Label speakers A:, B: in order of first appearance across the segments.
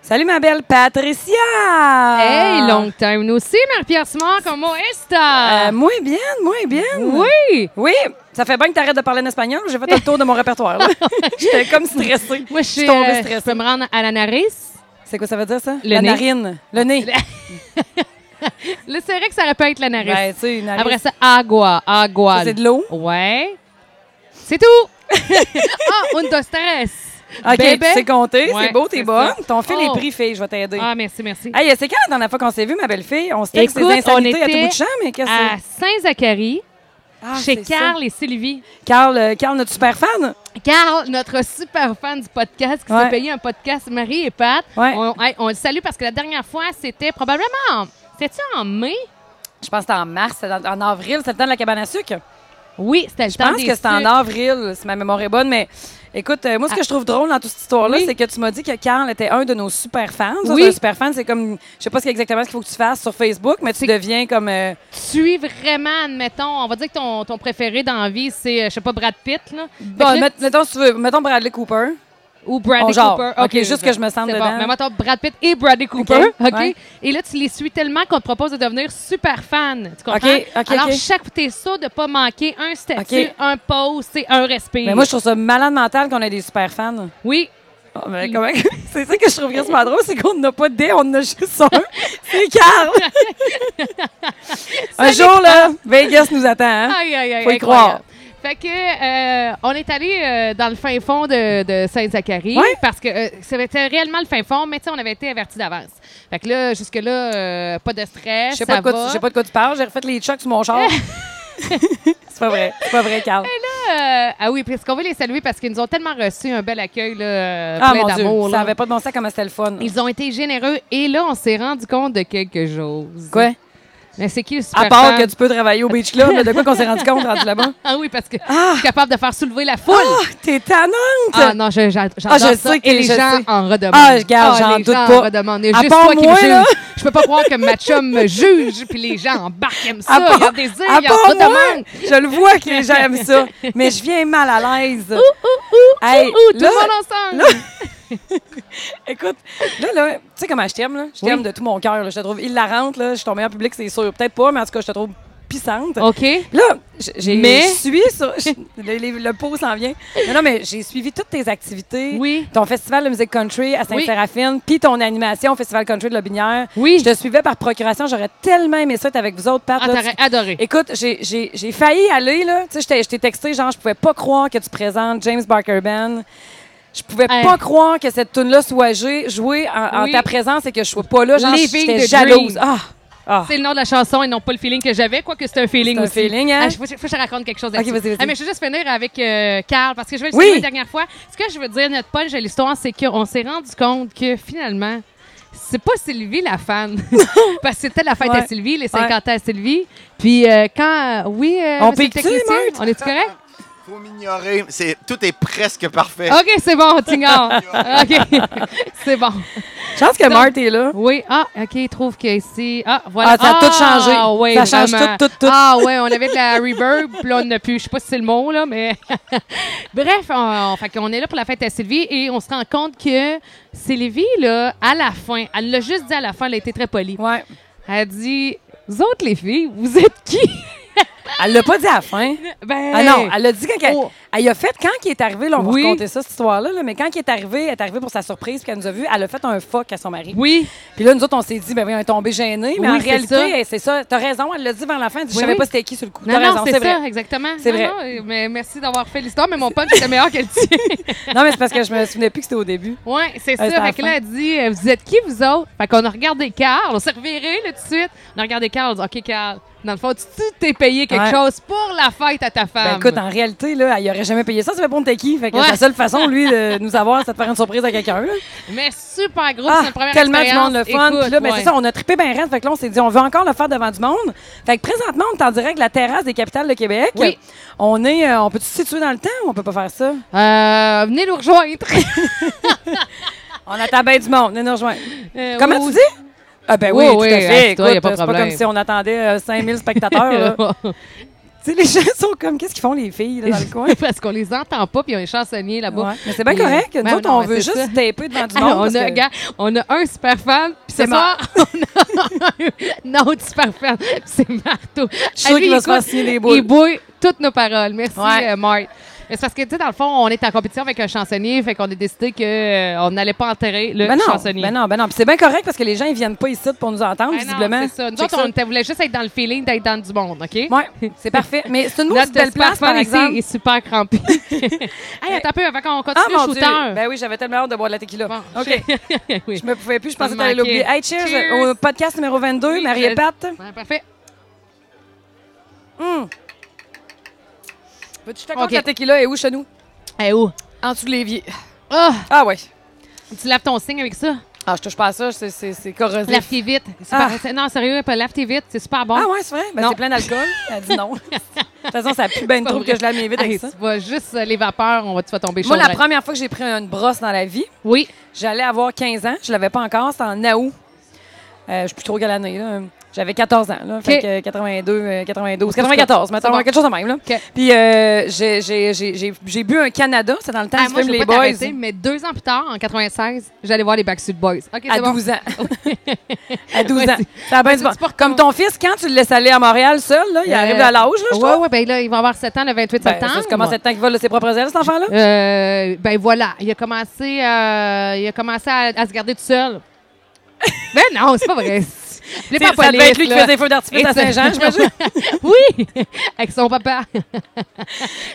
A: Salut, ma belle Patricia!
B: Hey, long time. Nous aussi, Marie-Pierre Simon, comment est-ce?
A: Ah. Euh, Moi bien, moi bien.
B: oui!
A: Oui, ça fait bien que t'arrêtes de parler en espagnol. J'ai fait le tour de mon répertoire. là. J'étais comme stressée.
B: Moi, je suis.
A: tombée
B: euh, je peux
A: stressée.
B: me rendre à la narice.
A: C'est quoi ça veut dire, ça?
B: Le
A: La
B: nez.
A: narine. Le nez.
B: Là, c'est vrai que ça aurait pu être la narice.
A: Ben, tu sais, une narine.
B: Après ça, agua, agua.
A: Ça, c'est de l'eau?
B: Ouais. C'est tout. ah, un, dos, tres.
A: OK,
B: Bébé.
A: tu sais compter.
B: Ouais,
A: c'est beau, t'es
B: c'est
A: bonne.
B: ça.
A: Ton fil
B: Oh.
A: est pris, fille. Je vais t'aider.
B: Ah, merci, merci.
A: Hey, c'est quand la dernière fois qu'on s'est vu, ma belle-fille? On se texte des
B: Écoute, on
A: insanités à tout
B: était
A: bout de champ, mais qu'est-ce que
B: À Saint-Zacharie,
A: Ah,
B: chez
A: c'est ça.
B: Carl et Sylvie.
A: Carl, euh, Carl, notre super fan.
B: Carl, notre super fan du podcast, qui
A: Ouais.
B: s'est payé un podcast Marie et Pat.
A: Ouais.
B: On, hey, on le salue parce que la dernière fois, c'était probablement. en- C'était-tu en mai?
A: Je pense que c'était en mars, c'était en, en avril, c'était le temps de la cabane à sucre.
B: Oui, c'était le
A: Je
B: temps
A: pense
B: des
A: que c'était en
B: sucres. Ah.
A: avril, si ma mémoire est bonne, mais écoute, euh, moi, ce que je trouve drôle dans toute cette histoire-là, c'est que tu m'as dit que Carl était un de nos super fans. Ça,
B: Oui.
A: c'est Un super fan, c'est comme, je sais pas ce qu'est exactement ce qu'il faut que tu fasses sur Facebook, mais tu deviens comme. euh,
B: Tu es vraiment, admettons, on va dire que ton, ton préféré dans la vie, c'est, euh, je sais pas, Brad Pitt, là.
A: bon,
B: Fait que là,
A: Bah, met- mettons, si tu veux, mettons Bradley Cooper.
B: ou Bradley
A: on genre.
B: Cooper.
A: OK, juste que je me sente
B: c'est
A: dedans.
B: Bon. Mais mettons Brad Pitt et Bradley Cooper, OK?
A: ouais.
B: Et là, tu les suis tellement qu'on te propose de devenir super fan, tu comprends?
A: OK, OK,
B: Alors,
A: OK.
B: chaque fois, t'es sûr de pas manquer un statut,
A: OK.
B: un pause, c'est un respire.
A: Mais moi, je trouve ça malade mental qu'on ait des super fans.
B: Oui,
A: Ah, ben, comment- c'est ça que je trouve vraiment drôle, c'est qu'on n'a pas des, on en a juste un. C'est Carl! un jour, là, Vegas nous attend. hein?
B: Aïe, aïe, aïe.
A: Faut y
B: incroyable. Fait que, euh, on est allé euh, dans le fin fond de, de Saint-Zacharie.
A: Ouais.
B: Parce que euh, c'était réellement le fin fond, mais tu sais, on avait été avertis d'avance. Fait que là, jusque-là, euh, pas de stress.
A: Je sais pas,
B: ça
A: de quoi
B: va.
A: tu- je sais pas de quoi tu parles, j'ai refait les chocs sur mon char. c'est pas vrai, c'est pas vrai, Carl.
B: Euh, ah oui, parce qu'on veut les saluer parce qu'ils nous ont tellement reçu un bel accueil, là, euh,
A: Ah
B: plein
A: mon
B: d'amour.
A: Dieu, ça
B: là.
A: avait pas de bon sens comment c'était le fun.
B: Ils ont été généreux et là, on s'est rendu compte de quelque chose.
A: Quoi?
B: Mais c'est qui le super
A: À part
B: fan?
A: que tu peux travailler au Beach Club, là, de quoi qu'on s'est rendu compte rendu là-bas?
B: Ah oui, parce que je suis capable de faire soulever la foule.
A: Oh, t'es tannante!
B: Ah non, je- j'a- j'adore
A: Ah, je
B: ça.
A: sais que
B: Et les
A: je
B: gens
A: sais.
B: en redemandent.
A: Ah, je garde,
B: Ah,
A: j'en
B: les
A: doute
B: gens
A: pas.
B: en redemandent. Et
A: À
B: juste
A: part
B: toi qui me
A: moi, là.
B: juge. Je peux pas croire que ma chum me juge, puis les gens embarquent, aiment ça,
A: À part-
B: ils en désirent,
A: à
B: ils
A: part
B: en
A: moi,
B: redemandent.
A: je le vois que les gens aiment ça, mais je viens mal à l'aise. Hey,
B: Ouh, ouh, tout
A: là-
B: le monde ensemble.
A: Écoute, là, là, tu sais comment je t'aime, là? Je t'aime
B: Oui.
A: de tout mon cœur, là. Je te trouve hilarante, là. Je suis ton meilleur public, c'est sûr. Peut-être pas, mais en tout cas, je te trouve pissante.
B: OK.
A: Là, j- j'ai
B: Mais-
A: je suis sur. je- le, le- le pot s'en vient. Non, non, mais j'ai suivi toutes tes activités.
B: Oui.
A: Ton festival de musique country à Sainte-Séraphine, puis ton animation au Festival country de Lobinière.
B: Oui.
A: Je te suivais par procuration. J'aurais tellement aimé ça être avec vous autres, Pat.
B: Ah,
A: là.
B: t'aurais adoré.
A: Écoute, j'ai- j'ai j'ai failli aller, là. Tu sais, je t'ai- je t'ai texté, genre, je pouvais pas croire que tu présentes James Barker Band. Je pouvais
B: Hey.
A: pas croire que cette tune là soit jouée, jouée en, en
B: Oui.
A: ta présence et que je sois pas là. Genre,
B: Living
A: j'étais
B: the
A: jalouse.
B: dream.
A: Ah! Ah!
B: C'est le nom de la chanson et non pas le feeling que j'avais, quoique c'est un feeling
A: C'est un
B: aussi.
A: feeling, hein?
B: Ah, faut, faut que je raconte quelque chose là-dessus.
A: Ok, vas-y, vas-y.
B: Ah, mais je veux juste finir avec euh, Carl, parce que je vais le
A: Oui.
B: dire la dernière fois. Ce que je veux dire, notre punch de l'histoire, c'est qu'on s'est rendu compte que finalement, c'est pas Sylvie la fan. parce que c'était la fête
A: Ouais.
B: à Sylvie, les 50 ans à Sylvie. Puis euh, quand. Oui, euh,
A: On
B: monsieur le
A: pique-tu,
B: technicien,
A: Meurthe?
B: On est-tu correct?
C: Faut m'ignorer. C'est, tout est presque parfait.
A: Ah.
B: OK, c'est bon, t'ignores. OK, c'est bon.
A: Je pense que Marthe est là.
B: Oui, ah, OK, il trouve que ici. Ah, voilà.
A: Ah, ça a tout changé.
B: oui,
A: Ça change
B: vraiment.
A: tout, tout, tout.
B: Ah, ouais, on avait de la reverb, puis là, on n'a plus. Je sais pas si c'est le mot, là, mais. Bref, on, fait qu'on est là pour la fête à Sylvie et on se rend compte que Sylvie, là, à la fin, elle l'a juste dit à la fin, elle a été très polie.
A: Ouais.
B: Elle a dit Vous autres, les filles, vous êtes qui
A: Elle l'a pas dit à la fin.
B: Ben.
A: Ah non, elle l'a dit quand elle,
B: Oh.
A: elle a fait quand il est arrivé, là, on va
B: Oui.
A: raconter ça cette histoire-là, là, mais quand il est arrivé, elle est arrivée pour sa surprise, puis qu'elle nous a vu, elle a fait un fuck à son mari.
B: Oui.
A: Puis là, nous autres, on s'est dit, ben oui, on est tombé gênés, mais
B: Oui,
A: en
B: c'est
A: réalité,
B: ça.
A: elle, c'est ça. T'as raison, elle l'a dit vers la fin, elle dit, je
B: Oui,
A: savais
B: oui.
A: pas c'était qui sur le coup. T'as
B: Non,
A: raison,
B: non,
A: c'est
B: c'est
A: vrai.
B: ça, exactement.
A: C'est
B: Non, non, mais merci d'avoir fait l'histoire, mais mon punch était meilleur que le tien.
A: Non, mais c'est parce que je me souvenais plus que c'était au début.
B: Oui, c'est
A: c'est
B: ça.
A: la
B: Fait que
A: fin.
B: là, elle dit euh, Vous êtes qui, vous autres Fait qu'on a regardé Carl, on s'est reviré là, tout de suite. On a regardé Carl, on a dit Ok, Carl, dans le fond, tu tu t'es payé quelque
A: Ouais.
B: chose pour la fête à ta
A: Ben
B: femme.
A: écoute, en réalité, là, il aurait jamais payé ça, ça fait bon t'es qui. Fait que
B: Ah, Ouais.
A: la seule façon, lui, de nous avoir, c'est de faire une surprise à quelqu'un. là.
B: Mais super gros,
A: Ah,
B: c'est notre première
A: tellement du
B: expérience.
A: monde le fun.
B: Écoute,
A: Puis là, ben,
B: ouais.
A: c'est ça, on a trippé bien raide. Fait que là, on s'est dit, on veut encore le faire devant du monde. Fait que présentement, on est en direct de la terrasse des capitales de Québec.
B: Oui.
A: On est, euh, on peut-tu se situer dans le temps ou on peut pas faire ça?
B: Euh, venez nous rejoindre.
A: On attend bien du monde. Venez nous rejoindre.
B: Euh,
A: Comment
B: oui,
A: tu dis? Ah ben oui,
B: Oui,
A: tout
B: oui,
A: à fait.
B: assis-toi, y a
A: Écoute,
B: pas de
A: c'est pas
B: problème.
A: comme si on attendait 5000 spectateurs. là.
B: oui.
A: Tu sais, les gens sont comme, qu'est-ce qu'ils font les filles là, dans le coin?
B: parce qu'on les entend pas, puis il y a un chansonnier là-bas.
A: Ouais. Mais c'est bien
B: Ah Puis,
A: correct. Nous
B: ben
A: autres,
B: non,
A: on
B: ben
A: veut
B: c'est
A: juste
B: ça.
A: taper devant du monde.
B: Alors, on,
A: parce
B: a,
A: que-
B: regarde, on a un super fan, puis ce
A: C'est
B: soir, on a un autre super fan, puis c'est Marteau.
A: Je suis sûre
B: Ah, lui,
A: qu'il va
B: il
A: se faire
B: écoute,
A: signer des boules.
B: Il bouille toutes nos paroles. Merci,
A: Ouais.
B: euh, Marc. Mais C'est parce que, tu sais, dans le fond, on est en compétition avec un chansonnier, fait qu'on a décidé qu'on n'allait pas enterrer le
A: Ben non,
B: chansonnier.
A: ben non, ben non. Puis c'est bien correct parce que les gens, ils viennent pas ici pour nous entendre,
B: Ben non,
A: visiblement.
B: c'est ça. Nous
A: Check
B: autres, on était- voulait juste être dans le feeling, d'être dans du monde, OK?
A: Ouais, c'est parfait. Mais c'est une
B: Notre
A: mousse belle
B: super
A: place,
B: fan
A: par
B: ici
A: exemple.
B: est super crampé. hey, attends un peu, avant qu'on
A: Ah,
B: continue,
A: mon Dieu!
B: shooter.
A: Ben oui, j'avais tellement hâte de boire de la tequila.
B: Bon,
A: OK.
B: Oui.
A: Je me pouvais plus, je
B: Ça
A: pensais que
B: me
A: t'allais l'oublier.
B: manquait.
A: Hey, cheers,
B: Cheers.
A: au podcast numéro 22,
B: Oui, je-
A: Marie-Pat.
B: Ouais, parfait.
A: Peux-tu te compte
B: OK.
A: la tequila est où chez nous?
B: Hey, où?
A: En dessous de l'évier.
B: Ah,
A: Ah ouais.
B: tu laves ton signe avec ça.
A: Ah, je touche pas à ça, c'est- c'est c'est corrosif.
B: Lave-t'es vite. C'est
A: Ah.
B: pas- c'est- Non, sérieux, pas lave-t'es vite. C'est super bon.
A: Ah ouais, c'est vrai? Ben,
B: Non.
A: c'est plein d'alcool. Elle dit non. De toute façon, ça pue bien
B: pas
A: trop
B: vrai.
A: que je lave mes vides
B: Hey,
A: avec ça.
B: tu vois juste euh, les vapeurs, on va, tu vas tomber chaud.
A: Moi, la première fois que j'ai pris une brosse dans la vie,
B: Oui.
A: J'allais avoir 15 ans. Je l'avais pas encore. C'était en août. Euh, je suis plus trop galanée. là. J'avais 14 ans. Là. Fait que 82, euh, 92, 94, mettons,
B: C'est bon.
A: quelque chose de même. Là.
B: OK.
A: Puis euh, j'ai- j'ai- j'ai j'ai- j'ai bu un Canada. C'est dans le temps
B: Ah,
A: du
B: moi,
A: film
B: je vais
A: Les
B: pas
A: Boys.
B: t'arrêter, mais deux ans plus tard, en 96, j'allais voir les Backstreet Boys. OK,
A: À
B: c'est bon.
A: 12 ans. à 12
B: Ouais,
A: ans.
B: c'est-
A: Ça a bien du
B: tu
A: bon.
B: portes
A: Comme ton fils, quand tu le laisses aller à Montréal seul, là, il
B: Euh,
A: arrive à l'âge, là, je
B: ouais,
A: trouve.
B: ouais, ben là, il va avoir 7 ans le 28
A: Ben,
B: septembre.
A: ça, c'est comment c'est le temps qu'il vole de ses propres ailes, cet enfant-là?
B: Euh, ben voilà, il a commencé, euh, il a commencé à, à se garder tout seul. ben non, c'est pas vrai. C'est
A: Ça devait être lui qui faisait des feux d'artifice à Saint-Jean, j'imagine.
B: oui, avec son papa.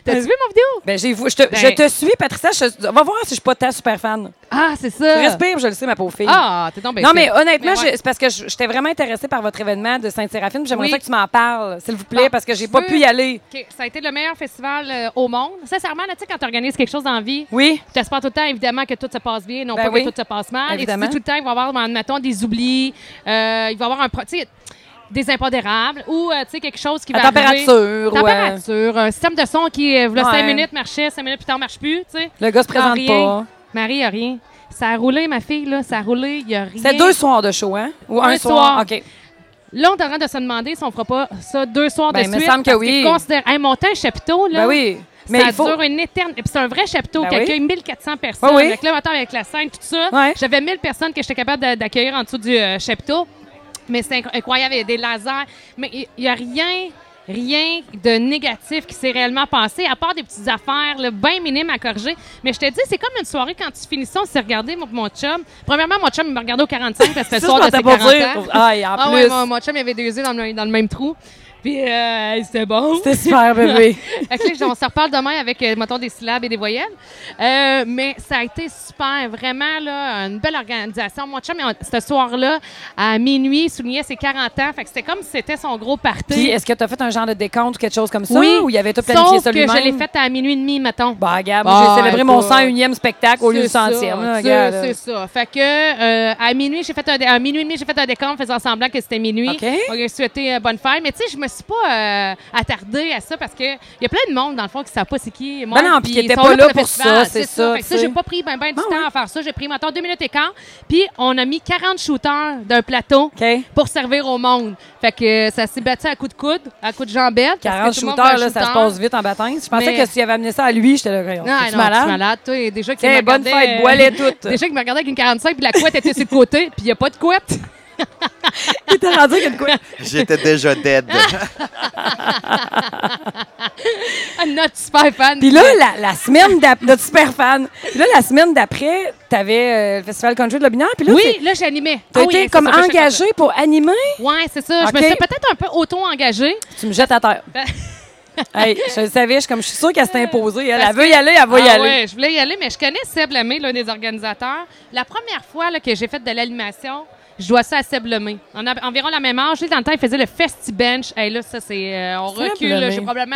B: T'as-tu vu mon vidéo?
A: Ben, j'ai- je, te, je
B: Ben-
A: te suis, Patricia. Je- on va voir si je suis pas ta super fan.
B: Ah, c'est ça.
A: Tu respires, je le sais, ma pauvre fille.
B: Ah, t'es tombé.
A: Non, mais honnêtement,
B: Mais ouais.
A: je- c'est parce que je- j'étais vraiment intéressée par votre événement de Sainte-Séraphine. puis J'aimerais
B: Oui.
A: ça que tu m'en parles, s'il vous plaît,
B: Bon,
A: parce que j'ai
B: tu
A: pas
B: veux-
A: pu y aller.
B: OK, ça a été le meilleur festival euh, au monde. Sincèrement, là, tu sais, quand tu organises quelque chose dans la vie,
A: Oui.
B: tu espères tout le temps, évidemment, que tout se passe bien, non
A: Ben
B: pas
A: oui.
B: que tout se passe mal.
A: Évidemment.
B: Et tu dis tout le temps, il va y avoir, admettons, des oublis, euh, il va y avoir un. pro- tu sais, des impondérables ou euh, tu sais quelque chose qui
A: La
B: va arriver.
A: température, ouais.
B: température un système de son qui euh, voilà,
A: Ouais.
B: 5 minutes marchait 5 minutes plus tard marche plus tu sais
A: Le gars se
B: Ah,
A: présente
B: rien.
A: pas.
B: Marie a rien ça a roulé ma fille là ça a roulé il y a rien
A: C'est deux soirs de show, hein? Ou un,
B: Un
A: soir.
B: soir.
A: OK.
B: Là, on est en train de se demander si on fera pas ça deux soirs
A: Ben,
B: de
A: me
B: suite.
A: semble que
B: parce
A: oui.
B: Considère... Hey, monter un chapiteau, là,
A: Ben oui. Mais
B: ça
A: il faut.
B: dure une éterne... Et puis c'est un vrai chapiteau
A: Ben
B: qui
A: oui.
B: accueille 1400 personnes.
A: Oui, oui.
B: Fait que là, maintenant, avec la scène, tout ça,
A: Ouais.
B: j'avais 1000 personnes que j'étais capable de- d'accueillir en dessous du euh, chapiteau. Mais c'est inc- incroyable, il y a des lasers. Mais il- il n'y a rien... Rien de négatif qui s'est réellement passé, à part des petites affaires, le bien minimes à corriger. Mais je te dis, c'est comme une soirée quand tu finissais, on s'est regardé, moi, pis mon chum. Premièrement, mon chum, il me regardait au 45 parce que
A: Ça,
B: le
A: je
B: soir de
A: m'entends
B: ses
A: pas
B: 40
A: dire.
B: ans.
A: Aïe, en
B: Ah
A: plus.
B: ouais, mon, mon chum, il avait deux yeux dans le, dans le même trou. Puis euh, c'était bon.
A: C'était super, bébé.
B: Fait que là, on se reparle demain avec, euh, mettons, des syllabes et des voyelles. Euh, mais ça a été super, vraiment, là, une belle organisation. Mon chum, on- ce soir-là, à minuit, il soulignait ses 40 ans. Fait que c'était comme si c'était son gros party.
A: Puis, est-ce que tu as fait un genre de décompte ou quelque chose comme ça?
B: oui,
A: Ou il y avait tout planifié
B: sauf
A: ça
B: que je
A: lui-même?
B: l'ai fait à minuit et demi, mettons.
A: Ben, regarde, moi,
B: Ah,
A: j'ai célébré mon
B: écoute.
A: 101e spectacle au lieu du
B: C'est ça,
A: centième. là,
B: c'est-
A: regarde, là.
B: C'est ça. Fait que euh, à minuit, j'ai fait un dé- à minuit et demi, j'ai fait un décompte faisant semblant que c'était minuit.
A: OK.
B: On lui a souhaité euh, bonne fête, mais tu sais, je me suis pas euh, attardée à ça parce que il y a plein de monde dans le fond qui savent pas c'est qui moi
A: Ben non, puis qui étaient pas là pour ça, c'est ça,
B: Fait que
A: tu
B: ça,
A: sais.
B: j'ai pas pris ben ben du
A: Ah,
B: temps
A: ouais.
B: à faire ça, j'ai pris maintenant deux minutes et quart, puis on a mis 40 shooters d'un plateau.
A: OK.
B: Pour servir au monde. Fait que euh, ça s'est battu à coups de coude, à coups de jambettes. parce que
A: 40
B: tout le monde fait un
A: shooters, là, ça se
B: shooter.
A: passe vite en baptême. Je pensais
B: Mais-
A: que s'il avait amené ça à lui, j'étais là,
B: Non, non,
A: tu
B: tu es
A: malade?
B: malade. Toi, déjà qui
A: Tiens,
B: me
A: bonne
B: regardait,
A: fête,
B: euh,
A: bois-les toutes.
B: Déjà qui me regardait avec une 45 puis la couette était sur le côté, puis il n'y a pas de couette.
A: Il était rendu qu'il y a de quoi.
C: J'étais déjà dead.
B: Ah, Notre super fan.
A: Puis là, la, la semaine d'après, notre super fan, Puis là, la semaine d'après, t'avais euh, le Festival Country de Lobinière. Puis là,
B: oui,
A: c'est-
B: là, j'animais.
A: t'as
B: Ah oui,
A: été
B: c'est
A: comme
B: ça, je fais
A: engagée pour animer.
B: comme ça. Ouais, c'est ça.
A: OK.
B: Je me suis peut-être un peu auto-engagée.
A: Tu me jettes à terre.
B: Ben-
A: hey, je le savais, je suis comme, je suis sûre qu'elle s'est imposée. Elle,
B: Parce
A: elle veut y aller, elle va y
B: Ah
A: aller.
B: ouais, je voulais y aller, mais je connais Seb Lemay, l'un des organisateurs. La première fois là, que j'ai fait de l'animation, je dois ça à Seb Lemay. On a environ la même âge. Lui, dans le temps, il faisait le Festi Bench. Hey, là, ça, c'est. euh, on
A: Seb
B: recule. là.
A: Lemay.
B: J'ai probablement.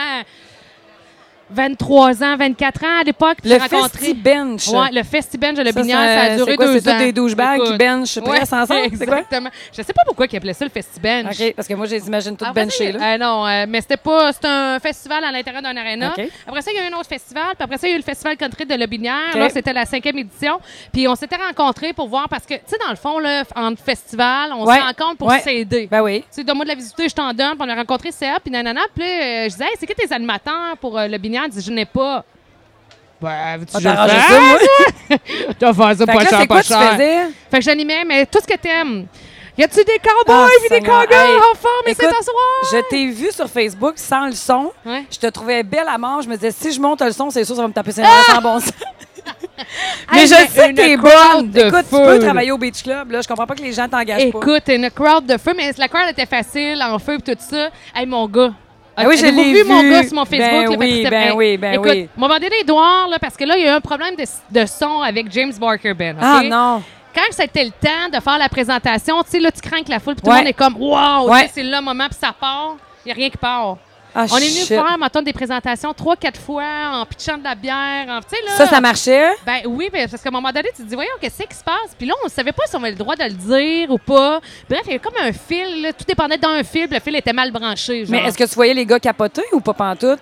B: 23 ans, 24 ans à l'époque. puis
A: Le
B: j'ai rencontré-
A: festi bench.
B: Ouais, le Festi-Bench de Le
A: Ça,
B: Binière, ça,
A: c'est-
B: a duré
A: c'est quoi,
B: deux ans.
A: c'est tous des douchebags qui
B: Écoute.
A: benchent presque ensemble, c'est quoi?
B: Exactement. Je sais pas pourquoi ils appelaient ça le Festi-Bench.
A: OK, parce que moi, j'imagine tout
B: Ah,
A: benché,
B: vas-y.
A: là.
B: Euh, non, euh, mais c'était pas. C'était un festival à l'intérieur d'un aréna.
A: OK.
B: Après ça, il y a eu un autre festival. Puis après ça, il y a eu le festival country de Lobinière.
A: OK.
B: Là, c'était la cinquième édition. Puis on s'était rencontrés pour voir parce que, tu sais, dans le fond, là, en festival, on
A: Ouais.
B: se rencontre pour
A: Ouais.
B: s'aider.
A: Ben oui.
B: Tu sais, donne-moi de la visibilité, je t'en donne. Puis on a rencontré CA, puis nanana. Puis là, euh, je disais, Hey, c'est qui tes animateurs pour euh, le Binière? Il dit, je n'ai pas. Ben, veux-tu
A: Ah,
B: que je le
A: t'arranges
B: fasse?
A: ça, moi.
B: Tu vas faire
A: Fait que
B: ça pas
A: là,
B: cher,
A: c'est
B: pas
A: quoi tu
B: cher.
A: faisais?
B: Fait que j'animais, mais tout ce que t'aimes. Y a-tu des cowboys
A: Ah,
B: puis des
A: Seigneur.
B: cowgirls
A: Hey,
B: en forme et c'est
A: écoute,
B: un soir?
A: Je t'ai vu sur Facebook sans le son.
B: Ouais.
A: Je te trouvais belle à mort. Je me disais, si je monte le son, c'est sûr ça va me taper ses
B: Ah!
A: nerfs sans bon sens. Mais
B: Hey,
A: je
B: mais
A: sais
B: une
A: que t'es
B: crowd
A: bonne.
B: de
A: Écoute, tu
B: feu,
A: peux
B: là.
A: travailler au Beach Club. Là. Je comprends pas que les gens t'engagent pas.
B: Écoute, une crowd de feu, mais la crowd était facile, en feu et tout ça. Hey, mon gars.
A: Ah oui, je
B: Avez-vous
A: l'ai
B: vu, mon
A: vu.
B: gars sur mon Facebook.
A: Ben
B: là,
A: oui,
B: Patricia
A: ben
B: Hey,
A: oui, ben
B: écoute,
A: oui.
B: m'a demandé Édouard, là, parce que là, il y a eu un problème de, de son avec James Barker Ben. ok?
A: Ah non.
B: Quand c'était le temps de faire la présentation, tu sais, là, tu crains que la foule, puis tout
A: Ouais.
B: le monde est comme, wow,
A: Ouais.
B: tu sais, c'est le moment, puis ça part. Il n'y a rien qui part.
A: Ah,
B: On est venu
A: shit.
B: faire, mettons, des présentations trois, quatre fois en pitchant de la bière. En, tu sais, là,
A: Ça, ça marchait.
B: Ben oui, ben, parce qu'à un moment donné, tu te dis, voyons, qu'est-ce qui se passe? Puis là, on ne savait pas si on avait le droit de le dire ou pas. Bref, il y a comme un fil. là. Tout dépendait d'un fil. puis Le fil était mal branché. Genre.
A: Mais est-ce que tu voyais les gars capoter ou pas pantoute?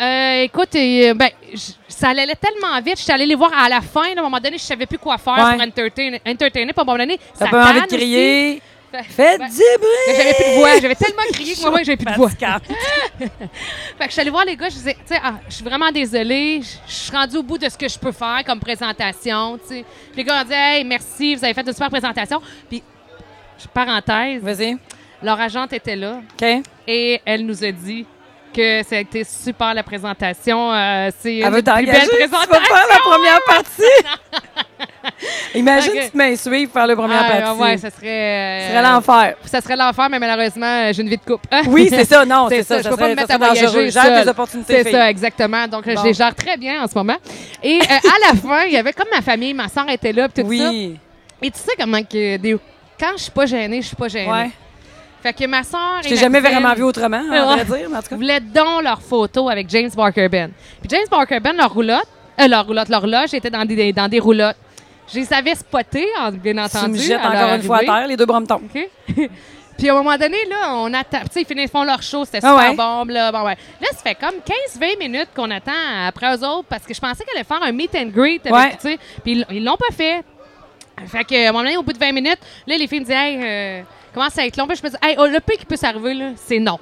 B: Euh, écoute, euh, ben, j- ça allait tellement vite. Je suis allée les voir à la fin. À un moment donné, je savais plus quoi faire
A: Ouais.
B: pour entertain, entertainer. Puis à un moment donné,
A: T'as
B: ça
A: pas envie
B: tanne
A: de crier?
B: aussi.
A: Faites
B: Ben,
A: du bruit!
B: mais j'avais plus de voix. J'avais tellement crié que moi, moi, j'avais plus de voix.
A: Fatigante.
B: Fait que je suis allée voir les gars, je disais, tu sais, Ah, je suis vraiment désolée, je je suis rendue au bout de ce que je peux faire comme présentation, tu sais. Puis Les gars ont dit, hey, merci, vous avez fait une super présentation. Puis, je- parenthèse,
A: Vas-y.
B: leur agente était là
A: OK.
B: et elle nous a dit que ça a été super la présentation. euh, c'est
A: Elle
B: une
A: veut
B: des plus
A: t'engager.
B: belles
A: Tu vas faire la
B: présentations.
A: première partie. Imagine
B: Ok.
A: si tu m'insuives faire la première
B: Ah,
A: partie.
B: ouais, ça serait.
A: Ce
B: euh,
A: serait l'enfer.
B: Ça serait l'enfer, mais malheureusement, euh, j'ai une vie de couple.
A: Oui, c'est ça, non, c'est
B: C'est
A: ça.
B: ça,
A: ça
B: je peux
A: serait-
B: pas me
A: ça
B: mettre à
A: serait dangereux.
B: voyager.
A: Gère
B: seule.
A: des opportunités,
B: C'est
A: fille.
B: ça, exactement. Donc,
A: Bon.
B: je les gère très bien en ce moment. Et euh, à la fin, il y avait comme ma famille, ma soeur était là, puis tout ça.
A: Oui.
B: Et tu sais comment que des... quand je suis pas gênée, je suis pas gênée.
A: Ouais.
B: Fait que ma soeur
A: Je t'ai jamais vraiment vu autrement, à vrai dire, mais en tout cas.
B: voulaient donc leur photo avec James Barker Ben. Puis James Barker Ben, leur roulotte, euh, leur roulotte, l'horloge était dans des, dans des roulottes. Je les avais spotées, en- bien entendu.
A: Tu me jettes
B: à leur
A: encore une fois à
B: arrivée.
A: terre, les deux brometons.
B: OK? Puis à un moment donné, là, on attend. Tu sais, ils finissent, font leur show, c'était
A: Ah
B: super
A: ouais?
B: bon, là. Bon, ouais. Là, ça fait comme 15-20 minutes qu'on attend après eux autres parce que je pensais qu'elle allait faire un meet and greet avec,
A: Ouais.
B: tu sais. Puis ils l- ils l'ont pas fait. Fait que, à un moment donné, au bout de 20 minutes, là, les filles me disent, hey, euh, comment ça va être long? Puis je me dis, hey, oh, le pire qui peut s'arriver, là, c'est non.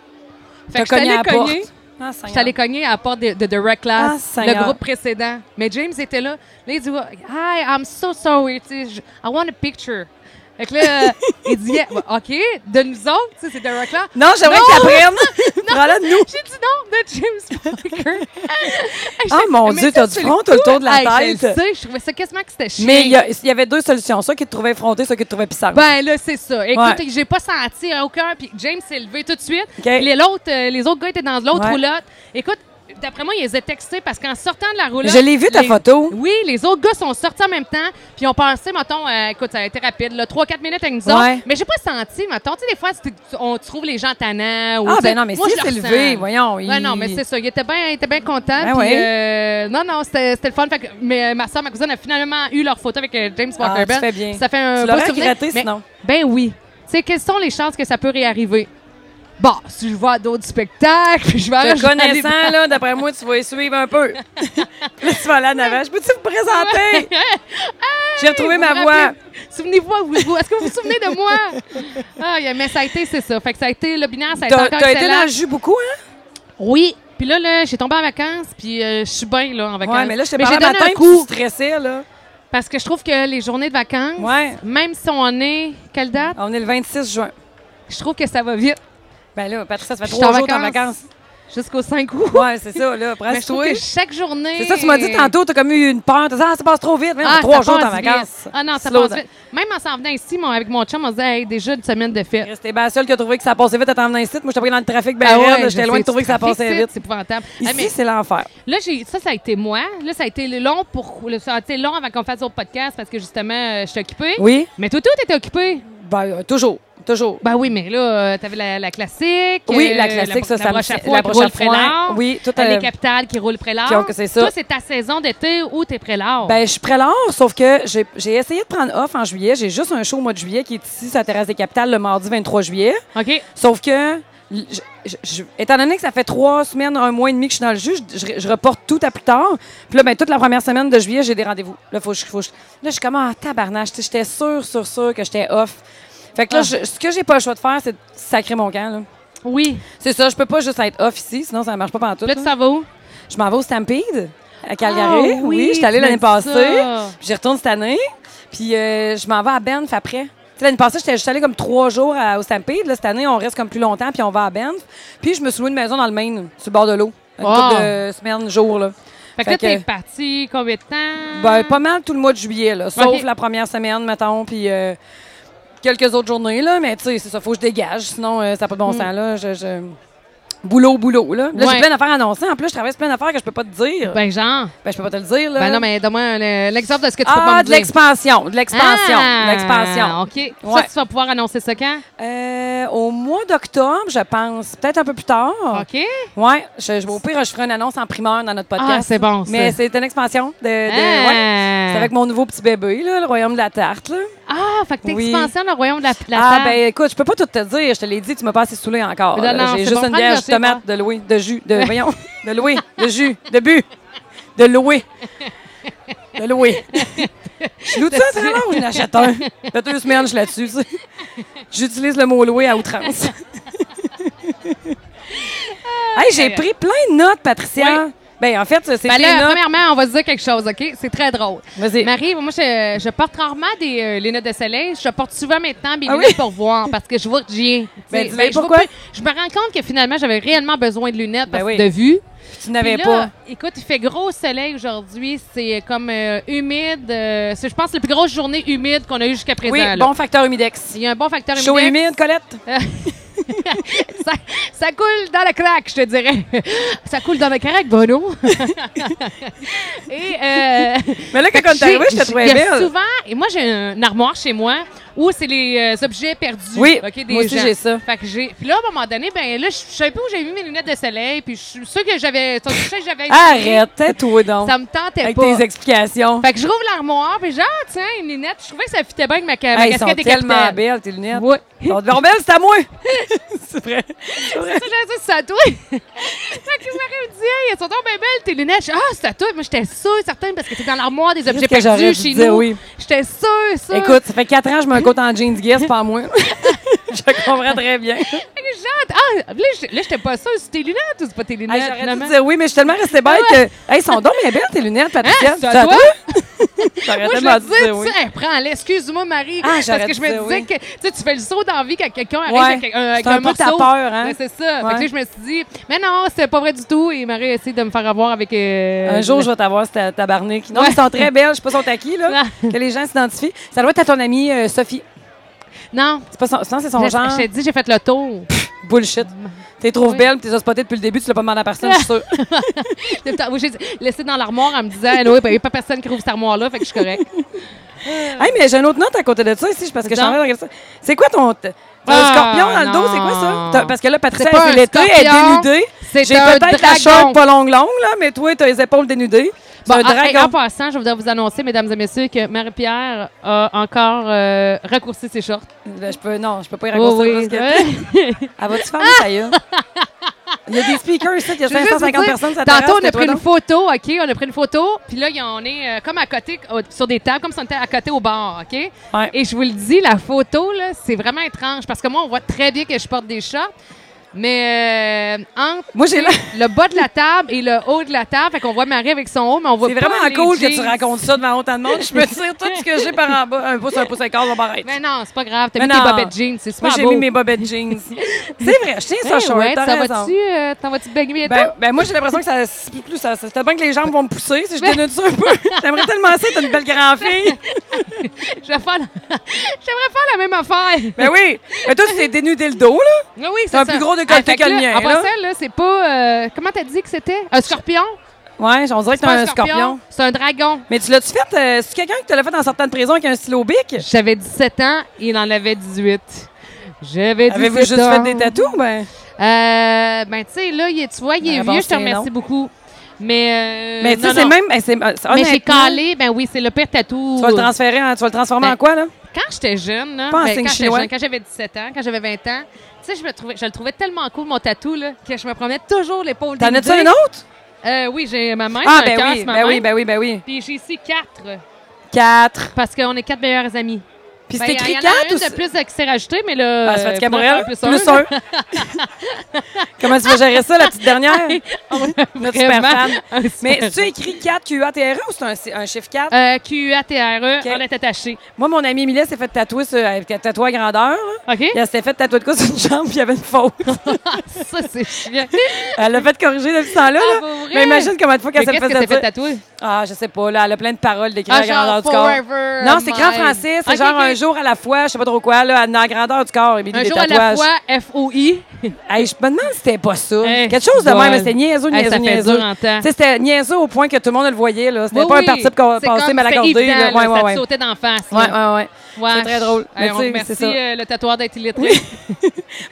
B: Fait
A: T'as
B: que je suis
A: cogné
B: allée
A: à la porte.
B: cogner.
A: Ah,
B: Je
A: Seigneur.
B: suis allée cogner à la porte de, de The
A: Ah,
B: Reckless,
A: Seigneur.
B: le groupe précédent. Mais James était là. Là, il dit Hi, I'm so sorry. Tu sais, je- I want a picture. Fait que là, il dit Yeah, bah, OK, de nous autres, tu sais, c'est The Reckless.
A: Non, j'aimerais
B: Non!
A: que t'apprennes. Prends-la de nous.
B: J'ai dit non de James Parker.
A: Ah, mon Dieu, t'as du front, t'as le tour de la
B: Je le
A: tête.
B: sais, je trouvais ça quasiment que c'était chiant.
A: Mais il y, a- il y avait deux solutions. Soit qu'ils te trouvaient effronté, soit qu'ils te trouvaient pissant.
B: Ben là, c'est ça. Écoute,
A: Ouais.
B: j'ai pas senti aucun. Puis James s'est levé tout de suite.
A: OK.
B: Les, l'autre, euh, les autres gars étaient dans l'autre
A: Ouais.
B: roulotte. Écoute, d'après moi, ils les ont textés parce qu'en sortant de la roulotte.
A: Je l'ai vu, ta
B: les-
A: photo.
B: Oui, les autres gars sont sortis en même temps. Puis ont pensé, mettons, euh, écoute, ça a été rapide, là, 3-4 minutes avec nous autres.
A: Ouais.
B: Mais j'ai pas senti, mettons, tu sais, des fois, c'est- tu- on trouve les gens tannants. Ou,
A: Ah,
B: tu sais,
A: ben non, mais
B: moi,
A: si
B: je
A: c'est
B: le
A: levé,
B: ressens.
A: voyons.
B: Ouais,
A: il-
B: non, mais c'est ça. Il était bien ben content.
A: Ben
B: puis,
A: ouais.
B: euh, non, non, c'était c'était le fun. Fait que, mais euh, ma soeur, ma cousine a finalement eu leur photo avec euh, James
A: Ah,
B: Walker
A: tu
B: Bell.
A: fais bien.
B: Ça fait un
A: Tu
B: beau
A: l'aurais
B: souvenir.
A: regretté,
B: Mais-
A: sinon.
B: Ben oui. Tu sais, quelles sont les chances que ça peut réarriver? Bon, si je vais à d'autres spectacles, puis je vais à- je
A: Te
B: vais aller-
A: connaissant, là, d'après moi, tu vas y suivre un peu. là, tu vas là en avant. Je peux-tu vous présenter? J'ai retrouvé
B: Vous
A: ma
B: vous
A: voix.
B: rappelez- Souvenez-vous, vous- vous- est-ce que vous vous souvenez de moi? Ah, y a- mais ça a été, c'est ça. Fait que ça a été, le binaire, ça a été
A: T'as
B: encore
A: t'as été
B: excellent.
A: dans le jus beaucoup, hein?
B: Oui. Puis là, là j'ai tombé en vacances, puis euh, je suis bien, là, en vacances.
A: Ouais, mais là, je t'ai
B: j'ai
A: parlé le
B: donné
A: matin,
B: un
A: puis tu
B: coup,
A: stressais, là.
B: parce que je trouve que les journées de vacances,
A: Ouais.
B: même si on est... Quelle date?
A: On est le 26 juin.
B: Je trouve que ça va vite.
A: Ben là, Patricia, ça fait
B: Je suis en
A: trois jours que t'es en
B: vacances.
A: vacances.
B: Jusqu'au 5 août.
A: Ouais, Ah, c'est ça, là.
B: Mais je trouve que
A: Presse-toi.
B: chaque journée...
A: C'est ça, tu m'as dit tantôt, t'as comme eu une peur. T'as dit, ah, ça passe trop vite. Voyons,
B: Ah,
A: trois
B: ça
A: jours, t'es en
B: passe vite.
A: vacances.
B: Ah non, ça
A: Slow
B: passe
A: down.
B: vite. Même en s'en venant ici, mon- avec mon chum, on se disait, hey, déjà une semaine de fête.
A: C'était bien seul qui a trouvé que ça passait vite à t'emmener ici. Moi, j'étais pris dans le trafic, ben
B: Ah
A: raide,
B: ouais,
A: là,
B: je
A: J'étais
B: sais,
A: loin de trouver que ça
B: trafic,
A: passait
B: c'est-
A: vite.
B: C'est épouvantable. Ah,
A: Ici,
B: mais
A: c'est l'enfer.
B: là, j'ai- ça, ça a été moi. Là, ça a été le long pour le, ça a été long avant qu'on fasse autre podcast parce que justement, euh, je suis occupée.
A: Oui?
B: Mais toi, tout était occupé.
A: Ben, euh, toujours. Toujours.
B: Ben oui, mais là, euh, t'avais la, la classique.
A: Oui,
B: euh,
A: la classique, ça,
B: la
A: ça me-
B: broche à
A: la
B: foin qui
A: broche
B: roule
A: à foin.
B: prélard.
A: Oui, tout,
B: T'as
A: euh,
B: Les capitales qui roulent prélard.
A: qui ont- que c'est ça.
B: Toi, c'est ta saison d'été où t'es prélard.
A: Ben, je suis prélard, sauf que j'ai j'ai essayé de prendre off en juillet. J'ai juste un show au mois de juillet qui est ici, sur la terrasse des capitales, le mardi 23 juillet.
B: OK.
A: Sauf que, l- je- je- je- étant donné que ça fait trois semaines, un mois et demi que je suis dans le jus, je, je- je reporte tout à plus tard. Puis là, ben, toute la première semaine de juillet, j'ai des rendez-vous. Là, faut, que je- faut, que je- là, je suis comme, ah, tabarnage. Tu sais, J'étais sûre, sûre, sûre que j'étais off. Fait que là,
B: Ah.
A: je- ce que j'ai pas le choix de faire, c'est de sacrer mon camp. là.
B: Oui.
A: C'est ça, je peux pas juste être off ici, sinon ça marche pas pendant tout.
B: Là, tu s'en vas où?
A: Je m'en vais au Stampede à Calgary.
B: Ah
A: oui, j'étais
B: tu
A: allée l'année
B: m'as dit
A: passée.
B: ça.
A: Puis J'y retourne cette année. Puis euh, je m'en vais à Banff après. Tu sais, L'année passée, j'étais juste allée comme trois jours à- au Stampede. Là, cette année, on reste comme plus longtemps, puis on va à Banff. Puis je me suis louée une maison dans le Maine, sur le bord de l'eau. Une
B: Wow.
A: couple de semaines, jours. Là.
B: Fait que là,
A: Fait
B: t'es
A: que-
B: parti combien de temps?
A: Ben, pas mal tout le mois de juillet, là, sauf
B: Ok.
A: la première semaine, mettons, puis euh, quelques autres journées. Là, mais tu sais, c'est ça, faut que je dégage, sinon euh, ça n'a pas de bon sens. Là, je, je- Boulot, boulot. Là, là
B: Mm. Ouais.
A: j'ai plein d'affaires annoncées. En plus, je travaille sur plein d'affaires que je peux pas te dire. Ben,
B: Ben, genre.
A: je peux pas te le dire. Là.
B: Ben non, mais donne-moi un- le- l'exemple de ce que tu peux pas
A: euh, Ah,
B: me
A: de
B: dire.
A: l'expansion, de l'expansion,
B: Ah,
A: de l'expansion.
B: OK. Ça,
A: Ouais.
B: tu vas pouvoir annoncer ça quand?
A: Euh, au mois d'octobre, je pense, peut-être un peu plus tard.
B: OK.
A: Ouais, je, je- au pire, je ferai une annonce en primeur dans notre podcast.
B: Ah, c'est bon, ça.
A: Mais c'est une expansion de, de-
B: Ah.
A: ouais. C'est avec mon nouveau petit bébé, là, le royaume de la tarte. là.
B: Ah, fait que t'es
A: Oui.
B: expansé dans le royaume de la, la
A: ah
B: table.
A: ben écoute, je peux pas tout te dire, je te l'ai dit, tu m'as pas assez saoulé encore.
B: Non,
A: là.
B: non, c'est
A: J'ai juste
B: bon,
A: une
B: prends le
A: bière
B: gâchis,
A: de tomate, de louer, de jus, de voyons, de louer, de jus, de bu, de louer. De louer. Je loue ça à travers ou je l'achète un? Ça fait deux semaines, je suis là-dessus. tu sais. J'utilise le mot louer à outrance. hey, j'ai pris plein de notes, Patricia.
B: Oui.
A: Ben en fait, c'est
B: Ben
A: tes
B: là,
A: notes.
B: premièrement, on va se dire quelque chose, OK? C'est très drôle.
A: Vas-y.
B: Marie, moi, je, je porte rarement des euh, lunettes de soleil. Je porte souvent maintenant mes
A: Ah
B: lunettes
A: oui?
B: pour voir parce que je vois rien.
A: Ben,
B: Tu sais,
A: dis-le,
B: je vois
A: pourquoi?
B: plus- Je me rends compte que finalement, j'avais réellement besoin de lunettes
A: Ben
B: parce
A: oui.
B: que de vue.
A: Tu n'avais
B: Puis
A: pas.
B: là, Écoute, il fait gros soleil aujourd'hui. C'est comme euh, humide. euh, c'est, je pense, la plus grosse journée humide qu'on a eue jusqu'à présent.
A: Oui,
B: là.
A: bon facteur humidex.
B: Il y a un bon facteur
A: Chaud et
B: humide.
A: humide, Colette.
B: ça, ça coule dans la craque, je te dirais. ça coule dans la craque, Bono. Et euh,
A: Mais là, quand on est
B: j'ai-
A: arrivé, je te
B: j'ai-
A: trouvais
B: il y a
A: belle.
B: Souvent, et moi, j'ai un armoire chez moi où c'est les euh, objets perdus.
A: Oui,
B: ok, des
A: moi aussi,
B: gens.
A: j'ai ça.
B: Fait que j'ai. Puis là, à un moment donné, ben là, je je savais pas où j'ai mis mes lunettes de soleil. Puis je suis sûre que j'avais. sur le sachet que j'avais essayé.
A: Arrête, tais-toi donc.
B: Ça me tentait
A: Avec
B: pas.
A: tes explications.
B: Fait que je rouvre l'armoire, puis genre, tiens, une lunette. Je trouvais que ça fitait bien avec ma, ca- ma
A: Hey, ils sont
B: casquette des
A: tellement
B: capitales.
A: belles, tes lunettes.
B: Ouais.
A: Ils sont tellement belles, c'est à moi. c'est vrai. C'est vrai.
B: Ça, j'ai dit, c'est à toi. fait que Marie me dit, hey, elles sont donc bien belles, tes lunettes. Je dis, ah, c'est à toi. Moi, j'étais sûre, certaine, parce que t'es dans l'armoire des objets
A: que j'aurais
B: perdus
A: dû
B: chez
A: dire
B: nous.
A: oui.
B: J'étais sûre, sûre.
A: Écoute, ça fait quatre ans que je mets un coat en jeans guess, pas à moi. je comprends très bien.
B: Fait que genre, ah, là, j'- là, j'étais pas sûre, c'est tes lunettes ou c'est pas tes
A: Hey,
B: lunettes,
A: J'aurais dû
B: finalement?
A: dire oui, mais je suis tellement restée bête que. Hey, ils sont donc bien belles, tes lunettes, Patricia.
B: Hein, c'est à toi?
A: J'aurais
B: Moi, je
A: tellement
B: le
A: dû dire
B: disais,
A: oui.
B: tu sais, hey, prends-le, excuse-moi, Marie.
A: Ah,
B: parce
A: j'aurais
B: que
A: dû
B: je me
A: dire
B: disais
A: oui.
B: que tu sais, tu fais le saut d'envie quand quelqu'un arrive
A: Ouais.
B: avec, un- avec
A: C'est un
B: un
A: peu ta
B: morceau.
A: peur, hein?
B: Ben, c'est ça. Fait que
A: Ouais.
B: là, je me suis dit, mais non, c'est pas vrai du tout. Et Marie essaie de me faire avoir avec. euh,
A: Un jour, je vais t'avoir, c'est ta- ta barnique. Non, mais ils sont très belles. Je sais pas sont à qui, là.
B: Non.
A: que les gens s'identifient. Ça doit être à ton amie euh, Sophie.
B: Non,
A: C'est pas son, sinon, c'est son
B: je
A: genre.
B: je t'ai dit, j'ai fait le tour.
A: Bullshit. T'es trop
B: Oui.
A: belle, puis t'es as spotée depuis le début, tu l'as pas demandé à personne, je suis sûre.
B: Le temps- oui, j'ai laissé dans l'armoire en me disant, ben, il n'y a pas personne qui rouvre cette armoire-là, fait que je suis correct.
A: Hey, mais j'ai une autre note à côté de ça ici, parce que je suis en train de regarder ça. C'est quoi ton. t- t'as
B: Ah,
A: un scorpion dans le dos, c'est quoi
B: non.
A: ça? T'as- Parce que là, Patricia,
B: C'est pas
A: elle
B: un
A: s'est l'été, elle
B: scorpion,
A: est dénudée.
B: c'est
A: J'ai
B: un
A: peut-être la
B: dragon.
A: short pas longue, longue, là, mais toi, t'as les épaules dénudées. C'est un
B: Bon, en- Ah, hey, en
A: dragon.
B: passant, je voudrais vous annoncer, mesdames et messieurs, que Marie-Pierre a encore euh, raccourci ses shorts. Oh,
A: Ben, je peux, non, je peux pas y raccourcir. parce que- Elle va-tu faire ça, gueule? Il y a des speakers ici, il y a
B: Je veux juste
A: 550
B: vous dire,
A: personnes, ça
B: Tantôt, on a pris une photo, OK? On a pris une photo, puis là, y- on est euh, comme à côté, euh, sur des tables, comme si on était à côté au bar, OK?
A: Ouais.
B: Et je vous le dis, la photo, là, c'est vraiment étrange, parce que moi, on voit très bien que je porte des shorts, mais euh, entre
A: Moi, j'ai l'air.
B: le bas de la table et le haut de la table, fait qu'on voit Marie avec son haut, mais on voit
A: C'est
B: pas
A: vraiment
B: les
A: cool que
B: jeans.
A: tu racontes ça devant autant de monde. Je me tire tout ce que j'ai par en bas. Un pouce, un pouce, un quart, on va arrêter.
B: Mais non, c'est pas grave, t'as
A: Mais
B: mis tes
A: non.
B: bobettes jeans, c'est super
A: Moi, j'ai
B: beau.
A: mis mes bobettes jeans. C'est vrai, je tiens ça
B: Eh
A: short,
B: ouais,
A: t'as
B: t'en
A: raison.
B: vas-tu, euh, t'en vas-tu te baigner bientôt?
A: Ben, ben, moi, j'ai l'impression que ça, c'est plus, ça, c'est tellement que les jambes vont me pousser si je dénude ça un peu. J'aimerais tellement ça être une belle grand-fille.
B: Je vais faire la- J'aimerais faire la même affaire.
A: Ben oui. Mais toi, tu t'es dénudé le dos, là.
B: Oui, oui,
A: T'as un
B: ça. Ah,
A: plus gros décolleté
B: fait
A: que le
B: là,
A: mien,
B: En
A: là.
B: passant, là, c'est pas. euh, comment t'as dit que c'était? Un scorpion?
A: Ouais, on dirait que t'es
B: Pas
A: un scorpion.
B: C'est un dragon.
A: Mais tu l'as-tu fait? euh, c'est quelqu'un qui te l'a fait en sortant de prison avec un stylo bic?
B: J'avais 17 ans, il en avait 18. J'avais dit
A: Avez-vous
B: c'est
A: juste fait
B: tard.
A: des tatous? Ben,
B: Euh, ben, tu sais, là, il est- tu vois, il
A: La
B: est
A: réponse,
B: vieux, je te
A: c'est
B: remercie
A: non.
B: beaucoup. Mais, euh,
A: mais tu
B: non,
A: sais, c'est
B: non.
A: même. ben, c'est- honnêtement,
B: Mais j'ai calé, ben oui, c'est le pire tatou.
A: Tu vas le transférer, en- tu vas le transformer
B: Ben,
A: en quoi, là?
B: Quand j'étais jeune, là,
A: Pas en
B: ben,
A: signe
B: quand j'étais
A: chinois.
B: jeune, quand j'avais 17 ans, quand j'avais 20 ans, tu sais, je, me trouvais- je le trouvais tellement cool, mon tatou, là, que je me prenais toujours l'épaule
A: T'en
B: dénudée.
A: as-tu un autre?
B: Euh, oui, j'ai ma main,
A: Ah,
B: un
A: ben
B: cœur
A: oui,
B: sur ma
A: ben
B: main.
A: oui, ben oui, ben oui.
B: Puis j'ai ici quatre,
A: Quatre.
B: parce qu'on est quatre meilleurs amis.
A: Puis
B: Ben,
A: c'est
B: il
A: écrit
B: y en a
A: quatre
B: une
A: ou
B: de plus euh, qui s'est rajoutée, mais là.
A: Ah, ça fait du
B: euh, finalement,
A: Gabriel,
B: plus
A: plus
B: un.
A: un. Comment tu vas gérer ça, la petite dernière? Notre super
B: Ah Vraiment, Ah,
A: fan.
B: un
A: Mais
B: super-
A: tu écrit 4 QATRE ou c'est un, un chiffre 4?
B: Euh, Q-A-T-R-E,
A: Ok.
B: on est attaché.
A: Moi, mon amie Emilia s'est fait tatouer, sur, elle était tatouée à grandeur. là.
B: OK?
A: Et Elle s'était fait tatouer de quoi sur une jambe, puis il y avait une faute.
B: Ça, c'est chiant.
A: Elle l'a fait corriger depuis ce temps-là.
B: Ah,
A: là.
B: pour vrai?
A: Ah, Mais imagine comment de fois
B: Mais
A: qu'elle s'est
B: Qu'est-ce que
A: fait
B: t'as fait
A: tatouer.
B: tatouer?
A: Ah, je sais pas, là, elle a plein de paroles d'écrire
B: Ah,
A: à grandeur
B: genre
A: du corps.
B: forever.
A: Non, c'est grand
B: mine.
A: français, c'est
B: Ok,
A: genre
B: ok.
A: un jour à la fois, je sais pas trop quoi, là, à la grandeur du corps, Émilie,
B: Un
A: des
B: jour à la
A: tatouages.
B: fois, F-O-I.
A: Hey, je me demande si c'était pas ça.
B: Hey,
A: Quelque chose de
B: bol.
A: même, mais c'était niaiseux,
B: Hein? Hey,
A: niaiseux,
B: ça fait
A: niaiseux.
B: dur en temps.
A: Tu sais, c'était niaiseux au point que tout le monde le voyait, là. C'était
B: Oui,
A: pas
B: oui.
A: un parti de
B: C'est
A: passer
B: comme-
A: mal
B: c'était
A: accordé,
B: évident,
A: là. Ouais,
B: là,
A: ouais,
B: ça te
A: ouais.
B: sautait d'en face.
A: Ouais,
B: là.
A: ouais, ouais.
B: Wesh.
A: C'est très drôle.
B: Hey,
A: Mais
B: on
A: tu sais,
B: remercie
A: c'est ça.
B: euh, le tatoueur d'être illettré.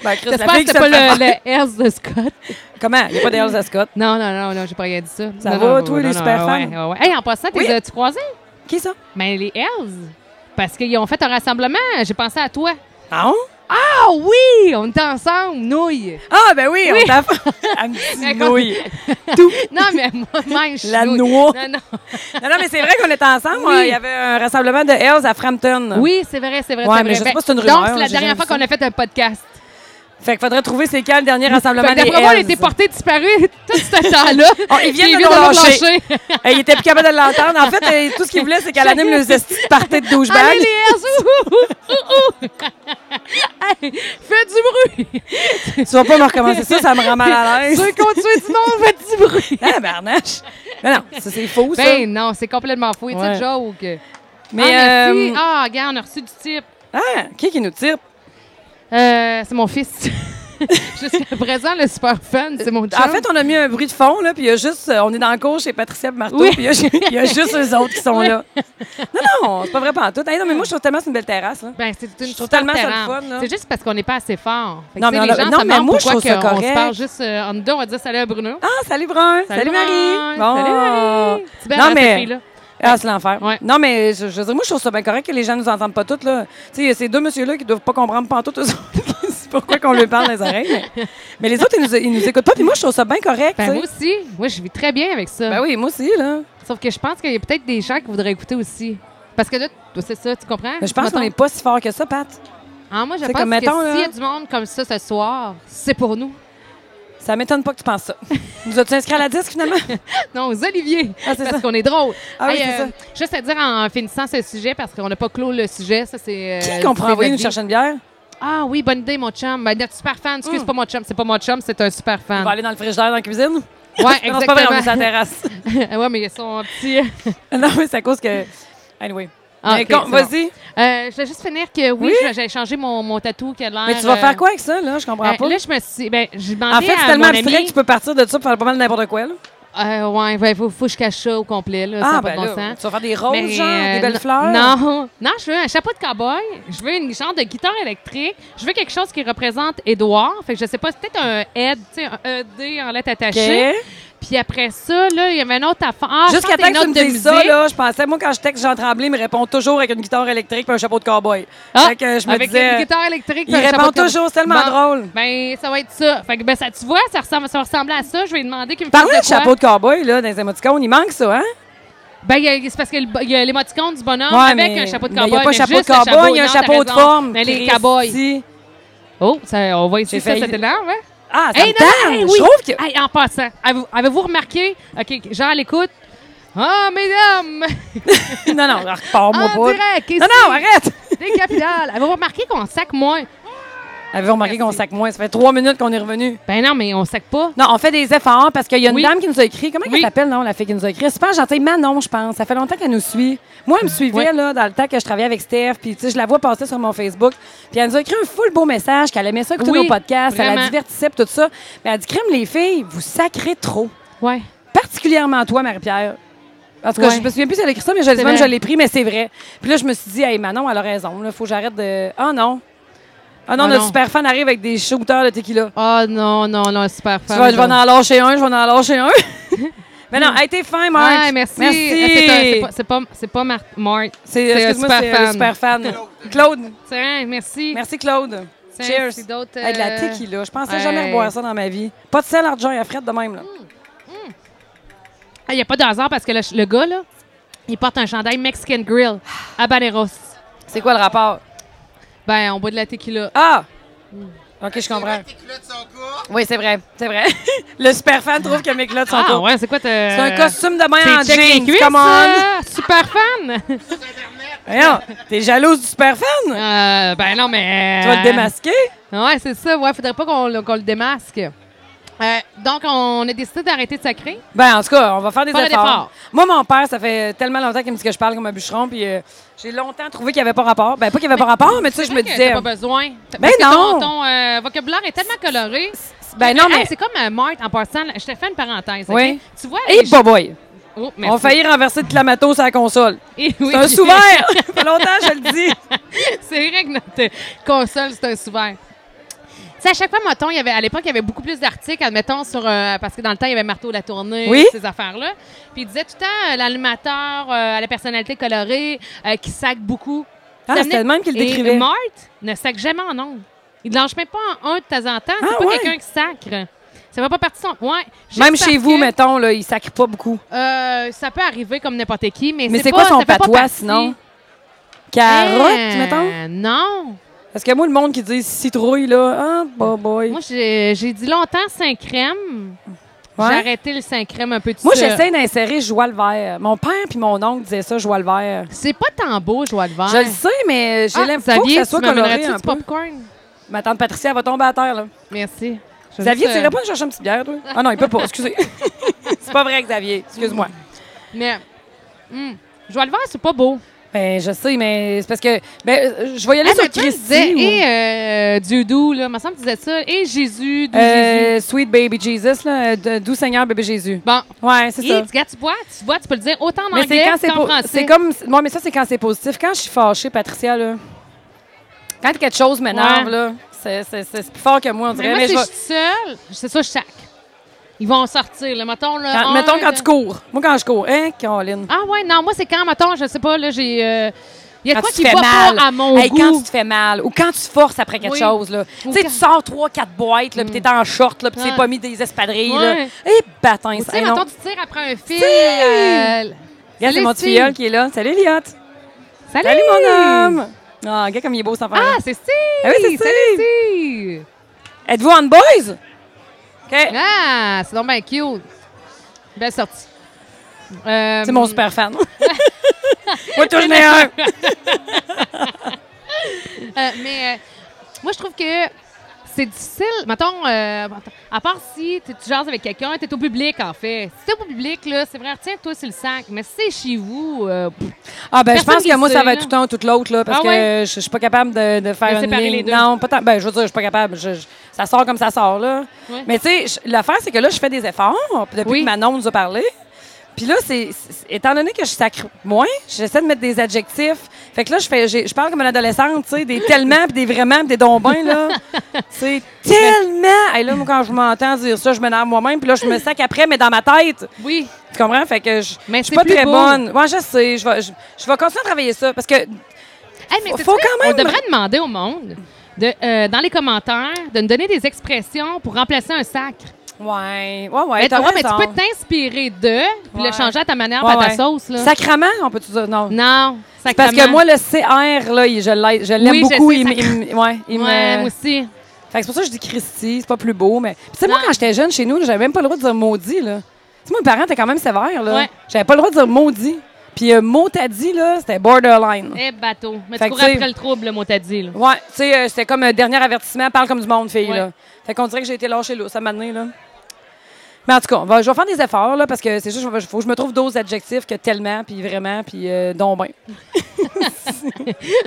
A: Ben, Chris,
B: J'espère que
A: fille qui s'est
B: c'était pas
A: fait-
B: le, le S de Scott.
A: Comment? Il n'y a pas d'Elsa Scott.
B: Non, non, non, non, j'ai pas rien dit ça.
A: Ça
B: Non,
A: va,
B: non,
A: toi,
B: non,
A: les
B: non,
A: super
B: ouais,
A: fans?
B: ouais, ouais. Hey, en passant, t'es
A: Oui.
B: as-tu croisé?
A: Qui ça?
B: Mais les Hells, parce qu'ils ont fait un rassemblement, j'ai pensé à toi.
A: Ah, on?
B: Ah oui, on était ensemble, nouille.
A: Ah, ben oui,
B: Oui.
A: on t'a Elle me dit
B: D'accord.
A: nouille. Tout.
B: Non, mais moi-même, je suis
A: La
B: nouille.
A: noix.
B: Non, non.
A: Non, non, mais c'est vrai qu'on était ensemble.
B: Oui.
A: hein. Il y avait un rassemblement de Hells à Frampton.
B: Oui, c'est vrai, c'est vrai.
A: Ouais,
B: c'est
A: mais
B: vrai.
A: je sais pas
B: Ben,
A: si c'est une
B: Donc,
A: rumeur,
B: c'est la
A: j'ai
B: dernière
A: jamais
B: fois
A: vu ça.
B: qu'on a fait un podcast.
A: Fait qu'il faudrait trouver c'est quand le dernier rassemblement
B: Fait que
A: des
B: D'après moi, on
A: Hells.
B: était portés disparus tout ce temps-là.
A: Oh, ils viennent
B: Puis
A: de
B: nous
A: nous
B: ont
A: lâcher.
B: lâchés.
A: Eh, Il était plus capable de l'entendre. En fait, eh, tout ce qu'il voulait, c'est qu'elle anime le zesti de party de douchebag.
B: Allez, les Hells, ouh, ouh, ouh, ouh. Hey, Fais du bruit.
A: Tu vas pas me recommencer ça, ça me rend mal à
B: Tu
A: l'aise.
B: veux continuer, sinon, fais du bruit.
A: Ah, Barnache! Non, non, ça, c'est faux, ça.
B: Ben non, c'est complètement fou. C'est
A: Ouais.
B: une joke.
A: mais,
B: ah, merci.
A: euh,
B: Ah, regarde, on a reçu du type.
A: ah, qui est qui nous tire?
B: Euh, c'est mon fils. Jusqu'à présent, le super fan, c'est mon chum.
A: En fait, on a mis un bruit de fond, là, puis il y a juste. euh, On est dans le cours chez Patricia et Marteau,
B: Oui.
A: puis il y, a- il y a juste eux autres qui sont là. Non, non, c'est pas vrai pantoute. Hey, non, mais moi, je trouve tellement que c'est une belle terrasse, là.
B: ben, c'est une
A: je trouve tellement ça le
B: terreur.
A: fun, là.
B: C'est juste parce qu'on n'est pas assez fort. Fait que,
A: Non,
B: tu sais,
A: mais
B: les
A: on a-
B: gens
A: non,
B: se
A: mais
B: demandent
A: moi, je
B: pourquoi
A: trouve ça
B: qu'on se
A: correct.
B: parle juste euh, en dedans, on va dire salut à Bruno.
A: Ah, salut Brun! Salut, Marie!
B: Bon. Salut Marie. Tu belle,
A: Non,
B: hein, cette
A: mais-
B: fille-là.
A: Ah, c'est l'enfer.
B: Ouais.
A: Non, mais je, je veux dire, moi, je trouve ça bien correct que les gens nous entendent pas toutes, là. Tu sais, il y a ces deux messieurs-là qui doivent pas comprendre pantoute, eux autres. c'est pourquoi qu'on leur parle dans les oreilles. Mais, mais les autres, ils nous, ils nous écoutent pas, puis moi, je trouve ça bien correct,
B: Ben,
A: tu sais.
B: moi aussi. Moi, je vis très bien avec ça.
A: Ben oui, moi aussi, là.
B: Sauf que je pense qu'il y a peut-être des gens qui voudraient écouter aussi. Parce que là, toi, c'est ça, tu comprends?
A: Mais Ben, je pense qu'on
B: Mettons-
A: n'est pas si fort que ça, Pat.
B: Ah, moi, je
A: C'est
B: pense
A: comme,
B: que
A: mettons,
B: s'il y a
A: là-
B: du monde comme ça ce soir, c'est pour nous.
A: Ça m'étonne pas que tu penses ça. Nous as-tu inscrit à la disque, finalement?
B: Euh, Non, aux Olivier.
A: Ah, c'est
B: parce
A: ça.
B: qu'on est drôle. euh,
A: Ah oui, c'est ça.
B: Juste à dire en finissant ce sujet, parce qu'on n'a pas clos le sujet, ça c'est. euh,
A: Qui
B: c'est
A: qu'on pourrait envoyer
B: notre
A: nous
B: vie.
A: chercher une bière?
B: Ah oui, bonne idée, mon chum. Ben, notre super fan.
A: Hmm.
B: Excuse, pas mon chum. C'est pas mon chum, c'est un super
A: On va
B: fan.
A: aller dans le frigidaire, dans la cuisine?
B: Ouais,
A: Non, c'est pas vrai, on est sur la
B: Ah. exactement.
A: terrasse.
B: ouais, mais ils sont petits.
A: non, mais c'est à cause que... Anyway.
B: Ah,
A: Mais
B: ok,
A: con-
B: c'est bon.
A: Vas-y.
B: Euh, je vais juste finir que oui,
A: Oui?
B: je- j'ai changé mon, mon tatou qui a l'air.
A: Mais tu vas
B: euh,
A: faire quoi avec ça, là? Je comprends
B: euh,
A: pas.
B: là, je me suis. Ben, j'ai demandé
A: en fait,
B: à
A: c'est tellement
B: mon
A: abstrait
B: ami-
A: que tu peux partir de ça pour faire pas mal n'importe quoi, là.
B: Euh, ouais, ben, faut, faut que je cache ça au complet, là. ça n'a
A: Ah,
B: pas
A: ben
B: de
A: là,
B: bon sens.
A: tu vas faire des roses,
B: Mais,
A: genre,
B: euh,
A: des belles
B: non-
A: fleurs?
B: Non, non, je veux un chapeau de cowboy. Je veux une genre de guitare électrique. Je veux quelque chose qui représente Édouard. Fait que je sais pas, c'est peut-être un ED, tu sais, un ED en lettres attachées.
A: OK.
B: Puis après ça, là, il y avait une autre affaire. Ah, je
A: Jusqu'à
B: pense que
A: temps que
B: c'est
A: tu
B: une
A: me
B: autre de
A: dises ça,
B: musique.
A: là, je pensais, moi, quand je texte Jean Tremblay, il me répond toujours avec une guitare électrique et un chapeau de cowboy.
B: Ah,
A: Fait que je me
B: avec
A: disais,
B: une guitare électrique.
A: il
B: puis un
A: répond
B: chapeau de cowboy.
A: toujours, c'est tellement
B: Bon,
A: drôle.
B: Ben, ça va être ça. Fait que, ben, ça, tu vois, ça ressemble, ça ressemblait à ça. Je vais lui demander qu'il me
A: Parlant de
B: fasse quoi.
A: chapeau de cowboy, là, dans les émoticônes, il manque ça, hein?
B: Ben, il y a- c'est parce qu'il y a l'émoticône du bonhomme
A: Ouais,
B: Ah, avec
A: mais-
B: un chapeau de
A: mais
B: cowboy.
A: Il n'y a pas de chapeau de
B: juste le
A: cowboy, il y a un
B: non,
A: chapeau
B: t'as
A: de
B: raison.
A: forme.
B: Mais les
A: Christ,
B: cowboys.
A: si.
B: Oh, ça, on va essayer
A: J'ai
B: ça,
A: failli-
B: c'est énorme, hein?
A: Ah, ça
B: Hey,
A: me
B: non,
A: tente.
B: hey,
A: Je
B: oui.
A: trouve que.
B: Hey, en passant, avez- avez-vous remarqué? OK, Jean, à l'écoute. Ah, mesdames!
A: Non, non, repars-moi
B: en
A: pas.
B: Ah. direct, ici,
A: Non, non, arrête!
B: des capitales. Avez-vous remarqué qu'on sac moins? Ah,
A: Avez-vous remarqué qu'on sac moins? Ça fait trois minutes qu'on est revenu.
B: Ben non, mais on sac pas.
A: Non, on fait des efforts parce qu'il y a une
B: Oui.
A: dame qui nous a écrit. Comment
B: Oui.
A: elle s'appelle, non, la fille qui nous a écrit? Super gentille. Manon, je pense. Ça fait longtemps qu'elle nous suit. Moi, elle me suivait,
B: Ouais.
A: là, dans le temps que je travaillais avec Steph. Puis, tu sais, je la vois passer sur mon Facebook. Puis, elle nous a écrit un full beau message qu'elle aimait ça écouter
B: Oui,
A: nos podcasts. Ça
B: vraiment.
A: la divertissait, puis tout ça. Mais elle dit, crème, les filles, vous sacrez trop.
B: Ouais.
A: particulièrement toi, Marie-Pierre. En tout cas,
B: Ouais.
A: je me souviens plus si elle a écrit ça, mais je le dis même,
B: vrai.
A: je l'ai pris, mais c'est vrai. Puis là, je me suis dit, hey, Manon, elle a raison. Il faut que j'arrête de. Ah non. Ah non,
B: Ah
A: notre
B: non.
A: super fan arrive avec des shooters de tequila.
B: Ah non, non, non, super
A: Tu
B: fan.
A: vas, je vais
B: là.
A: en lâcher un, je vais en lâcher un. Mais non, hey, t'es fin, Marc.
B: Ah, merci. Ah, c'est un- c'est
A: Merci.
B: pas- C'est pas, c'est pas Mar- Mark.
A: C'est,
B: c'est un
A: excuse-moi,
B: super
A: c'est un
B: fan.
A: super fan. Claude,
B: Tiens, merci.
A: merci Claude.
B: Tiens,
A: Cheers.
B: c'est d'autres,
A: Hey, de la
B: euh,
A: tequila. Je pensais
B: ouais.
A: jamais boire ça dans ma vie. Pas de sel, argent et à frette de même. Là.
B: Ah, Il n'y a pas de hasard parce que le, le gars, là, il porte un chandail Mexican Grill à Baneros.
A: C'est quoi le rapport?
B: Ben, on boit de la tequila.
A: Ah!
B: Hmm.
A: OK, je comprends. Oui, c'est vrai. C'est vrai. le super fan trouve que mes culottes sont
B: Ah,
A: courtes.
B: ouais, c'est quoi ta-
A: C'est un costume de
B: T'es
A: main en
B: check les
A: jean.
B: cuisses,
A: Come on!
B: euh, super fan!
A: Voyons, t'es jalouse du super fan?
B: Euh, ben non, mais...
A: Tu vas le démasquer?
B: Ouais, c'est ça. Ouais, faudrait pas qu'on le- qu'on le démasque. Euh, donc, on a décidé d'arrêter de sacrer.
A: Ben, en tout cas, on va faire des
B: Faire
A: efforts.
B: un effort.
A: Moi, mon père, ça fait tellement longtemps qu'il me dit que je parle comme un bûcheron, puis euh, j'ai longtemps trouvé qu'il n'y avait pas rapport. Ben, pas qu'il n'y avait pas rapport, mais tu sais, je me disais.
B: T'as pas besoin. T'as-
A: Ben
B: parce que
A: non.
B: Ton, ton, euh, vocabulaire est tellement coloré.
A: Ben non,
B: Hey,
A: mais.
B: c'est comme un Mart en passant. là, Je te fais une parenthèse. ok?
A: Oui.
B: Tu vois.
A: Et
B: les
A: boy,
B: gens-
A: boy.
B: Oh, merci.
A: On faillit renverser de la matos à la console.
B: Et oui,
A: C'est un
B: puis-
A: souverain! ça fait longtemps, je le dis.
B: c'est vrai que notre console, c'est un souverain. Tu sais, à chaque fois, mettons, il y avait, à l'époque, il y avait beaucoup plus d'articles, admettons, sur, euh, parce que dans le temps, il y avait Marteau la tournée,
A: Oui.
B: ces affaires-là. Puis il disait tout le temps, euh, l'animateur euh, à la personnalité colorée, euh, qui sac beaucoup.
A: Ah,
B: Ça
A: c'était
B: venait-
A: le même qu'il le
B: Et
A: décrivait.
B: Mart ne sac jamais en ondes. Il ne lâche même pas en un de temps en temps. C'est
A: Ah,
B: pas
A: ouais?
B: quelqu'un qui sacre. Ça va pas partir son. Ouais. Juste
A: Même chez
B: parce
A: vous,
B: que,
A: mettons, là, il sacre pas beaucoup.
B: euh, ça peut arriver comme n'importe qui, mais,
A: Mais
B: c'est
A: c'est
B: pas-
A: quoi son
B: ça fait pas
A: patois,
B: partie.
A: sinon? Carotte,
B: Euh,
A: mettons?
B: Non.
A: Parce que moi, le monde qui dit citrouille, là, ah, bah, boy.
B: Moi, j'ai j'ai dit longtemps saint crème.
A: Ouais.
B: J'ai arrêté le saint crème un peu tout
A: Moi,
B: ça.
A: j'essaie d'insérer joie le vert. Mon père puis mon oncle disaient ça, joie le vert.
B: C'est pas tant beau, Ah, Joie le vent.
A: Je le sais, mais j'ai l'impression que ça soit coloré un
B: du
A: peu.
B: popcorn?
A: Ma tante Patricia elle va tomber à terre, là.
B: Merci. Je
A: Xavier,
B: veux
A: tu
B: ça.
A: irais pas nous chercher une petite bière, toi? Ah non, il peut pas, excusez. c'est pas vrai, Xavier. Excuse-moi.
B: Mais, hum, Joie le vent, c'est pas beau.
A: Ben, je sais, mais c'est parce que... Ben, euh, je vais y aller
B: Ah,
A: sur
B: mais toi, tu
A: Christy.
B: disais,
A: ou-
B: et euh, Dieu doux, là. Ma semble que tu disais ça. Et Jésus, doux Jésus.
A: Euh, Sweet Baby Jesus, là, euh, de- doux Seigneur bébé Jésus.
B: Bon.
A: Ouais, c'est
B: Et,
A: ça.
B: tu, regardes, tu bois, tu bois, tu peux le dire autant en
A: Mais c'est
B: anglais
A: quand c'est
B: qu'en
A: po-
B: français.
A: C'est comme. Moi, mais ça, c'est quand c'est positif. Quand je suis fâchée, Patricia, là. Quand quelque chose m'énerve,
B: Ouais.
A: là, c'est- c'est c'est plus fort que moi, on dirait.
B: Mais moi,
A: Mais
B: si
A: je
B: je
A: vais-
B: suis seule, c'est ça, je sac. Ils vont sortir, là. Mettons, là,
A: quand-
B: un,
A: mettons quand
B: deux.
A: tu cours. Moi, quand je cours. Hein, Caroline?
B: Ah ouais, non, moi c'est quand, mettons, je sais pas, là, j'ai... euh, Il y a
A: Quand
B: quoi
A: tu
B: qui
A: te fais
B: va
A: mal.
B: pas à mon
A: Hey,
B: goût.
A: quand tu te fais mal. Ou quand tu forces après quelque
B: Oui.
A: chose, là. Tu
B: Ou
A: sais,
B: quand-
A: tu sors trois, quatre boîtes, là, puis t'es en short, là, puis t'es
B: Ouais.
A: pas mis des espadrilles,
B: Ouais.
A: là. Et patin,
B: Tu sais,
A: ça. non.
B: mettons, tu tires après un fil. euh,
A: Regarde, c'est mon petit
B: Steve.
A: filleul qui est là. Salut, Lyotte.
B: Mmh. Salut!
A: Salut, mon homme. Ah, regarde comme il est beau, cet enfant
B: Ah, c'est Steve!
A: Ah oui, c'est Steve.
B: Salut, Steve!
A: Êtes-vous on boys? OK.
B: Ah, c'est donc bien cute. Belle sortie. Euh,
A: C'est mon super fan. Moi, tout, j'en ai un.
B: euh, mais euh, moi, je trouve que c'est difficile. Mettons, euh, à part si t'es- tu jases avec quelqu'un, t'es au public, en fait. Si t'es au public, là, c'est vrai, retiens-toi sur le sac. Mais si c'est chez vous, euh, pff,
A: Ah, ben, je
B: Personne
A: pense que
B: qui
A: moi,
B: sait,
A: ça va
B: là.
A: être tout le temps ou tout l'autre, là, parce
B: Ah
A: que
B: ouais?
A: je, je suis pas capable de, de faire
B: De
A: une
B: séparer
A: ligne.
B: les deux.
A: Non, pas tant. Ben, je veux dire, je suis pas capable. Je- je- ça sort comme ça sort, là.
B: Ouais.
A: Mais, tu sais, je- l'affaire, c'est que là, je fais des efforts depuis
B: Oui.
A: que Manon nous a parlé. Puis là, c'est, c'est- étant donné que je sacre moins, j'essaie de mettre des adjectifs. Fait que là, je, fais, j'ai- je parle comme une adolescente, tu sais, des tellement, puis des vraiment, puis des donbins, là. c'est tellement. Et là, moi, quand je m'entends dire ça, je m'énerve moi-même, puis là, je me sac après, mais dans ma tête.
B: oui.
A: Tu comprends? Fait que je
B: Mais
A: je suis
B: c'est
A: pas
B: plus
A: très
B: beau.
A: bonne. Moi, je sais. Je vais, je, je vais continuer à travailler ça parce que.
B: Hey, mais
A: Faut-
B: sais-tu
A: faut
B: quoi?
A: quand même-
B: On devrait demander au monde, de, euh, dans les commentaires, de nous donner des expressions pour remplacer un sacre.
A: Ouais, ouais, ouais.
B: mais,
A: Ben, t'as
B: ouais, mais tu
A: raison.
B: peux t'inspirer de, puis
A: Ouais.
B: le changer à ta manière,
A: Ouais,
B: pas à ta
A: ouais.
B: sauce. Là.
A: Sacrament, on peut-tu dire? Non.
B: Non,
A: C'est Parce que
B: sacrement.
A: moi, le CR, là, il- je l'ai- je l'aime
B: Oui, je
A: beaucoup.
B: sais,
A: il, me- il me- ouais, il
B: Ouais,
A: me-
B: moi aussi.
A: Fait que c'est pour ça que je dis Christy, c'est pas plus beau. Mais Puis tu sais, moi,
B: Non.
A: quand j'étais jeune chez nous, là, j'avais même pas le droit de dire maudit. Là. Tu sais, moi, mes parents étaient quand même sévères. Là.
B: Ouais.
A: J'avais pas le droit de dire maudit. Puis euh, mot t'as dit, là, c'était borderline.
B: Eh, bateau. Mais
A: Fait
B: tu
A: que
B: cours
A: tu sais-
B: après le trouble, le mot t'as dit. Là.
A: Ouais, tu sais, euh, c'était comme un dernier avertissement, parle comme du monde, fille.
B: Ouais.
A: Là. Fait qu'on dirait que j'ai été lâchée là, ça m'a donné, là. Mais en tout cas, on va- je vais faire des efforts, là, parce que c'est juste, il faut que je me trouve d'autres adjectifs que tellement, puis vraiment, puis euh, donc ben.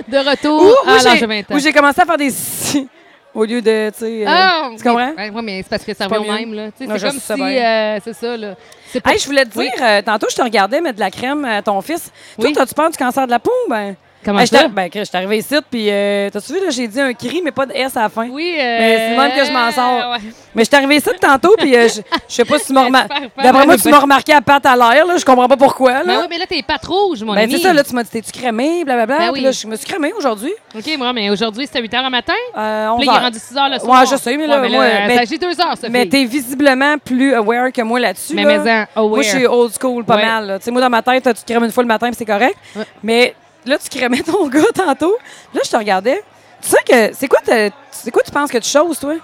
B: De retour
A: Ou, ou
B: à l'âge
A: j'ai-
B: de 20 ans.
A: ou j'ai commencé à faire des si au lieu de, tu sais. euh,
B: Ah,
A: tu comprends?
B: Oui, mais c'est parce que ça
A: pas
B: revient au
A: mieux.
B: même. là. Tu sais,
A: Non, je
B: C'est comme
A: sais
B: si.
A: bien.
B: euh, C'est ça, là. C'est pas-
A: Hey, je voulais te dire, euh, tantôt, je te regardais mettre de la crème à ton fils. Toi,
B: Oui.
A: t'as-tu peur du cancer de la peau? Ben,
B: Comment
A: Hey, j'étais-
B: ça?
A: Ben, Chris, je suis arrivée ici, puis euh, t'as-tu vu, là, j'ai dit un cri, mais pas de S à la fin.
B: Oui. euh,
A: Mais c'est le même que je m'en sors.
B: ouais.
A: Mais je suis arrivée ici tantôt, puis euh, je je sais pas si tu m'as remar-
B: J'espère pas.
A: D'après moi, tu m'as remarqué à patte à l'air, là, je comprends pas pourquoi.
B: Ben
A: Là.
B: oui, mais là, t'es pas rouge, mon
A: Ben,
B: ami.
A: c'est ça, là, tu m'as dit, t'es-tu crémé, blablabla.
B: Ben
A: Puis
B: oui.
A: là, je me suis crémée aujourd'hui.
B: OK, moi, mais aujourd'hui, c'était 8 h le matin.
A: Euh,
B: Puis
A: 11
B: là, il est
A: heures.
B: rendu 6 h le
A: Ouais,
B: soir.
A: je sais, mais là, moi,
B: mais
A: mais-
B: là, j'ai 2 h, Sophie.
A: Mais t'es visiblement plus aware que moi là-dessus.
B: Mais
A: là.
B: mais-en, aware.
A: Moi, je suis old school, pas
B: Ouais.
A: mal. là. Tu sais, moi, dans ma tête, tu te crèmes une fois le matin, puis c'est correct.
B: Ouais.
A: Mais là, tu crémais ton gars tantôt. Là, je te regardais. Tu sais que. C'est quoi, ta- c'est quoi tu penses que tu choses, toi?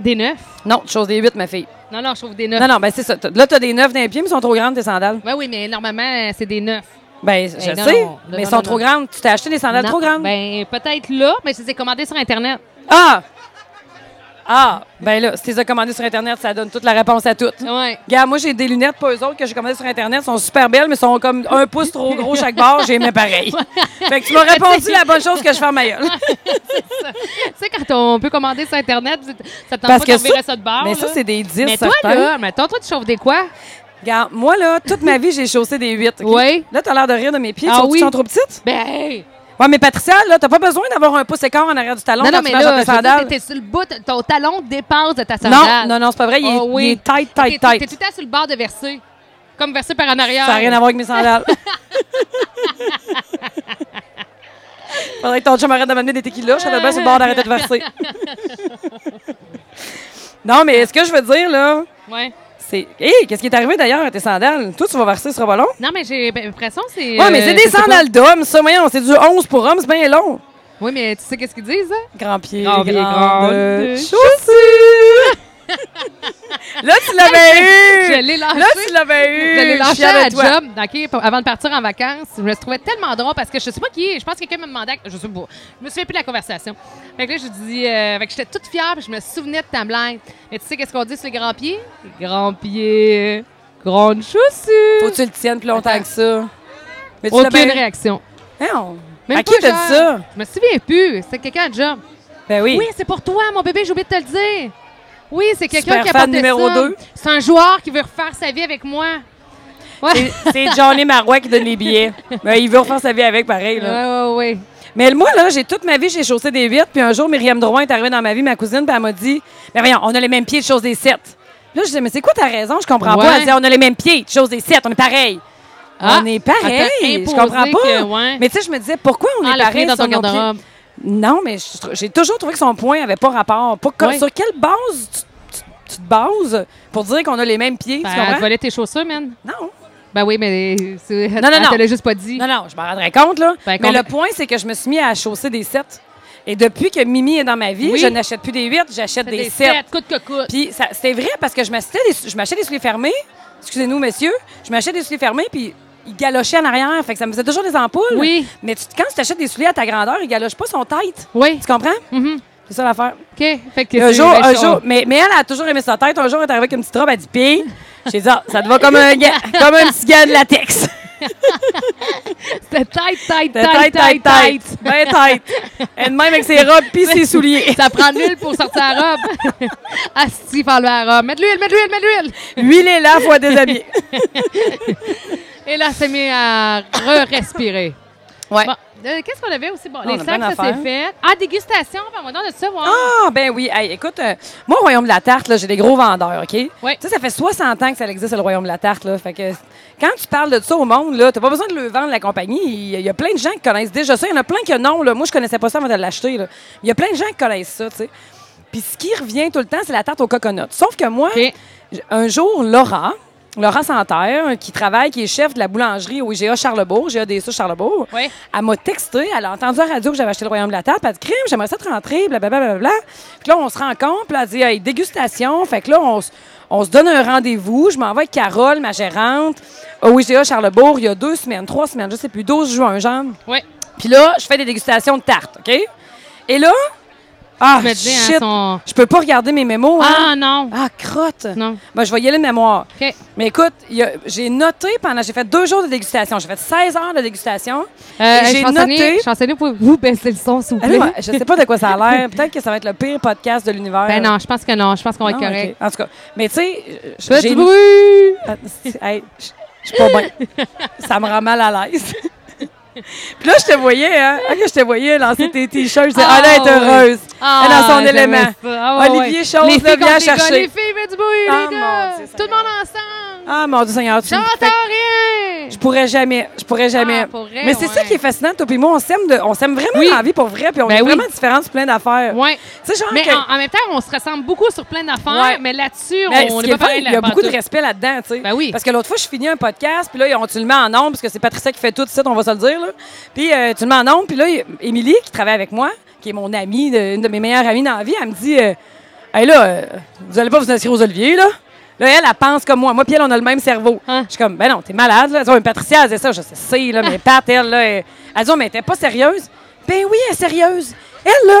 B: Des neufs.
A: Non, tu choses des 8, ma fille.
B: Non, non, je trouve des neufs.
A: Non, non, ben c'est ça. T'as- Là, t'as des 9 dans les pieds, mais ils sont trop grandes, tes sandales.
B: Ben oui, mais normalement, c'est des neufs.
A: Ben, je
B: Eh, non,
A: le sais.
B: non, non,
A: mais ils
B: non,
A: sont
B: non,
A: trop
B: non.
A: grandes. Tu t'es acheté des sandales
B: Non,
A: trop grandes.
B: Ben, peut-être là, mais je les ai commandés sur Internet.
A: Ah! Ah! Ben là, si tu les as commandées sur Internet, ça donne toute la réponse à toutes.
B: Ouais.
A: Regarde, moi, j'ai des lunettes, pas eux autres, que j'ai commandées sur Internet. Elles sont super belles, mais sont comme un pouce trop gros chaque bord. J'ai aimé pareil. Fait que tu m'as répondu la bonne chose que je fais ma gueule.
B: tu sais, quand on peut commander sur Internet, c'est- ça te tente
A: Parce
B: pas
A: que
B: qu'on verrait
A: ça-
B: ça de bord.
A: mais ça,
B: là.
A: c'est des 10,
B: Mais toi,
A: certains.
B: là, mettons, toi, tu chauffes des quoi?
A: Regarde, moi, là, toute ma vie, j'ai chaussé des 8. OK?
B: Oui.
A: Là, t'as l'air de rire de mes pieds.
B: Ah
A: Sont-tu-
B: oui.
A: sont trop petites?
B: Ben, hey!
A: Ouais, mais Patricia, là, t'as pas besoin d'avoir un pouce écart en arrière du talon
B: non,
A: quand
B: non, mais
A: tu marches dans
B: là,
A: tes
B: je veux dire,
A: sandales.
B: t'es sur le bout, t- ton talon dépasse de ta
A: Non,
B: sandale.
A: non, non, c'est pas vrai. Il est,
B: Oh, oui.
A: il est tight, tight,
B: T'es- T'es
A: tight.
B: tout le temps sur le bord de verser. Comme verser par en arrière.
A: Ça n'a rien à voir avec mes sandales. Faudrait que ton chum arrête de m'amener des tequilas. Je serais bien sur le bord d'arrêter de verser. non, mais ce que je veux dire, là,
B: Ouais.
A: c'est... Hé, qu'est-ce qui est arrivé d'ailleurs à tes sandales? Toi, tu vas verser, ce sera pas long.
B: Non, mais j'ai ben, l'impression que c'est.
A: Ouais, mais
B: euh,
A: c'est des
B: je sais pas.
A: sandales d'hommes, ça, voyons. C'est du 11 pour hommes, c'est bien long.
B: Oui, mais tu sais qu'est-ce qu'ils disent, hein?
A: Grand pied,
B: Grand pied,
A: grande
B: grande
A: chaussure. là, tu l'avais
B: Je
A: eu.
B: l'ai lâché.
A: Là, tu l'avais eu.
B: Je l'ai
A: Je suis
B: lâché
A: fière
B: à
A: de toi.
B: job, OK, pour- avant de partir en vacances. Je me trouvais tellement drôle parce que je sais pas qui est. Je pense que quelqu'un me demandait. Je sais pas. Je me souviens plus de la conversation. Fait que là, je dis. euh, fait que j'étais toute fière puis je me souvenais de ta blague. Mais tu sais qu'est-ce qu'on dit sur les grands pieds? Grand pied, grande
A: Faut
B: chaussure.
A: que tu le tiennes plus longtemps que ça. Mais tu l'as
B: Aucune
A: bien-
B: réaction.
A: Non.
B: Même
A: à qui
B: pas
A: t'as
B: genre.
A: dit ça?
B: Je me souviens plus. C'était quelqu'un à job.
A: Ben oui.
B: Oui, c'est pour toi, mon bébé, j'ai oublié de te le dire. Oui, c'est quelqu'un
A: Super
B: qui a
A: fan
B: porté
A: numéro
B: ça.
A: deux.
B: C'est un joueur qui veut refaire sa vie avec moi. Ouais.
A: C'est Johnny Marois qui donne les billets. Ben, il veut refaire sa vie avec, pareil.
B: Ouais,
A: Là.
B: ouais, ouais.
A: Mais moi, là, j'ai toute ma vie, j'ai chaussé des 8. Puis un jour, Myriam Drouin est arrivée dans ma vie, ma cousine, puis elle m'a dit Ben voyons, on a les mêmes pieds de choses des 7. Là, je disais Mais c'est quoi ta raison Je comprends
B: Ouais.
A: pas. Elle disait On a les mêmes pieds de choses des 7. On est pareil.
B: Ah,
A: on est
B: elle
A: pareil.
B: t'a
A: Je
B: imposé
A: comprends pas.
B: que- ouais.
A: Mais tu sais, je me disais Pourquoi on
B: Ah,
A: est
B: le prix
A: pareil
B: dans
A: sur
B: ton
A: nos pieds?
B: garde-robe.
A: Non, mais je- j'ai toujours trouvé que son point avait pas rapport. Pas comme-
B: Ouais.
A: Sur quelle base tu, tu- tu te bases pour dire qu'on a les mêmes pieds?
B: Ben,
A: tu
B: elle te
A: comprends?
B: volait tes chaussures, man.
A: Non.
B: Ben oui, mais c'est-
A: non,
B: elle
A: non.
B: te l'a juste pas dit.
A: Non, non, je m'en rendrais compte, là.
B: Ben,
A: mais
B: combien-
A: le point, c'est que je me suis mis à chausser des 7. Et depuis que Mimi est dans ma vie,
B: Oui.
A: je n'achète plus des 8, j'achète
B: Fais
A: des,
B: des
A: 7.
B: sept, coûte que coûte.
A: Puis ça- c'était vrai parce que je m'achetais des, je m'achetais des souliers fermés. Excusez-nous, monsieur. Je m'achetais des souliers fermés, puis ils galochaient en arrière. Fait que ça me faisait toujours des ampoules.
B: Oui.
A: Mais tu- quand tu t'achètes des souliers à ta grandeur, ils galochent pas son tête.
B: Oui,
A: Tu comprends?
B: Mhm.
A: C'est ça l'affaire.
B: OK. Fait que
A: Un
B: c'est-
A: jour,
B: ben,
A: un
B: je-
A: jour, mais, mais elle a toujours aimé sa tête. Un jour, elle est arrivée avec une petite robe, elle dit pire. J'ai dit, ah, ça te va comme un, gars, comme un petit gars de latex.
B: C'était tight, tight,
A: T'es
B: tight, tight, tight.
A: Ben tight. Elle de même avec ses robes pis ses souliers.
B: Ça prend l'huile pour sortir la robe. Asti, faut enlever la robe. Mets de l'huile, mets de l'huile, mets de l'huile.
A: Huile est là, faut déshabiller.
B: Et là, c'est mis à re-respirer.
A: Ouais. Ah,
B: Bon, euh, qu'est-ce qu'on avait aussi? Bon,
A: on
B: les
A: a
B: sacs,
A: plein
B: ça
A: d'affaires.
B: c'est fait. Ah, dégustation, pardon, on a de ça, voir.
A: Ah, ben oui. Hey, écoute, euh, moi, au Royaume de la Tarte, là, j'ai des gros vendeurs, OK?
B: Ouais.
A: Tu sais, ça fait 60 ans que ça existe, le Royaume de la Tarte, là. Fait que quand tu parles de ça au monde, là, t'as pas besoin de le vendre, la compagnie. Il y a- il y, a plein de gens qui connaissent déjà ça. Il y en a plein que non, là. Moi, je connaissais pas ça avant de l'acheter, là. Il y a plein de gens qui connaissent ça, tu sais. Puis ce qui revient tout le temps, c'est la tarte au coconut. Sauf que moi,
B: OK.
A: j- un jour, Laura, Laura Santerre, qui travaille, qui est chef de la boulangerie au IGA Charlebourg, GADSA Charlebourg,
B: Oui.
A: elle m'a texté, elle a entendu à la radio que j'avais acheté le Royaume de la Tarte, puis elle a dit crime, j'aimerais ça te rentrer, blablabla. Bla, bla. Puis là, on se rencontre, puis elle dit hey, dégustation. Fait que là, on, se- on se donne un rendez-vous. Je m'en vais avec Carole, ma gérante, au IGA Charlebourg, il y a deux semaines, trois semaines, je sais plus, 12 juin, genre.
B: Oui.
A: Puis là, je fais des dégustations de tartes, OK? Et là, ah,
B: Tu me dis, hein,
A: shit,
B: son-
A: je peux pas regarder mes mémos. hein.
B: Ah, non.
A: Ah, crotte!
B: Non.
A: Ben, je vais y aller de mémoire.
B: OK.
A: Mais écoute, il y a- j'ai noté pendant. J'ai fait deux jours de dégustation. J'ai fait 16 heures de dégustation.
B: Euh,
A: Et j'ai
B: chansonnier,
A: noté.
B: chansonnier, pouvez-vous baisser le son, s'il vous plaît?
A: Allô, je sais pas de quoi ça a l'air. Peut-être que ça va être le pire podcast de l'univers.
B: Ben non, je pense que non. Je pense qu'on va être
A: Non,
B: correct.
A: Ah, ok. En tout cas, mais tu sais,
B: Faites
A: j'ai-
B: du bruit!
A: Ah, c'est- hey, je je suis pas bien. ça me rend mal à l'aise. Puis là, je te voyais, hein. Ah, que je te voyais lancer tes t-shirts. Je disais,
B: Ah,
A: ah, là, elle est
B: oui.
A: heureuse.
B: Ah,
A: Elle est dans son
B: j'aimais
A: élément.
B: ça. Ah, ouais,
A: Olivier
B: ouais.
A: Chose,
B: les
A: là,
B: filles
A: viens
B: contre les gars,
A: chercher.
B: les filles, faites du bruit,
A: Ah,
B: les gars.
A: mon Dieu,
B: Tout le monde ensemble.
A: Ah, mon Dieu Seigneur, tu me fais-
B: J'entends rien.
A: Je pourrais jamais, je pourrais jamais.
B: Ah, pour vrai,
A: Mais c'est
B: ouais.
A: ça qui est fascinant, toi puis moi, on s'aime, de- on s'aime vraiment
B: Oui.
A: dans la vie pour vrai, puis on
B: Ben
A: est
B: oui.
A: vraiment différents sur plein d'affaires.
B: Ouais.
A: Tu sais, genre
B: Mais
A: que-
B: en, en même temps, on se ressemble beaucoup sur plein d'affaires,
A: Ouais.
B: mais là-dessus,
A: mais
B: on
A: ce
B: n'est
A: qui est
B: pas
A: fun,
B: pareil.
A: il y a beaucoup de respect là-dedans, tu sais.
B: Ben oui.
A: Parce que l'autre fois, je finis un podcast, puis là, ils ont- tu le mets en nombre, parce que c'est Patricia qui fait tout, ça, on va se le dire, là. Puis euh, tu le mets en nombre, puis là, il- Émilie, qui travaille avec moi, qui est mon amie, de- une de mes meilleures amies dans la vie, elle me dit euh, Hey, là, euh, vous allez pas vous inscrire aux Oliviers, là? Là, elle, elle pense comme moi. Moi, puis elle, on a le même cerveau.
B: Hein?
A: Je suis comme, ben non, t'es malade, là. Elle dit, Ouais, mais Patricia, elle disait ça, je sais, c'est, là, mais Pat, elle, là, elle, elle dit, Oh, mais t'es pas sérieuse? Ben oui, elle est sérieuse. Elle, là,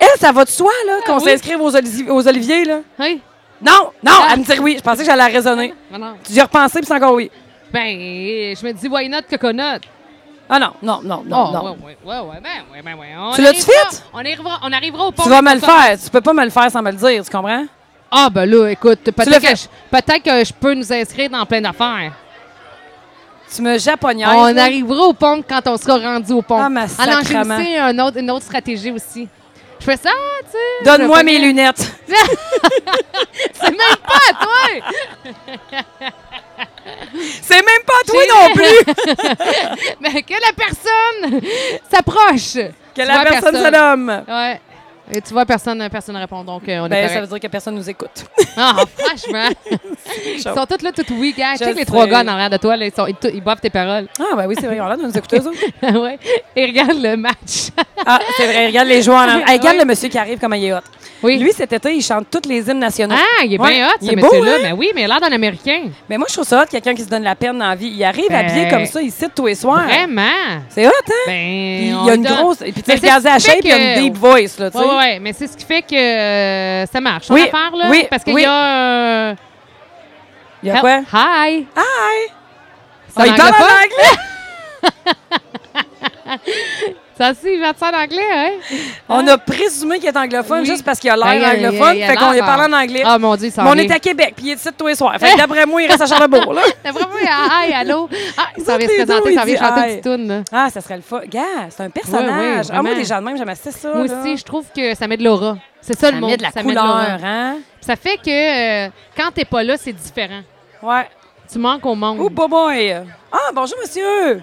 A: elle, ça va de soi, là, qu'on
B: Ah oui.
A: s'inscrive aux, Oli- aux Oliviers, là.
B: Oui.
A: Non, non, elle me dit oui. Je pensais que j'allais la raisonner.
B: Ben, Hein? non.
A: Tu y as repensé, puis c'est encore oui.
B: Ben, je me dis, why not, coconut?
A: Ah non, non, non, non,
B: Oh,
A: non.
B: Ouais, ouais, ouais, ouais, ben, ouais, ben, ouais. On
A: Tu l'as-tu
B: arrivera-
A: fait?
B: On arrivera, on arrivera au pont.
A: Tu vas me le faire. Tu peux pas me le faire sans me le dire, tu comprends?
B: Ah, ben là, écoute,
A: l'as
B: peut-être
A: fait?
B: que, je- peut-être que je peux nous inscrire dans plein d'affaires.
A: Tu me japonaises.
B: On
A: là.
B: arrivera au pont quand on sera rendu au pont.
A: Ah, ma
B: Alors, j'ai
A: sacrement.
B: aussi un autre, une autre stratégie aussi. Je fais ça, tu sais.
A: Donne-moi
B: je
A: mes
B: vais
A: lunettes.
B: C'est même pas à toi!
A: C'est même pas toi non plus
B: Mais que la personne s'approche!
A: que
B: Tu
A: la
B: vois
A: personne se nomme.
B: Ouais. Et tu vois, personne ne personne répond, donc euh, on est
A: Ben, ça veut
B: correct.
A: dire que personne nous écoute.
B: Ah, franchement! ils sont tous là, tout oui, gars.
A: Je
B: Tu sais que les
A: sais.
B: trois gars en arrière de toi, là, ils, sont, ils, tou- ils boivent tes paroles. Ah
A: Ah, ben oui, c'est vrai, on a l'air de nous écouter, eux autres.
B: ouais. Et regarde le match.
A: Ah, c'est vrai, regarde les joueurs. en- Hey, regarde
B: Ouais.
A: le monsieur qui arrive comme il est hot.
B: oui.
A: Lui, cet été, il chante tous les hymnes nationaux.
B: ah, il est
A: Ouais.
B: bien hot,
A: Il
B: ce
A: est beau,
B: monsieur-là.
A: hein?
B: Mais oui, mais il a l'air d'un Américain.
A: Mais moi, je trouve ça hot, quelqu'un qui se donne la peine dans la vie. Il arrive
B: Ben,
A: habillé comme ça, il cite tous les soirs.
B: Vraiment?
A: C'est hot, hein?
B: Ben,
A: Puis
B: on
A: il y a une
B: donne-
A: grosse. Et puis tu
B: Mais
A: sais,
B: c'est
A: regardes
B: ce
A: la
B: qui fait
A: shape, il y a
B: que-
A: une deep voice, là, tu
B: Oui,
A: sais.
B: oui, ouais, mais c'est ce qui fait que euh, ça marche, son
A: Oui,
B: affaire, là.
A: oui,
B: parce qu'il
A: oui.
B: y a... euh,
A: Il y a quoi?
B: help- Hi!
A: Hi!
B: Ça
A: Ah, il parle en
B: pas?
A: anglais!
B: Ça, c'est, il va te faire en anglais, hein?
A: On a présumé qu'il est anglophone
B: Oui.
A: juste parce qu'il a
B: Ben, il y
A: l'air
B: a-
A: anglophone,
B: il y a- il y a
A: fait qu'on lui
B: l'air,
A: parle en
B: ah.
A: anglais.
B: Ah, mon Dieu, ça Hein?
A: Mais on
B: vient.
A: est à Québec, puis il est de site tous les soirs. Fait que d'après moi, il reste à Charlebourg, là.
B: T'as vraiment eu un hi, allô? Ah,
A: Nous
B: ça vient
A: autres,
B: se
A: les deux,
B: présenter,
A: il
B: ça vient
A: dit
B: chanter
A: hi.
B: une petite toune, là.
A: Ah, ça serait le fun. Gars, c'est un personnage. ah, moi,
B: vraiment.
A: des gens de même, j'aime assez ça.
B: Moi
A: Oh là.
B: aussi, je trouve que ça met de l'aura. C'est ça,
A: ça
B: le mot.
A: met de la
B: ça
A: couleur,
B: l'aura.
A: hein?
B: Ça fait que euh, quand t'es pas là, c'est différent.
A: Ouais.
B: Tu manques au monde.
A: Oh, beau boy! Ah, bonjour, monsieur!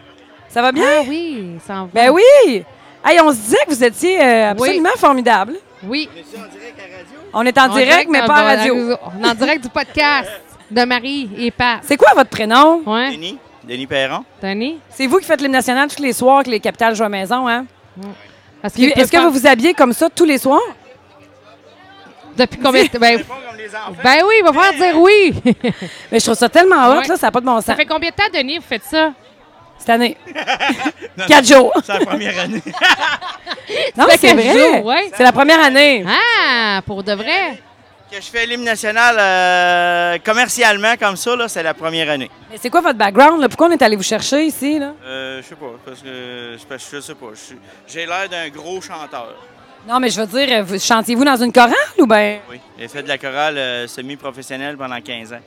A: Ça va bien?
B: ah oui, ça en va.
A: Ben oui! Hey, on se disait que vous étiez euh, absolument formidable.
B: Oui.
A: On est en
B: En
A: direct, mais
B: en-
A: pas en
B: en-
A: radio.
B: On est en direct du podcast de Marie et Pat.
A: C'est quoi votre prénom?
B: Ouais,
C: Denis? Denis Perron?
B: Tony.
A: C'est vous qui faites l'hymne national tous les soirs que les capitales jouent à maison, hein?
B: Parce
A: Puis
B: peut
A: est-ce que
B: pas-
A: vous vous habillez comme ça tous les soirs?
B: Depuis combien de temps? Ben,
C: comme les enfants.
B: ben oui, il va falloir dire oui.
A: Mais je trouve ça tellement hot,
B: Ouais.
A: là, ça n'a pas de bon sens.
B: ça fait combien de temps, Denis, vous faites ça?
A: Cette année. Quatre jours.
C: C'est la première année.
A: Non,
B: fait
A: c'est
B: quatre
A: vrai.
B: jours, ouais.
A: C'est la première année.
B: Ah, pour de vrai?
C: que je fais l'hymne national euh, commercialement comme ça, là, c'est la première année.
A: Mais c'est quoi votre background? là? Pourquoi on est allé vous chercher ici? Là?
C: Euh, je sais pas, parce que je, parce que je sais pas. je suis- J'ai l'air d'un gros chanteur.
A: Non, mais je veux dire, vous chantiez-vous dans une chorale ou bien?
C: Oui. J'ai fait de la chorale euh, semi-professionnelle pendant 15 ans.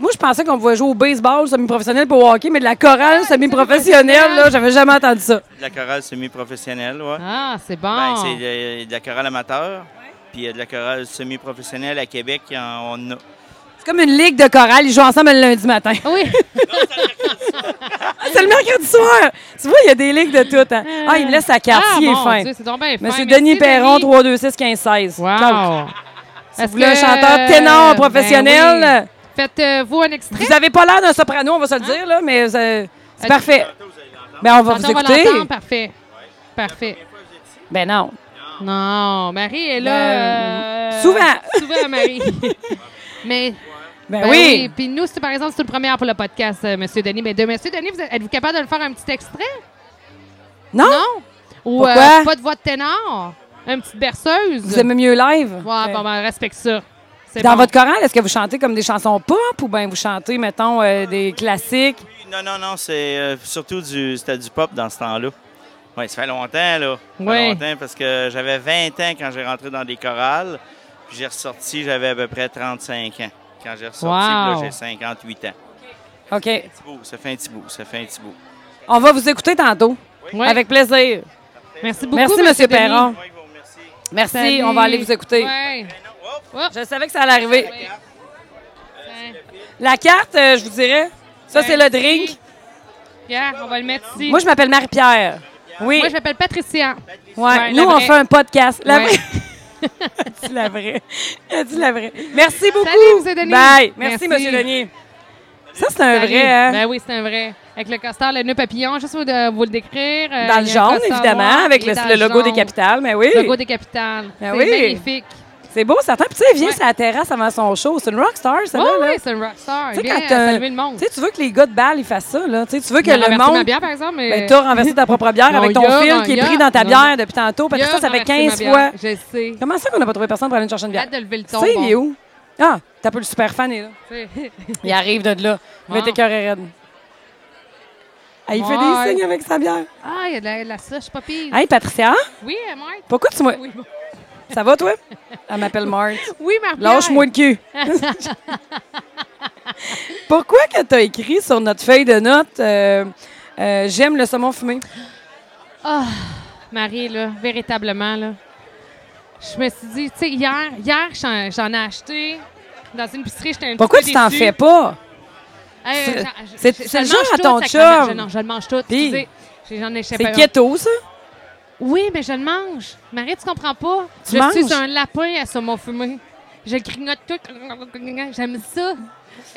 A: Moi, je pensais qu'on pouvait jouer au baseball semi-professionnel pour au hockey, mais de la chorale semi-professionnelle, là, j'avais jamais entendu ça.
C: De la chorale semi-professionnelle, ouais.
B: Ah, c'est bon.
C: Ben, c'est de, de la chorale amateur. Puis il y a de la chorale semi-professionnelle à Québec, il y en- on en a.
A: C'est comme une ligue de chorale, ils jouent ensemble le lundi matin.
B: Oui.
A: Ah, c'est le mercredi soir! Tu vois, il y a des ligues de tout. hein. Ah, il me laisse sa carte,
B: Ah,
A: il est
B: mon
A: fin.
B: Dieu, c'est donc bien fin.
A: Monsieur
B: Merci,
A: Denis Perron, 326 15 16.
B: Wow. Ben
A: Si vous voulez un chanteur ténor professionnel,
B: Faites-vous euh, un extrait.
A: Vous avez pas l'air d'un soprano, on va se le dire, là, mais vous avez-
B: Ah,
A: c'est parfait. Ben, on va vous
B: Tantôt,
A: écouter.
B: l'entendre. Parfait. Parfait.
A: Ben non.
B: Non, Marie est là.
A: Ben,
B: euh,
A: souvent.
B: Souvent, Marie. Mais.
A: Ben,
B: ben
A: oui.
B: Puis nous, c'est- par exemple, c'est une première pour le podcast, euh, Monsieur Denis. Mais de Monsieur Denis, vous êtes- êtes-vous capable de le faire un petit extrait?
A: Non?
B: Non? Ou
A: Pourquoi?
B: euh, pas de voix de ténor? Une petite berceuse?
A: Vous aimez mieux live?
B: Ouais,
A: Ben,
B: bon, ben, respecte ça. C'est
A: Dans
B: bon.
A: votre chorale, est-ce que vous chantez comme des chansons pop ou bien vous chantez, mettons, euh, des classiques?
C: Non, non, non, c'est euh, surtout du, c'était du pop dans ce temps-là. Oui, ça fait longtemps, là. Ça fait
B: Ouais.
C: longtemps parce que j'avais 20 ans quand j'ai rentré dans des chorales. Puis j'ai ressorti, j'avais à peu près 35 ans. Quand j'ai ressorti,
B: Wow.
C: puis là, j'ai 58 ans.
A: OK.
C: Petit bout, Ça fait un petit bout, ça fait un petit bout.
A: On va vous écouter tantôt.
B: Oui.
A: Avec plaisir.
B: Merci beaucoup.
A: Merci,
B: Monsieur
A: M.
B: Denis.
A: Perron.
C: Oui, vous remercie.
A: Merci.
B: Salut.
A: On va aller vous écouter.
B: Ouais.
C: Ben non, hop,
A: Je savais que ça allait arriver.
B: Ouais. Ouais.
A: La carte, euh, je vous dirais. Ça, c'est
B: Ben,
A: le drink.
B: Pierre, on va le mettre ici.
A: Moi, je m'appelle Marie-Pierre. Oui.
B: Moi, je m'appelle Patricia.
A: Ouais,
B: Ouais,
A: Nous,
B: la
A: on
B: vraie.
A: fait un podcast. La
B: Ouais.
A: vraie. Elle dit la vraie. Elle dit la vraie. Merci beaucoup.
B: Monsieur Denis.
A: Bye. Merci,
B: Merci.
A: Monsieur Denis. Ça, c'est un
B: Salut.
A: vrai, hein?
B: Ben oui, c'est un vrai. Avec le castor, le nœud papillon, juste pour de- vous le décrire. euh,
A: dans le
B: il y a un
A: jaune,
B: castor
A: évidemment,
B: noir
A: avec
B: et
A: le,
B: dans
A: le logo
B: jaune.
A: des capitales. Mais oui,
B: Le logo des capitales.
A: Ben
B: c'est
A: oui.
B: magnifique.
A: c'est beau, ça attend. Puis tu sais, elle vient
B: Ouais.
A: sur la terrasse avant son show. C'est une rockstar,
B: Oh, Oui,
A: celle-là. là.
B: c'est un rockstar.
A: Tu sais,
B: Il vient euh,
A: quand t'as-
B: saluer le monde.
A: Tu sais, tu veux que les gars de balle, ils fassent ça, là. Tu sais, tu veux que
B: Il a
A: le
B: renversé ma
A: monde...
B: bière, par exemple. mais-
A: Ben, t'as renversé ta propre bière
B: Non,
A: avec ton
B: il a
A: fil
B: ren-
A: qui
B: il
A: est
B: a-
A: pris dans ta
B: non,
A: bière depuis tantôt.
B: Il
A: Parce
B: a
A: que ça, ça fait
B: renversé ma
A: 15
B: bière.
A: fois.
B: Je sais.
A: Comment ça qu'on n'a pas trouvé personne pour aller nous chercher une bière?
B: Hâte de lever le
A: Tu
B: ton.
A: sais,
B: bon.
A: il est où? Ah, t'as pas le super fan, il est là.
B: Tu sais.
A: Il arrive de là. Il va
B: Bon.
A: t'écœurer raide. Ah, il fait
B: Ouais.
A: des signes avec sa bière.
B: Ah, il y a de la, de la slush, pas pire.
A: Hey, Patricia,
B: Oui, euh, Marc.
A: pourquoi tu m'as...
B: Oui, bon.
A: Ça va, toi? Elle m'appelle Marthe.
B: oui Marc.
A: Lâche-moi le cul. Pourquoi que t'as écrit sur notre feuille de notes euh, euh, J'aime le saumon fumé?
B: Ah, Marie, là, véritablement, là. Je me suis dit, tu sais, hier, hier j'en, j'en ai acheté dans une épicerie, j'étais un petit
A: Pourquoi
B: peu
A: tu t'en
B: déçue.
A: fais pas?
B: Hey,
A: C'est-
B: j'en- je-
A: c'est-
B: je- je
A: c'est le
B: mange
A: genre à
B: tout,
A: ton
B: sacrément.
A: chum.
B: Je- Non, je le mange tout.
A: Puis-
B: excusez. J'ai- J'en échappe
A: C'est
B: un.
A: keto, ça?
B: Oui, mais je le mange. Marie, tu comprends pas.
A: Tu
B: je
A: manges?
B: suis un lapin à saumon fumé. Je grignote tout. J'aime ça.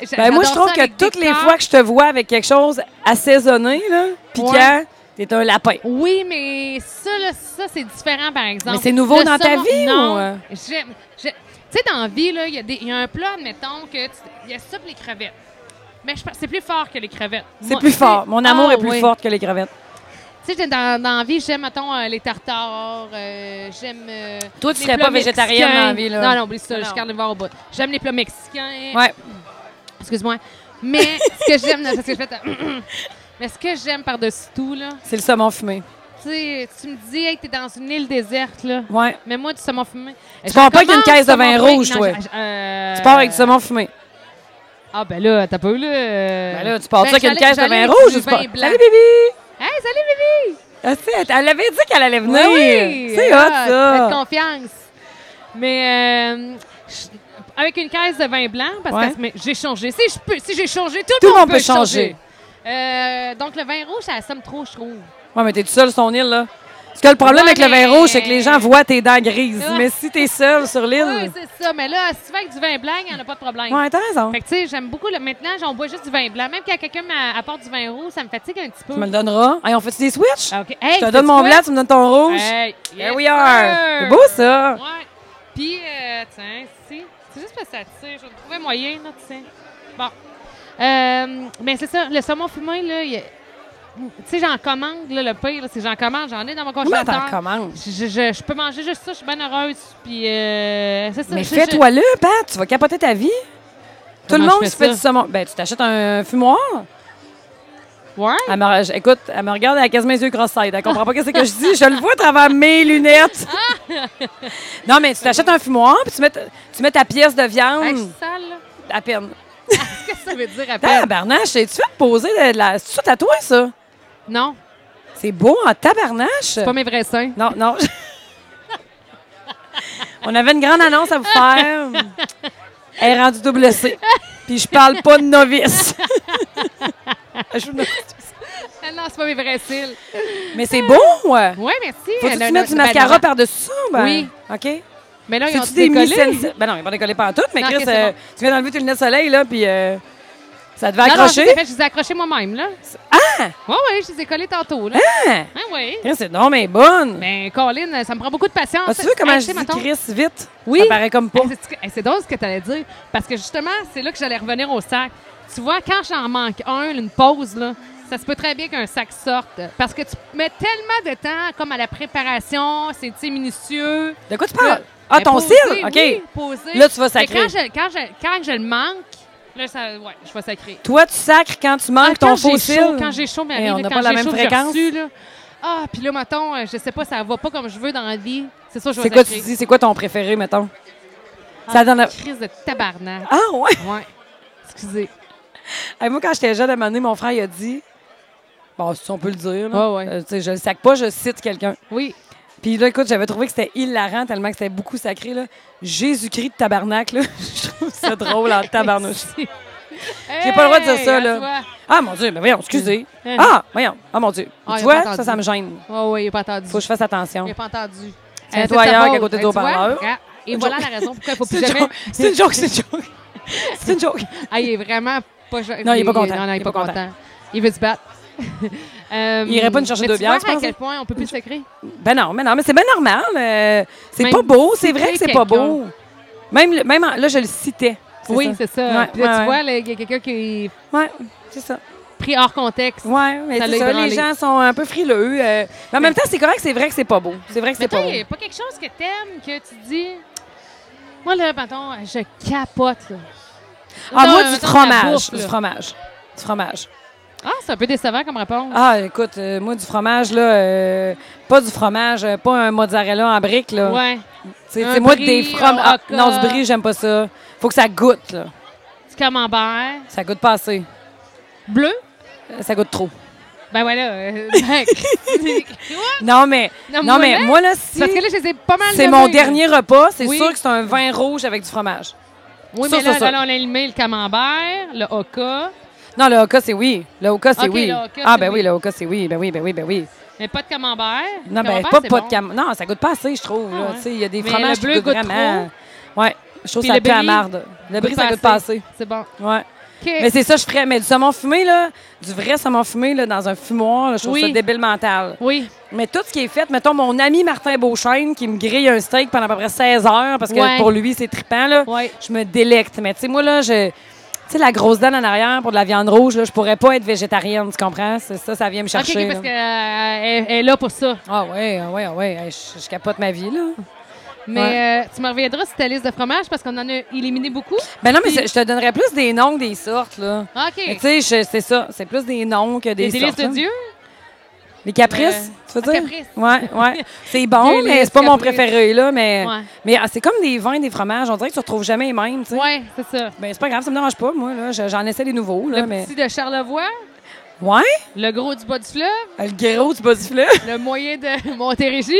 B: J'a-
A: Ben, moi,
B: j'adore
A: je trouve
B: ça
A: que
B: avec
A: toutes
B: des
A: les
B: fleurs.
A: fois que je te vois avec quelque chose assaisonné, là, piquant,
B: Ouais.
A: t'es un lapin.
B: Oui, mais ça, là, ça c'est différent, par exemple.
A: Mais c'est nouveau dans ta vie,
B: non,
A: ou, euh?
B: j'aime- j'ai- Tu sais, dans la vie, là, il y, a des- il y a un plat, admettons, que tu- il y a ça pour les crevettes. Mais je pense- c'est plus fort que les crevettes.
A: C'est
B: Moi,
A: plus
B: tu sais-
A: fort. Mon amour
B: Ah,
A: est plus
B: oui.
A: fort que les crevettes.
B: Tu sais, j'ai- dans, dans la vie, j'aime, mettons, euh, les tartares, euh, j'aime. euh,
A: Toi, tu
B: les
A: serais
B: plats
A: pas végétarienne
B: mexicains.
A: dans la vie, là.
B: Non, non, oublie ça,
A: Non,
B: je suis
A: non.
B: carnivore au bout. J'aime les plats mexicains.
A: Ouais.
B: Excuse-moi. Mais ce que j'aime, non, parce que je fais. Mais ce que j'aime par-dessus tout, là,
A: C'est le saumon fumé.
B: tu sais, tu me dis, hey, t'es dans une île déserte, là.
A: Ouais.
B: Mais moi, du saumon fumé. Tu
A: pars pas avec une caisse de vin rouge, toi. Tu pars avec du saumon fumé.
B: euh, Ah, ben là, t'as pas eu, là.
A: Ben là, tu pars ça avec une
B: j'allais-
A: caisse de
B: j'allais
A: vin
B: avec
A: rouge
B: du
A: ou tu pars.
B: vin blanc.
A: Salut, bébé!
B: Hey, salut, bébé!
A: Ah, tu sais, elle- elle avait dit qu'elle allait venir. C'est
B: ah,
A: hot, ça.
B: Faites confiance. Mais euh, je- avec une caisse de vin blanc, parce
A: Ouais.
B: que mais j'ai changé. Si je peux, si j'ai changé, tout, le monde peut changer. Euh, donc le vin rouge, ça somme trop, je trouve.
A: Ouais, mais t'es tout seul sur ton île, là. Parce que le problème
B: Ouais,
A: avec le vin
B: mais-
A: rouge, c'est que les gens voient tes dents grises.
B: Ouais.
A: Mais si t'es seul sur
B: Oui,
A: l'île.
B: c'est ça. Mais là, si tu fais avec du vin blanc, il n'y en a pas de problème.
A: Ah. Ouais, t'as raison.
B: Fait que tu sais, j'aime beaucoup. le- maintenant, j'en bois juste du vin blanc. Même quand quelqu'un m'a- apporte du vin rouge, ça me fatigue un petit peu.
A: Tu me le donneras. Hey, on fait des switch?
B: Ah, ok. Hey,
A: Je te
B: sais-tu
A: donne mon
B: quoi?
A: blanc, tu me donnes ton rouge.
B: Hey, yes,
A: Here we are.
B: sir.
A: C'est beau, ça.
B: Ouais. Puis, euh, tiens, si. C'est juste parce que ça tire. Je vais trouver moyen, là, tu sais. Bon. Euh, mais c'est ça, le saumon fumé, là, il y a- tu sais, j'en commande, là, le pire, là, c'est que j'en commande, j'en ai dans mon
A: Comment
B: congélateur.
A: t'en commandes?
B: Je, je- je- je peux manger juste ça, je suis bien heureuse. Puis, euh, c'est ça.
A: Mais
B: je- je-
A: fais-toi-le, Pat. Tu vas capoter ta vie. Tout
B: Comment
A: le
B: je
A: monde
B: fais
A: se fait
B: ça?
A: du saumon. Ben, tu t'achètes un fumoir.
B: Ouais.
A: Elle me- je- écoute, elle me regarde, elle a quasiment les yeux cross-eyed. Elle comprend pas ce que je dis. Je le vois à travers mes lunettes. non, mais tu t'achètes un fumoir, puis tu mets, ta- tu mets ta pièce de viande
B: Hey, ben, je suis sale, là.
A: à peine.
B: Qu'est-ce que ça veut dire après?
A: Tabarnache, tu fais poser de la. C'est tout à toi, ça?
B: Non,
A: C'est beau en tabarnache.
B: pas mes vrais seins.
A: Non, non. On avait une grande annonce à vous faire. Elle est rendue double C. Puis je parle pas de novice. Je suis une-
B: Ah non, c'est pas mes vrais cils.
A: Mais c'est beau! ouais.
B: Ouais, merci.
A: Faut-tu que
B: Elle a-
A: tu mettes du
B: ben,
A: mascara
B: non.
A: par-dessus ça? Ben,
B: Oui.
A: OK.
B: Mais là, ils ont
A: C'est-tu des
B: décollé?
A: mi-sensi- Ben non, ils vont décoller pas en tout, mais
B: Non,
A: Chris,
B: ok, c'est
A: euh,
B: bon.
A: tu viens d'enlever tes lunettes de soleil, là, puis euh, ça devait
B: Non, non, je les
A: accrocher.
B: ai fait- je les ai accrochés moi-même, là.
A: ah!
B: Oui, oui, je les ai collés tantôt. Là.
A: Hein?
B: Hein, oui.
A: Chris, c'est non, mais bonne!
B: Ben, Colin, ça me prend beaucoup de patience.
A: As-tu vu comment
B: Hey,
A: je
B: tu
A: dis
B: sais, mettons-
A: Chris vite?
B: Oui.
A: Ça paraît comme pas.
B: Hey, c'est- hey, c'est drôle ce que tu allais dire. Parce que justement, c'est là que j'allais revenir au sac. Tu vois, quand j'en manque un, une pause, là, ça se peut très bien qu'un sac sorte. Parce que tu mets tellement de temps, comme à la préparation, c'est tu sais, minutieux.
A: De quoi tu parles?
B: Là,
A: Ah,
B: ben,
A: ton
B: poser,
A: style? OK.
B: oui, poser.
A: Là, tu vas
B: Mais
A: sacrer.
B: Quand je, quand, je, quand je le manque, là, ça, ouais, je vais sacrer.
A: Toi, tu sacres quand tu manques
B: Ah,
A: ton
B: quand
A: faux
B: j'ai chaud,
A: cil.
B: quand j'ai chaud, mais
A: Eh,
B: arrive,
A: on
B: là,
A: n'a
B: quand
A: pas la
B: j'ai
A: même
B: chaud, j'ai
A: fréquence.
B: reçu, là. Ah, puis là, mettons, euh, je sais pas, ça va pas comme je veux dans la vie. C'est ça, je vais
A: C'est quoi
B: sacrer. Ah,
A: tu dis? C'est quoi ton préféré, mettons? Ça donne. la-
B: Crise de tabarnak.
A: Ah ouais.
B: Ouais. Excusez.
A: Hey, moi, quand j'étais jeune, à un moment donné, mon frère il a dit Bon, si on peut le dire. Là.
B: Ah ouais.
A: Euh, tu sais, je le sac pas, je cite quelqu'un.
B: Oui.
A: Puis là, écoute, j'avais trouvé que c'était hilarant tellement que c'était beaucoup sacré. là. Jésus-Christ de tabarnak, là. je trouve ça drôle en tabarnouche.
B: J'ai
A: pas le droit de dire ça, là. Ah, mon Dieu, mais voyons, excusez.
B: Hein.
A: Ah, voyons, ah, mon Dieu.
B: Ah,
A: tu
B: il a pas
A: vois, ça,
B: entendu.
A: ça me gêne.
B: Oh, oui, il n'a pas entendu.
A: Faut que je fasse attention.
B: Il n'a pas entendu.
A: C'est toi
B: Euh, de sa
A: ailleurs qu'à
B: faute.
A: côté de
B: Eh, tu vois?
A: haut-parleur.
B: Ah, Et voilà la raison pourquoi il faut plus
A: C'est une
B: jamais.
A: joke, c'est une joke, c'est une joke. C'est une joke.
B: Ah, il est vraiment pas. jo-
A: Non, il est pas content.
B: Non, non, il est pas content. Il veut se battre. Euh,
A: Il irait pas nous chercher
B: mais
A: deux
B: tu
A: bières, hein?
B: vois
A: tu penses?
B: à quel point on peut plus se créer.
A: Ben non, mais non, mais c'est bien normal. euh, c'est
B: Même
A: pas beau, c'est vrai
B: citer
A: que c'est pas
B: quelqu'un.
A: beau. Même, le- même en- là, je le citais.
B: Oui, c'est ça.
A: Ouais,
B: Puis là, tu
A: ouais,
B: vois, là, il y a quelqu'un qui est
A: Ouais, c'est ça.
B: pris hors contexte.
A: Ouais, mais
B: Ça
A: c'est
B: l'a
A: ça, les
B: ébranlé.
A: gens sont un peu frileux. euh, mais en même temps, c'est correct, c'est vrai que c'est pas beau. C'est vrai que
B: Mais
A: c'est
B: toi,
A: pas
B: il
A: beau.
B: n'y a pas quelque chose que t'aimes, que tu dis. Moi, là, mettons, je capote. là.
A: Ah,
B: Mettons,
A: moi,
B: euh,
A: du
B: mettons, la bouffe,
A: fromage. Du
B: là.
A: fromage. Du fromage.
B: Ah, c'est un peu décevant comme réponse.
A: Ah, écoute, euh, moi, du fromage, là, euh, pas du fromage, euh, pas un mozzarella en brique, là.
B: Ouais.
A: C'est
B: Un
A: c'est moi,
B: brie,
A: des
B: un
A: fromages.
B: hot
A: Non,
B: dog.
A: du brie, j'aime pas ça. Faut que ça goûte, là.
B: Du camembert.
A: Ça goûte pas assez.
B: Bleu.
A: Euh, Ça goûte trop.
B: Ben voilà. euh, ben,
A: Non, mais, non,
B: moi,
A: mais
B: là,
A: moi, là, si
B: Parce que là, je les ai pas mal
A: c'est
B: nommés.
A: mon dernier repas, c'est
B: Oui.
A: sûr que c'est un vin rouge avec du fromage.
B: Oui,
A: Ça,
B: mais
A: ça,
B: là,
A: ça.
B: là, on a allumé le camembert, le oka,
A: Non, le Oka, c'est oui. Le Oka, c'est
B: Ok,
A: oui.
B: le Oka,
A: ah,
B: c'est
A: ben
B: oui.
A: oui, le Oka, c'est oui. Ben oui, ben oui, ben oui.
B: mais pas de camembert.
A: Non, ben,
B: Le camembert,
A: pas, pas
B: c'est bon. Ah
A: de cam... Non, ça goûte pas assez, je trouve. là.
B: ouais.
A: Tu sais, Il y a des
B: Mais
A: fromages
B: le bleu
A: qui goûtent
B: goûte
A: vraiment. euh, Ouais, je trouve
B: Puis
A: ça
B: le
A: pue la
B: brie,
A: marde. Le bris,
B: Goûte
A: ça
B: pas
A: goûte pas assez.
B: C'est bon.
A: Ouais.
B: OK.
A: Mais c'est ça que je ferais. Mais du saumon fumé, là, du vrai saumon fumé là, dans un fumoir, là, je trouve
B: Oui.
A: ça débile mental.
B: Oui.
A: Mais tout ce qui est fait, mettons mon ami Martin Beauchesne qui me grille un steak pendant à peu près 16 heures parce que
B: Ouais.
A: pour lui, c'est trippant, là.
B: Ouais.
A: Je me délecte. Mais tu sais, moi, là, je. Tu sais, la grosse dame en arrière pour de la viande rouge, là, je pourrais pas être végétarienne, tu comprends? C'est ça, ça vient me
B: OK,
A: chercher.
B: OK,
A: là.
B: parce qu'elle elle est là pour ça.
A: Ah ouais, ah ouais, ah ouais. Hey, je, je capote ma vie, là.
B: Mais
A: Ouais.
B: euh, tu me reviendras sur ta liste de fromages parce qu'on en a éliminé beaucoup. Ah,
A: Ben non, mais c'est- je te donnerais plus des noms que des sortes, là.
B: OK.
A: Mais Tu sais, je- c'est ça. C'est plus des noms que des,
B: Des délices
A: sortes.
B: de
A: là.
B: Dieu.
A: Les caprices,
B: Euh,
A: tu veux
B: ah,
A: dire?
B: caprices.
A: Ouais, ouais. C'est bon,
B: Délices,
A: mais c'est pas mon
B: caprices.
A: préféré, là. Mais,
B: Ouais.
A: mais ah, c'est comme des vins, des fromages. On dirait que tu retrouves jamais les mêmes, tu sais.
B: Ouais, c'est ça.
A: Ben, c'est pas grave, ça me dérange pas, moi, là. Je- J'en essaie des nouveaux, là.
B: Le
A: mais...
B: petit de Charlevoix,
A: Ouais? Ah,
B: le gros du bas du fleuve,
A: Le gros du bas du fleuve.
B: le moyen de Montérégie.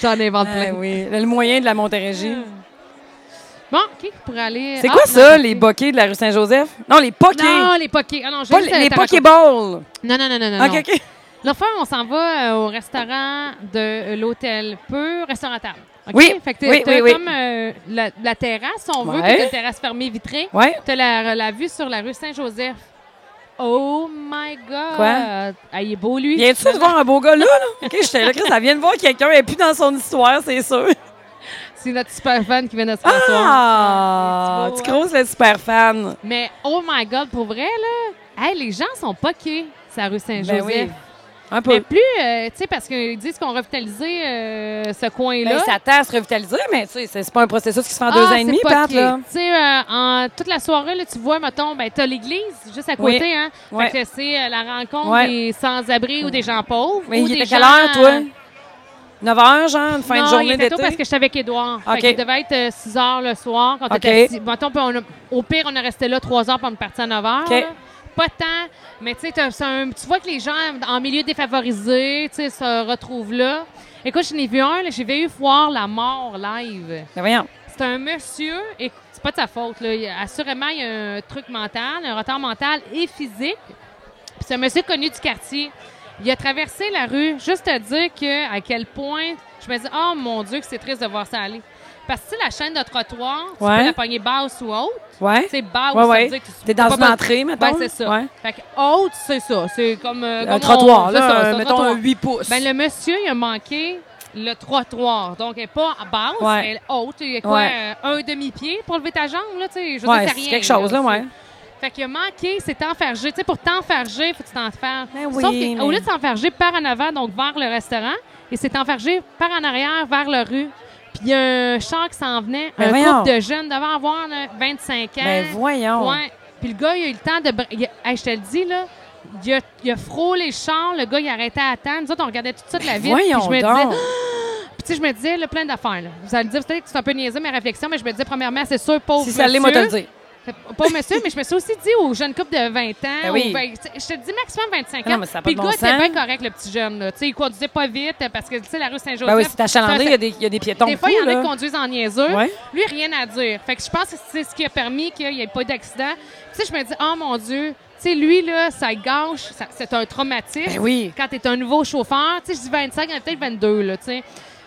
B: J'en invente
A: Ah,
B: plein.
A: oui. Le moyen de la Montérégie.
B: Bon, qui pourrait aller.
A: C'est
B: Ah,
A: quoi
B: non,
A: ça,
B: c'est-
A: les bokeh de la rue Saint-Joseph? Non, les pokés.
B: Non, les pokés. Ah non, je
A: Pas
B: vais
A: les,
B: juste
A: les
B: te raconter.
A: pokéballs.
B: Non, non, non, non. Ah, non.
A: OK, OK.
B: L'enfant, on s'en va euh, au restaurant de l'hôtel Peu, restaurant à table. OK?
A: Oui,
B: Fait que t'as-
A: oui,
B: t'as
A: oui, oui.
B: comme euh, la, la terrasse, si on veut,
A: Ouais.
B: puis t'as une terrasse fermée vitrée.
A: Ouais.
B: T'as la, la vue sur la rue Saint-Joseph. Oh my God!
A: Quoi?
B: Ah, il est beau, lui.
A: Viens-tu de voir un beau gars là? là? OK, j'étais là, Chris, elle vient de voir quelqu'un, elle est plus dans son histoire, c'est sûr.
B: C'est notre super fan qui vient de se recevoir.
A: Ah!
B: c'est beau,
A: Tu creuses le super fan.
B: Mais oh my God, pour vrai, là, hey, les gens sont poqués sur la rue Saint-Joseph.
A: Ben oui. Un
B: Mais
A: peu.
B: plus, euh, tu sais, parce qu'ils disent qu'on revitalisé euh, ce coin-là.
A: Ben, ça tend à se revitaliser, mais tu sais, c'est c'est pas un processus qui se fait en deux
B: Ah,
A: ans et
B: c'est
A: demi,
B: pas
A: Pat,
B: ok.
A: là.
B: Tu sais, euh, en- toute la soirée, là, tu vois, mettons, ben, t'as l'église juste à côté,
A: Oui.
B: hein. Fait
A: Ouais.
B: que c'est euh, la rencontre
A: Ouais.
B: des sans-abri ou des gens pauvres.
A: Mais
B: ou
A: il
B: des
A: était quelle
B: gens- euh,
A: heure, toi? 9 h, genre, une fin
B: non,
A: de
B: il
A: journée
B: était tôt
A: d'été?
B: parce que j'étais avec Édouard. Fait
A: Ok.
B: qu'il devait être euh, 6 heures le soir. Quand
A: Ok.
B: t'étais assis- mettons, puis on a- au pire, on a resté là 3 heures pour me partir à 9 heures.
A: Ok.
B: là. Pas tant, mais tu sais, t'as- c'est un- tu vois que les gens en milieu défavorisé tu sais, se retrouvent là. Écoute, j'en ai vu un, là, j'ai vu voir la mort live.
A: Ben, voyons.
B: C'est un monsieur, et c'est pas de sa faute, là. Il- assurément, il y a un truc mental, un retard mental et physique. Puis C'est un monsieur connu du quartier. Il a traversé la rue, juste à dire que, à quel point, je me dis, oh mon Dieu, que c'est triste de voir ça aller. Parce que tu sais, la chaîne de trottoir, tu
A: Ouais.
B: peux la pogner basse ou haute.
A: Ouais?
B: C'est basse,
A: Ouais,
B: ça
A: ouais.
B: veut dire que tu
A: T'es dans
B: pas
A: une
B: pas-
A: entrée, mettons?
B: Ben, c'est ça.
A: Ouais.
B: Fait que haute, c'est ça. C'est comme. euh, comme
A: Un
B: on-
A: trottoir,
B: c'est ça,
A: là,
B: c'est
A: un-
B: un
A: mettons
B: trottoir.
A: un 8 pouces.
B: Ben, le monsieur, il a manqué le trottoir. Donc, elle n'est pas à basse,
A: Ouais.
B: elle est haute. Il y a quoi,
A: Ouais.
B: euh, un demi-pied pour lever ta jambe, là, tu sais? Je veux
A: Ouais,
B: dire,
A: c'est
B: c'est rien.
A: quelque chose, là,
B: aussi.
A: ouais.
B: Fait qu'il a manqué, c'est enfergé. Tu sais, pour t'enferger, faut que tu t'enferges.
A: Ben
B: Sauf
A: oui,
B: qu'au
A: mais-
B: lieu de s'enferger par en avant, donc vers le restaurant, il s'est enfergé par en arrière, vers la rue. Puis il y a un char qui s'en venait,
A: Ben
B: un
A: voyons.
B: couple de jeunes devant avoir là, 25 ans.
A: Ben, voyons.
B: Ouais. Puis le gars, il a eu le temps de. br- il a- hey, je te le dis, là. Il a, il a frôlé le champ, le gars, il arrêtait à attendre. Nous autres, on regardait tout ça de la ville. Puis je
A: Voyons
B: me
A: donc.
B: disais, puis tu sais, je me disais, là, plein d'affaires. là. Vous allez me dire, peut-être que c'est un peu niaisé, mes réflexions, mais je me disais, premièrement, c'est sûr, pauvre.
A: Si ça l'est,
B: monsieur,
A: moi, te le dire.
B: Pas au monsieur, mais je me suis aussi dit aux jeunes couples de 20 ans.
A: Ben oui.
B: aux 20 je te dis maximum 25 ans.
A: Ah non, mais ça a pas
B: Puis
A: de
B: le gars
A: bon
B: était
A: sens.
B: bien correct, le petit jeune. là. Tu sais, il conduisait pas vite euh, parce que tu sais, la rue Saint-Joseph.
A: Ben oui, c'est achalandé,
B: ça-
A: il y a des, il y a des piétons.
B: Des fois, il y en
A: fous,
B: a qui
A: là.
B: conduisent en niaiseux.
A: Ouais.
B: Lui, rien à dire. Fait que je pense que c'est ce qui a permis qu'il n'y ait pas d'accident. Tu sais, je me dis, oh mon Dieu, tu sais, lui, là, ça gâche, ça- c'est un traumatisme.
A: Ben oui.
B: Quand t'es un nouveau chauffeur, tu sais, je dis 25, il y en a peut-être 22, là, tu sais.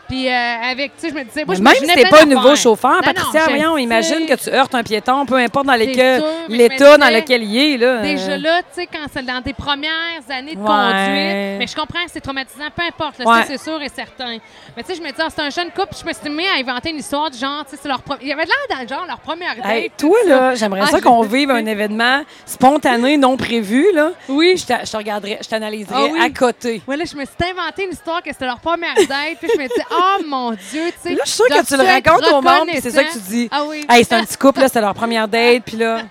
B: Puis euh, avec, tu sais, je me disais,
A: Mais
B: moi, je
A: même si
B: m'imaginais
A: t'es
B: plein
A: pas un
B: d'affaires. Ben
A: nouveau chauffeur,
B: Non, non,
A: Patricia,
B: je
A: voyons,
B: sais.
A: imagine que tu heurtes un piéton, peu importe dans les
B: C'est
A: que-
B: sûr, mais je me
A: l'état dans
B: disais,
A: lequel il est. Là,
B: Déjà
A: euh,
B: là, tu sais, quand c'est dans tes premières années de
A: Ouais.
B: conduite, mais je comprends que c'est traumatisant, peu importe, là,
A: Ouais.
B: ça, c'est sûr et certain. Mais tu sais, je me dis, ah, c'est un jeune couple, je me suis mis à inventer une histoire du genre, tu sais, c'est leur première. Il y avait de l'air dans le genre, leur première date.
A: Hey, toi,
B: tout
A: là, j'aimerais
B: Ah,
A: ça
B: je-
A: qu'on vive un événement spontané, non prévu, là.
B: Oui.
A: Je t'a- je te regarderais, je t'analyserais
B: Ah oui.
A: à côté.
B: Ouais, là, je me suis inventé une histoire que c'était leur première date, puis je me dis, oh mon Dieu, tu sais.
A: Là, je suis sûre que tu le
B: dois-tu être
A: racontes au monde, puis c'est ça que tu
B: reconnaissant?
A: dis.
B: Ah oui.
A: Hey, c'est un petit couple, là, c'était leur première date, puis là.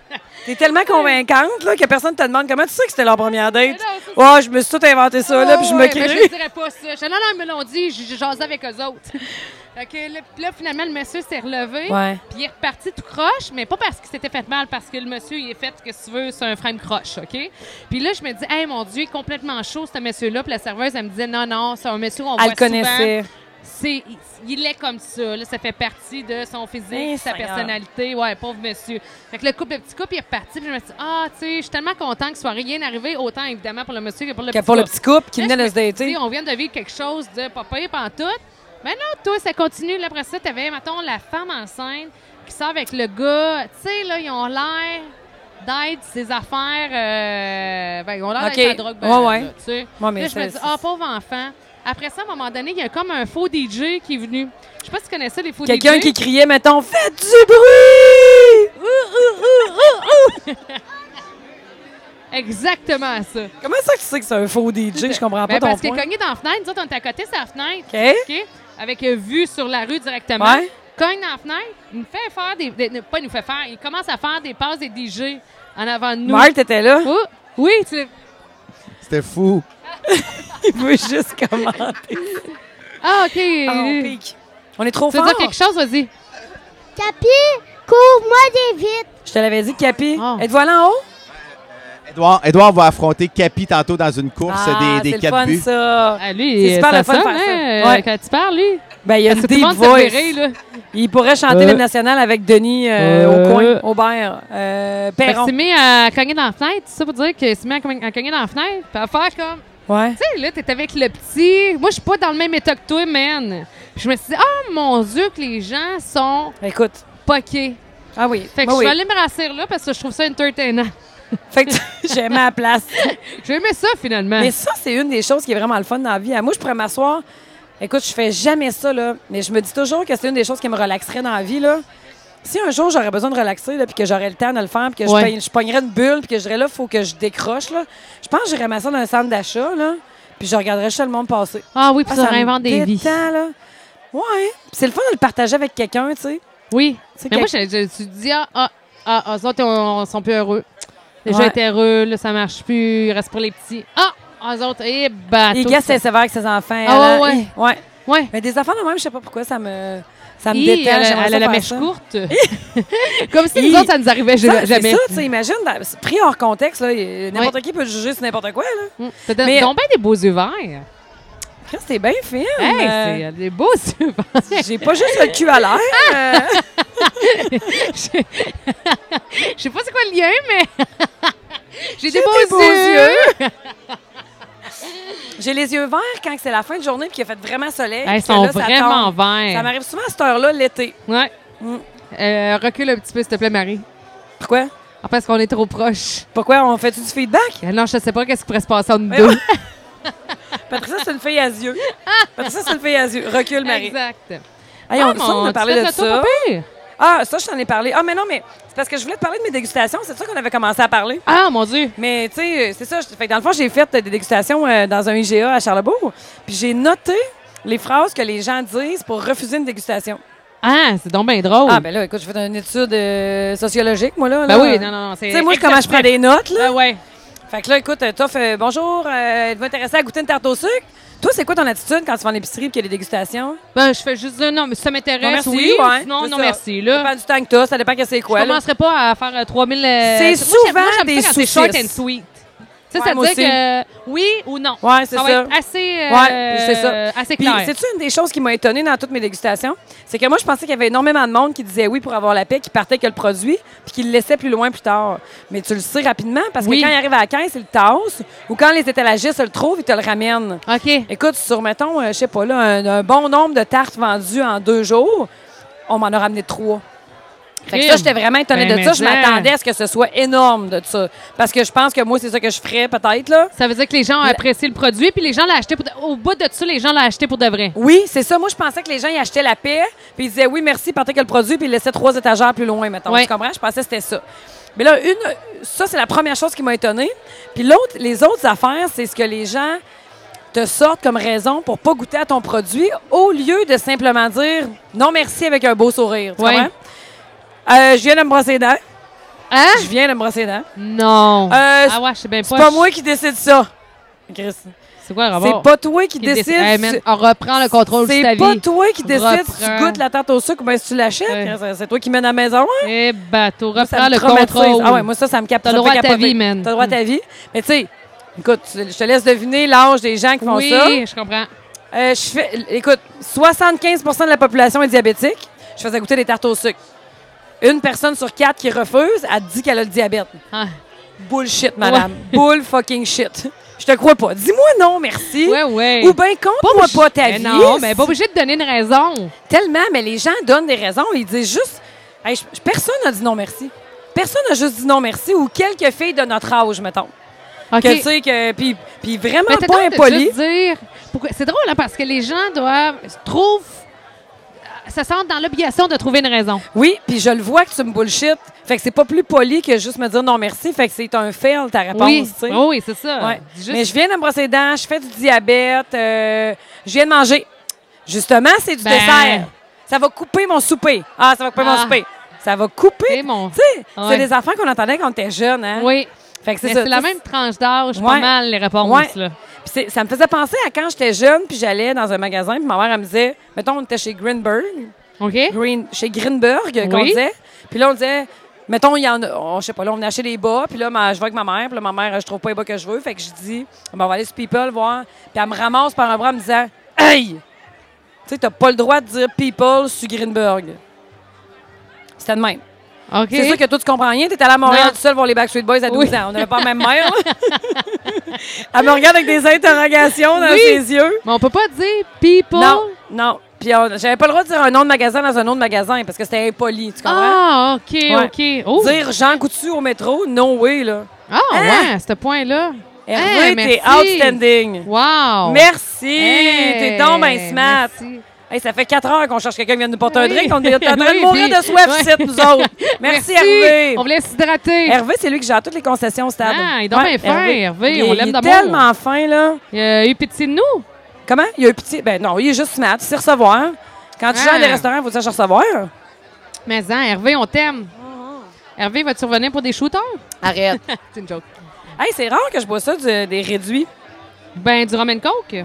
A: T'es tellement convaincante, là, que personne te demande comment tu sais que c'était leur première date.
B: non, c'est
A: Oh, je me suis tout inventé ça, là, puis je
B: Oh,
A: me
B: ouais, ben, je
A: crée.
B: le dirais pas ça. Je dis, non, non, ils me l'ont dit, j'ai j'ai jasé avec eux autres. Fait que là, puis là, finalement, le monsieur s'est relevé.
A: Ouais.
B: Puis il est reparti tout croche, mais pas parce qu'il s'était fait mal, parce que le monsieur, il est fait, que tu veux, c'est un frame croche, OK? Puis là, je me dis, hey, mon Dieu, il est complètement chaud, ce monsieur-là. Puis la serveuse, elle me disait, non, non, c'est un monsieur qu'on voit
A: Elle le connaissait.
B: souvent. C'est, il, il est comme ça. Là, ça fait partie de son physique,
A: Eh,
B: sa
A: Seigneur.
B: personnalité. Ouais, pauvre monsieur. Fait que le couple, le petit couple, il est reparti. Puis je me suis dit, ah, tu sais, je suis tellement content qu'il soit rien arrivé, autant évidemment pour le monsieur que pour le
A: Que
B: petit
A: pour le
B: couple.
A: petit couple qui
B: Là,
A: venait
B: je
A: de
B: me
A: se
B: suis
A: dater.
B: dit, on vient de vivre quelque chose de pas pire pantoute. Mais non, toi, ça continue. Là, après ça, t'avais, mettons, la femme enceinte qui sort avec le gars. Tu sais, là, ils ont l'air d'être ses affaires. Euh, ben, ils ont l'air
A: OK.
B: d'être la drogue.
A: Ouais,
B: banane,
A: ouais.
B: là, tu sais.
A: Ouais, mais
B: là, je
A: c'est-
B: me dis,
A: c'est-
B: ah, pauvre enfant. Après ça, à un moment donné, il y a comme un faux DJ qui est venu. Je sais pas si tu connais ça, les faux
A: Quelqu'un
B: DJ.
A: qui criait, mettons, faites du bruit! Ouh, ouh, ouh, ouh, ouh!
B: Exactement ça.
A: Comment ça que tu sais que c'est un faux DJ? Je comprends pas
B: Ben,
A: ton
B: parce qu'il
A: point.
B: est cogné dans la fenêtre. Nous autres, on était à côté de sa fenêtre.
A: OK.
B: OK? Avec euh, vue sur la rue directement.
A: Ouais.
B: Cogne dans la fenêtre, il nous fait faire des, des- ne- Pas il nous fait faire, il commence à faire des passes des DJ en avant de nous.
A: Marthe était là.
B: Oh, oui, tu.
D: C'était fou.
A: Il veut juste commenter.
B: Ah, OK.
A: Ah, on
B: tu
A: pique. On est trop
B: veux
A: fort.
B: dire quelque chose, vas-y.
E: Capi, cours-moi des vite.
A: Je te l'avais dit, Capi.
B: Ah.
A: Êtes-vous allé en haut?
D: Edouard, Edouard va affronter Capi tantôt dans une course
A: Ah,
D: Oh, des,
A: c'est
D: des
A: le
D: quatre
A: fun,
D: buts.
A: ça.
B: Ah, lui,
A: C'est
B: euh,
A: super
B: ça
A: le fun de
B: sonne,
A: faire ça.
B: hein, euh,
A: Ouais.
B: Quand tu parles, lui.
A: Ben, il y a une
B: Tout le
A: deep
B: monde
A: voice.
B: se verrait, là.
A: Il pourrait chanter
B: Euh.
A: l'hymne national avec Denis euh,
B: Euh. Ben,
A: au coin, Aubert, euh,
B: Fait que
A: Perron.
B: s'est mis à cogner dans la fenêtre, c'est ça pour dire qu'il s'est mis à cogner à cogner dans la fenêtre, puis à faire comme.
A: ouais.
B: Tu sais, là, t'es avec le petit. Moi, je suis pas dans le même état que toi, man. Puis je me suis dit, oh mon Dieu, que les gens sont
A: Écoute.
B: poqués.
A: Ah oui.
B: Fait que
A: Ah
B: je
A: oui.
B: suis allée me rassurer là parce que je trouve ça entertainant.
A: Fait que j'aimais la place.
B: J'aimais ça, finalement.
A: Mais ça, c'est une des choses qui est vraiment le fun dans la vie. Moi, je pourrais m'asseoir. Écoute, je fais jamais ça, là. Mais je me dis toujours que c'est une des choses qui me relaxerait dans la vie, là. Si un jour j'aurais besoin de relaxer, là, puis que j'aurais le temps de le faire, puis que je
B: Ouais.
A: paye- je, pognerais une bulle, puis que je dirais, là, faut que je décroche, là. Je pense que j'irais m'asseoir dans un centre d'achat, là. Puis je regarderais juste le monde passer.
B: Ah oui, puis
A: Ah, me
B: ça, réinvente des vies.
A: détend, là. Ouais. Puis c'est le fun de le partager avec quelqu'un, tu sais.
B: Oui.
A: C'est
B: Mais
A: que-
B: moi, je, je- tu te dis, ah, ah, ah, ah, eux autres, on, sont plus heureux. Déjà,
A: Ouais.
B: été heureux, là, ça marche plus, il reste pour les petits. Ah, eux autres, eh, bah.
A: Et gars, c'est sévère avec ses enfants.
B: Ah,
A: elle,
B: ouais,
A: hein. ouais.
B: Ouais.
A: Mais des enfants, de même, je sais pas pourquoi, ça me, ça me
B: Hi,
A: détend.
B: elle,
A: J'aimerais
B: a- elle
A: ça
B: a la
A: faire
B: mèche
A: ça.
B: courte. Comme si
A: Hi.
B: nous autres, ça nous arrivait
A: Ça,
B: jamais.
A: C'est ça, tu sais, imagine, dans- c'est pris hors contexte, là, y- n'importe qui peut juger sur n'importe quoi. Là.
B: Mm. T'as t'as
A: Mais-
B: donc bien des beaux yeux verts.
A: Chris, t'es bien fine.
B: Hey,
A: euh,
B: c'est euh, des beaux yeux verts.
A: J'ai pas juste le cul à l'air.
B: Ah,
A: euh,
B: Je sais pas c'est quoi le lien, mais. J'ai
A: j'ai
B: des beaux, yeux.
A: j'ai les yeux verts quand c'est la fin de journée puis qu'il a fait vraiment soleil.
B: Hey, Ils
A: puis que
B: sont
A: là, ça
B: vraiment
A: tombe. Ça
B: verts.
A: m'arrive souvent à cette heure-là l'été.
B: Ouais.
A: Mm.
B: Euh, recule un petit peu, s'il te plaît, Marie.
A: Pourquoi?
B: Ah, parce qu'on est trop proche.
A: Pourquoi? On fait-tu du feedback?
B: Ah Non, je sais pas qu'est-ce qui pourrait se passer entre nous
A: Mais
B: deux.
A: Patricia, c'est une fille à yeux. Patricia, c'est une fille à yeux. Recule, Marie.
B: Exact.
A: Hey, on,
B: Ah,
A: ça, on
B: mon,
A: a
B: tu
A: parlé
B: fais
A: de
B: le tour,
A: ça.
B: pas pire.
A: Ah, ça, je t'en ai parlé. Ah, mais non, mais c'est parce que je voulais te parler de mes dégustations. C'est ça qu'on avait commencé à parler.
B: Ah, mon Dieu.
A: Mais tu sais, euh, c'est ça. je- Fait que dans le fond, j'ai fait euh, des dégustations euh, dans un IGA à Charlebourg. Puis j'ai noté les phrases que les gens disent pour refuser une dégustation.
B: Ah, c'est donc bien drôle.
A: Ah, ben là, écoute, j'ai fait une étude euh, sociologique, moi, là.
B: Ben
A: là.
B: oui, non, non, non.
A: Tu sais, moi, je- comment je prends
B: des.
A: des notes, là.
B: Ah, ouais.
A: Fait que là, écoute, euh, Toff, euh, bonjour, euh, êtes-vous intéressé à goûter une tarte au sucre? Toi, c'est quoi ton attitude quand tu vas en épicerie et qu'il y a des dégustations?
B: Ben, je fais juste dire non, mais ça
A: Non,
B: m'intéresse,
A: merci,
B: oui.
A: ouais,
B: non,
A: c'est
B: non,
A: ça.
B: merci.
A: Ça
B: Là.
A: dépend du temps que t'as, ça dépend que c'est
B: Je
A: quoi. là.
B: commencerais pas à faire euh, 3000. euh,
A: C'est
B: moi, j'aime-
A: souvent
B: moi, j'aime
A: des
B: ça quand c'est short and
A: saucisses.
B: sweet. Tu sais,
A: Ouais,
B: ça veut
A: moi
B: dire
A: aussi.
B: que euh, oui ou non.
A: Ouais, c'est
B: va
A: ça.
B: être assez, euh,
A: Ouais, c'est ça.
B: assez
A: Puis,
B: clair.
A: c'est-tu une des choses qui m'a étonnée dans toutes mes dégustations? C'est que moi, je pensais qu'il y avait énormément de monde qui disait oui pour avoir la paix, qui partait que le produit, puis qui le laissait plus loin plus tard. Mais tu le sais rapidement, parce que
B: Oui.
A: quand il arrive à la caisse, ils le tassent, ou quand les étalagistes le trouvent, ils te le ramènent.
B: OK.
A: Écoute, sur, mettons, euh, je sais pas, là, un, un bon nombre de tartes vendues en deux jours, on m'en a ramené trois. Fait que ça,
B: Crime.
A: j'étais vraiment étonnée
B: Ben,
A: de ça. Je
B: mais ça.
A: m'attendais à ce que ce soit énorme de ça. Parce que je pense que moi, c'est ça que je ferais, peut-être, là.
B: Ça veut dire que les gens ont apprécié le produit, puis les gens l'ont acheté pour de- Au bout de ça, les gens l'ont acheté pour de vrai.
A: Oui, c'est ça. Moi, je pensais que les gens y achetaient la paix, puis ils disaient oui, merci, partaient que le produit, puis ils laissaient trois étagères plus loin, mettons.
B: Ouais.
A: Tu comprends? Je pensais que c'était ça. Mais là, une, ça, c'est la première chose qui m'a étonnée. Puis l'autre, les autres affaires, c'est ce que les gens te sortent comme raison pour pas goûter à ton produit au lieu de simplement dire non merci avec un beau sourire. Tu
B: Ouais.
A: comprends? Euh, je viens de me brosser les dents.
B: Hein?
A: Je viens de me brosser les dents.
B: Non.
A: Euh,
B: ah ouais, je sais bien pas.
A: C'est pas moi qui décide ça. Chris.
B: C'est quoi le rapport?
A: C'est pas toi qui,
B: Qui
A: décide.
B: décide- Hey, man, on reprend le contrôle de ta
A: C'est
B: vie.
A: pas toi qui décides si
B: Reprends.
A: tu goûtes la tarte au sucre ou bien si tu l'achètes. hein,
B: Ouais.
A: C'est- C'est toi qui mène à la maison. hein?
B: Eh ben, tu
A: Moi, ça
B: reprends
A: me
B: le
A: traumatise.
B: contrôle.
A: Ah ouais, moi, ça, ça me capte.
B: T'as
A: ça me
B: le droit
A: fait
B: à ta
A: capoter.
B: vie, man.
A: T'as le droit à ta vie. Mais tu sais, écoute, tu- je te laisse deviner l'âge des gens qui font
B: oui,
A: ça.
B: je comprends.
A: Euh, je fais, écoute, 75 de la population est diabétique. Je faisais goûter des tartes au sucre. Une personne sur quatre qui refuse, elle dit qu'elle a le diabète.
B: Ah.
A: Bullshit, madame. Bull fucking shit. Je te crois pas. Dis-moi non, merci.
B: Ouais, ouais.
A: Ou bien compte-moi pas ta
B: Mais
A: vie.
B: Non, mais pas obligé de donner une raison.
A: Tellement, mais les gens donnent des raisons. Ils disent juste. Hey, je- je- personne n'a dit non merci. Personne n'a juste dit non merci ou quelques filles de notre âge, mettons.
B: OK.
A: Que tu sais que. Puis, puis vraiment
B: Mais t'es
A: pas
B: drôle de
A: impoli.
B: juste dire. pourquoi- C'est drôle, hein, parce que les gens doivent. trouvent. se sentent dans l'obligation de trouver une raison.
A: Oui, puis je le vois que tu me bullshit. Fait que c'est pas plus poli que juste me dire non merci. Fait que c'est un fail ta réponse,
B: oui.
A: tu sais.
B: Oh oui, c'est ça.
A: Ouais.
B: Dis juste-
A: Mais je viens de me brosser les dents, je fais du diabète, euh, je viens de manger. Justement, c'est du
B: Ben.
A: dessert. Ça va couper mon souper. Ah, ça va couper mon
B: Ah.
A: souper. Ça va couper.
B: C'est mon-
A: Tu sais,
B: Ouais.
A: c'est des affaires qu'on entendait quand on était jeune, hein?
B: Oui.
A: Fait que
B: Mais
A: c'est ça.
B: C'est la
A: Ça,
B: même tranche d'âge, pas
A: Ouais.
B: mal, les réponses.
A: Ouais.
B: Là.
A: Puis c'est- ça me faisait penser à quand j'étais jeune, puis j'allais dans un magasin, puis ma mère, elle me disait, mettons, on était chez Greenberg,
B: OK?
A: Green, chez Greenberg, qu'on
B: Oui.
A: disait. Puis là, on disait, mettons, il y en a, on, je sais pas, là, on venait acheter des bas, puis là, ma- je vais avec ma mère, puis là, ma mère, je trouve pas les bas que je veux, fait que je dis, Ben, on va aller sur People voir. Puis elle me ramasse par un bras en me disant, hey! Tu sais, t'as pas le droit de dire People sur Greenberg. C'était de même.
B: OK.
A: C'est sûr que toi, tu comprends rien. T'étais allé à Montréal
B: Non.
A: tout seul voir les Backstreet Boys à 12
B: Oui.
A: ans. On n'avait pas la même mère. Elle me regarde avec des interrogations dans
B: Oui.
A: ses yeux.
B: Mais on peut pas dire people.
A: Non, non. Puis on- j'avais pas le droit de dire un nom de magasin dans un autre magasin parce que c'était impoli, tu comprends?
B: Ah, OK, OK. Oh.
A: Dire Jean Coutu au métro, no way, là.
B: Ah, ouais, à ce point-là.
A: Hervé,
B: Hey,
A: t'es
B: Eh, merci.
A: outstanding.
B: Wow.
A: Merci!
B: Hey,
A: T'es donc ben smart!
B: Eh, merci.
A: Hey, ça fait quatre heures qu'on cherche quelqu'un qui vient nous porter un
B: Oui.
A: drink. On est en train
B: Oui,
A: de mourir
B: puis-
A: de soif,
B: Ouais.
A: ici, nous autres. Merci, Hervé!
B: On voulait s'hydrater.
A: Hervé, c'est lui qui gère toutes les concessions au stade.
B: Ah, il est donc bien fin, Hervé,
A: Il est-
B: on
A: il
B: l'aime
A: est
B: d'amour.
A: tellement fin, là.
B: Il a eu pitié de nous.
A: Comment? Il y a un petit... Ben non, il est juste smart. C'est recevoir. Quand tu
B: Ah.
A: gères des restaurants, il faut te chercher recevoir.
B: Mais hein, Hervé, on t'aime.
A: Ah,
B: Hervé, vas-tu revenir pour des shooters?
A: Arrête.
B: C'est une joke.
A: hey, c'est rare que je bois ça, du- des réduits.
B: Ben, du rum and coke.
A: Oh,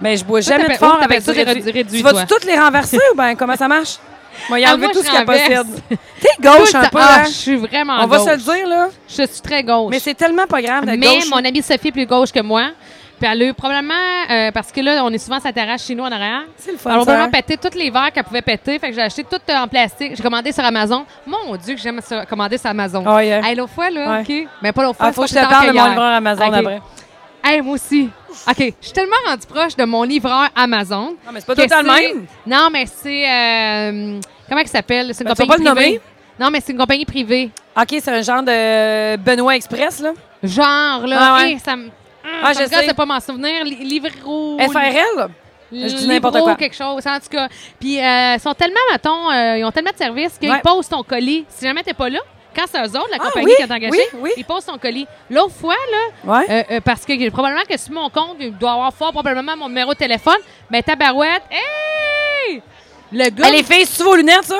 A: Mais je bois
B: Toi,
A: jamais de
B: t'appelles- oh,
A: fort
B: t'appelles
A: avec
B: ça
A: du
B: des
A: réduit.
B: re- réduits,
A: tu vas-tu
B: toi?
A: toutes les renverser ou ben comment ça marche? Moi, il a
B: Ah,
A: enlevé
B: moi,
A: tout
B: je
A: ce qu'il
B: renverse.
A: possède. T'es gauche
B: Tout
A: un
B: le
A: peu,
B: temps- ah,
A: hein?
B: je suis vraiment
A: On va
B: gauche.
A: se le dire, là.
B: Je suis très gauche.
A: Mais c'est tellement pas grave d'être
B: Mais
A: gauche.
B: mon amie Sophie est plus gauche que moi. Puis elle a eu probablement, euh, parce que là, on est souvent sur la terrasse chez nous en arrière.
A: C'est le fun, ça.
B: Elle a
A: hein?
B: probablement pété tous les verres qu'elle pouvait péter. Fait que j'ai acheté tout euh, en plastique. J'ai commandé sur Amazon. Mon Dieu, que j'aime ça, commander sur Amazon.
A: Ah, yeah.
B: Hey, l'autre fois,
A: Ouais.
B: là, OK. Mais pas l'autre fois.
A: Ah,
B: c'est
A: faut
B: pas
A: que je
B: plus
A: te
B: tard
A: parle de mon
B: hier.
A: livreur Amazon
B: OK.
A: après.
B: Hey, moi aussi. OK. Je suis tellement rendue proche de mon livreur Amazon.
A: Non, mais c'est pas
B: que
A: tout le temps le
B: c'est-
A: même.
B: Non, mais c'est. euh, comment il s'appelle? C'est une
A: Ben, tu vas
B: compagnie
A: pas le
B: privée.
A: nommer?
B: Non, mais c'est une compagnie privée.
A: OK, c'est un genre de Benoît Express, là.
B: Genre, là.
A: Ah, ouais.
B: hey, ça me.
A: Ah,
B: ça me
A: je
B: gosse
A: sais.
B: de pas m'en souvenir. Li- Livro.
A: FRL? Je dis n'importe
B: Livro
A: quoi.
B: quelque chose, en tout cas. Puis, euh, ils sont tellement, mettons, euh, ils ont tellement de services qu'ils
A: Ouais.
B: posent ton colis. Si jamais t'es pas là, quand c'est eux autres, la
A: Ah,
B: compagnie
A: oui,
B: qui est engagée,
A: oui, oui.
B: ils posent ton colis. L'autre fois, là,
A: Ouais.
B: Euh, euh, parce que probablement que sur mon compte, il doit avoir fort probablement mon numéro de téléphone. Mais tabarouette, hey! Le gars.
A: Hey, les filles, c'est-tu vos lunettes, ça?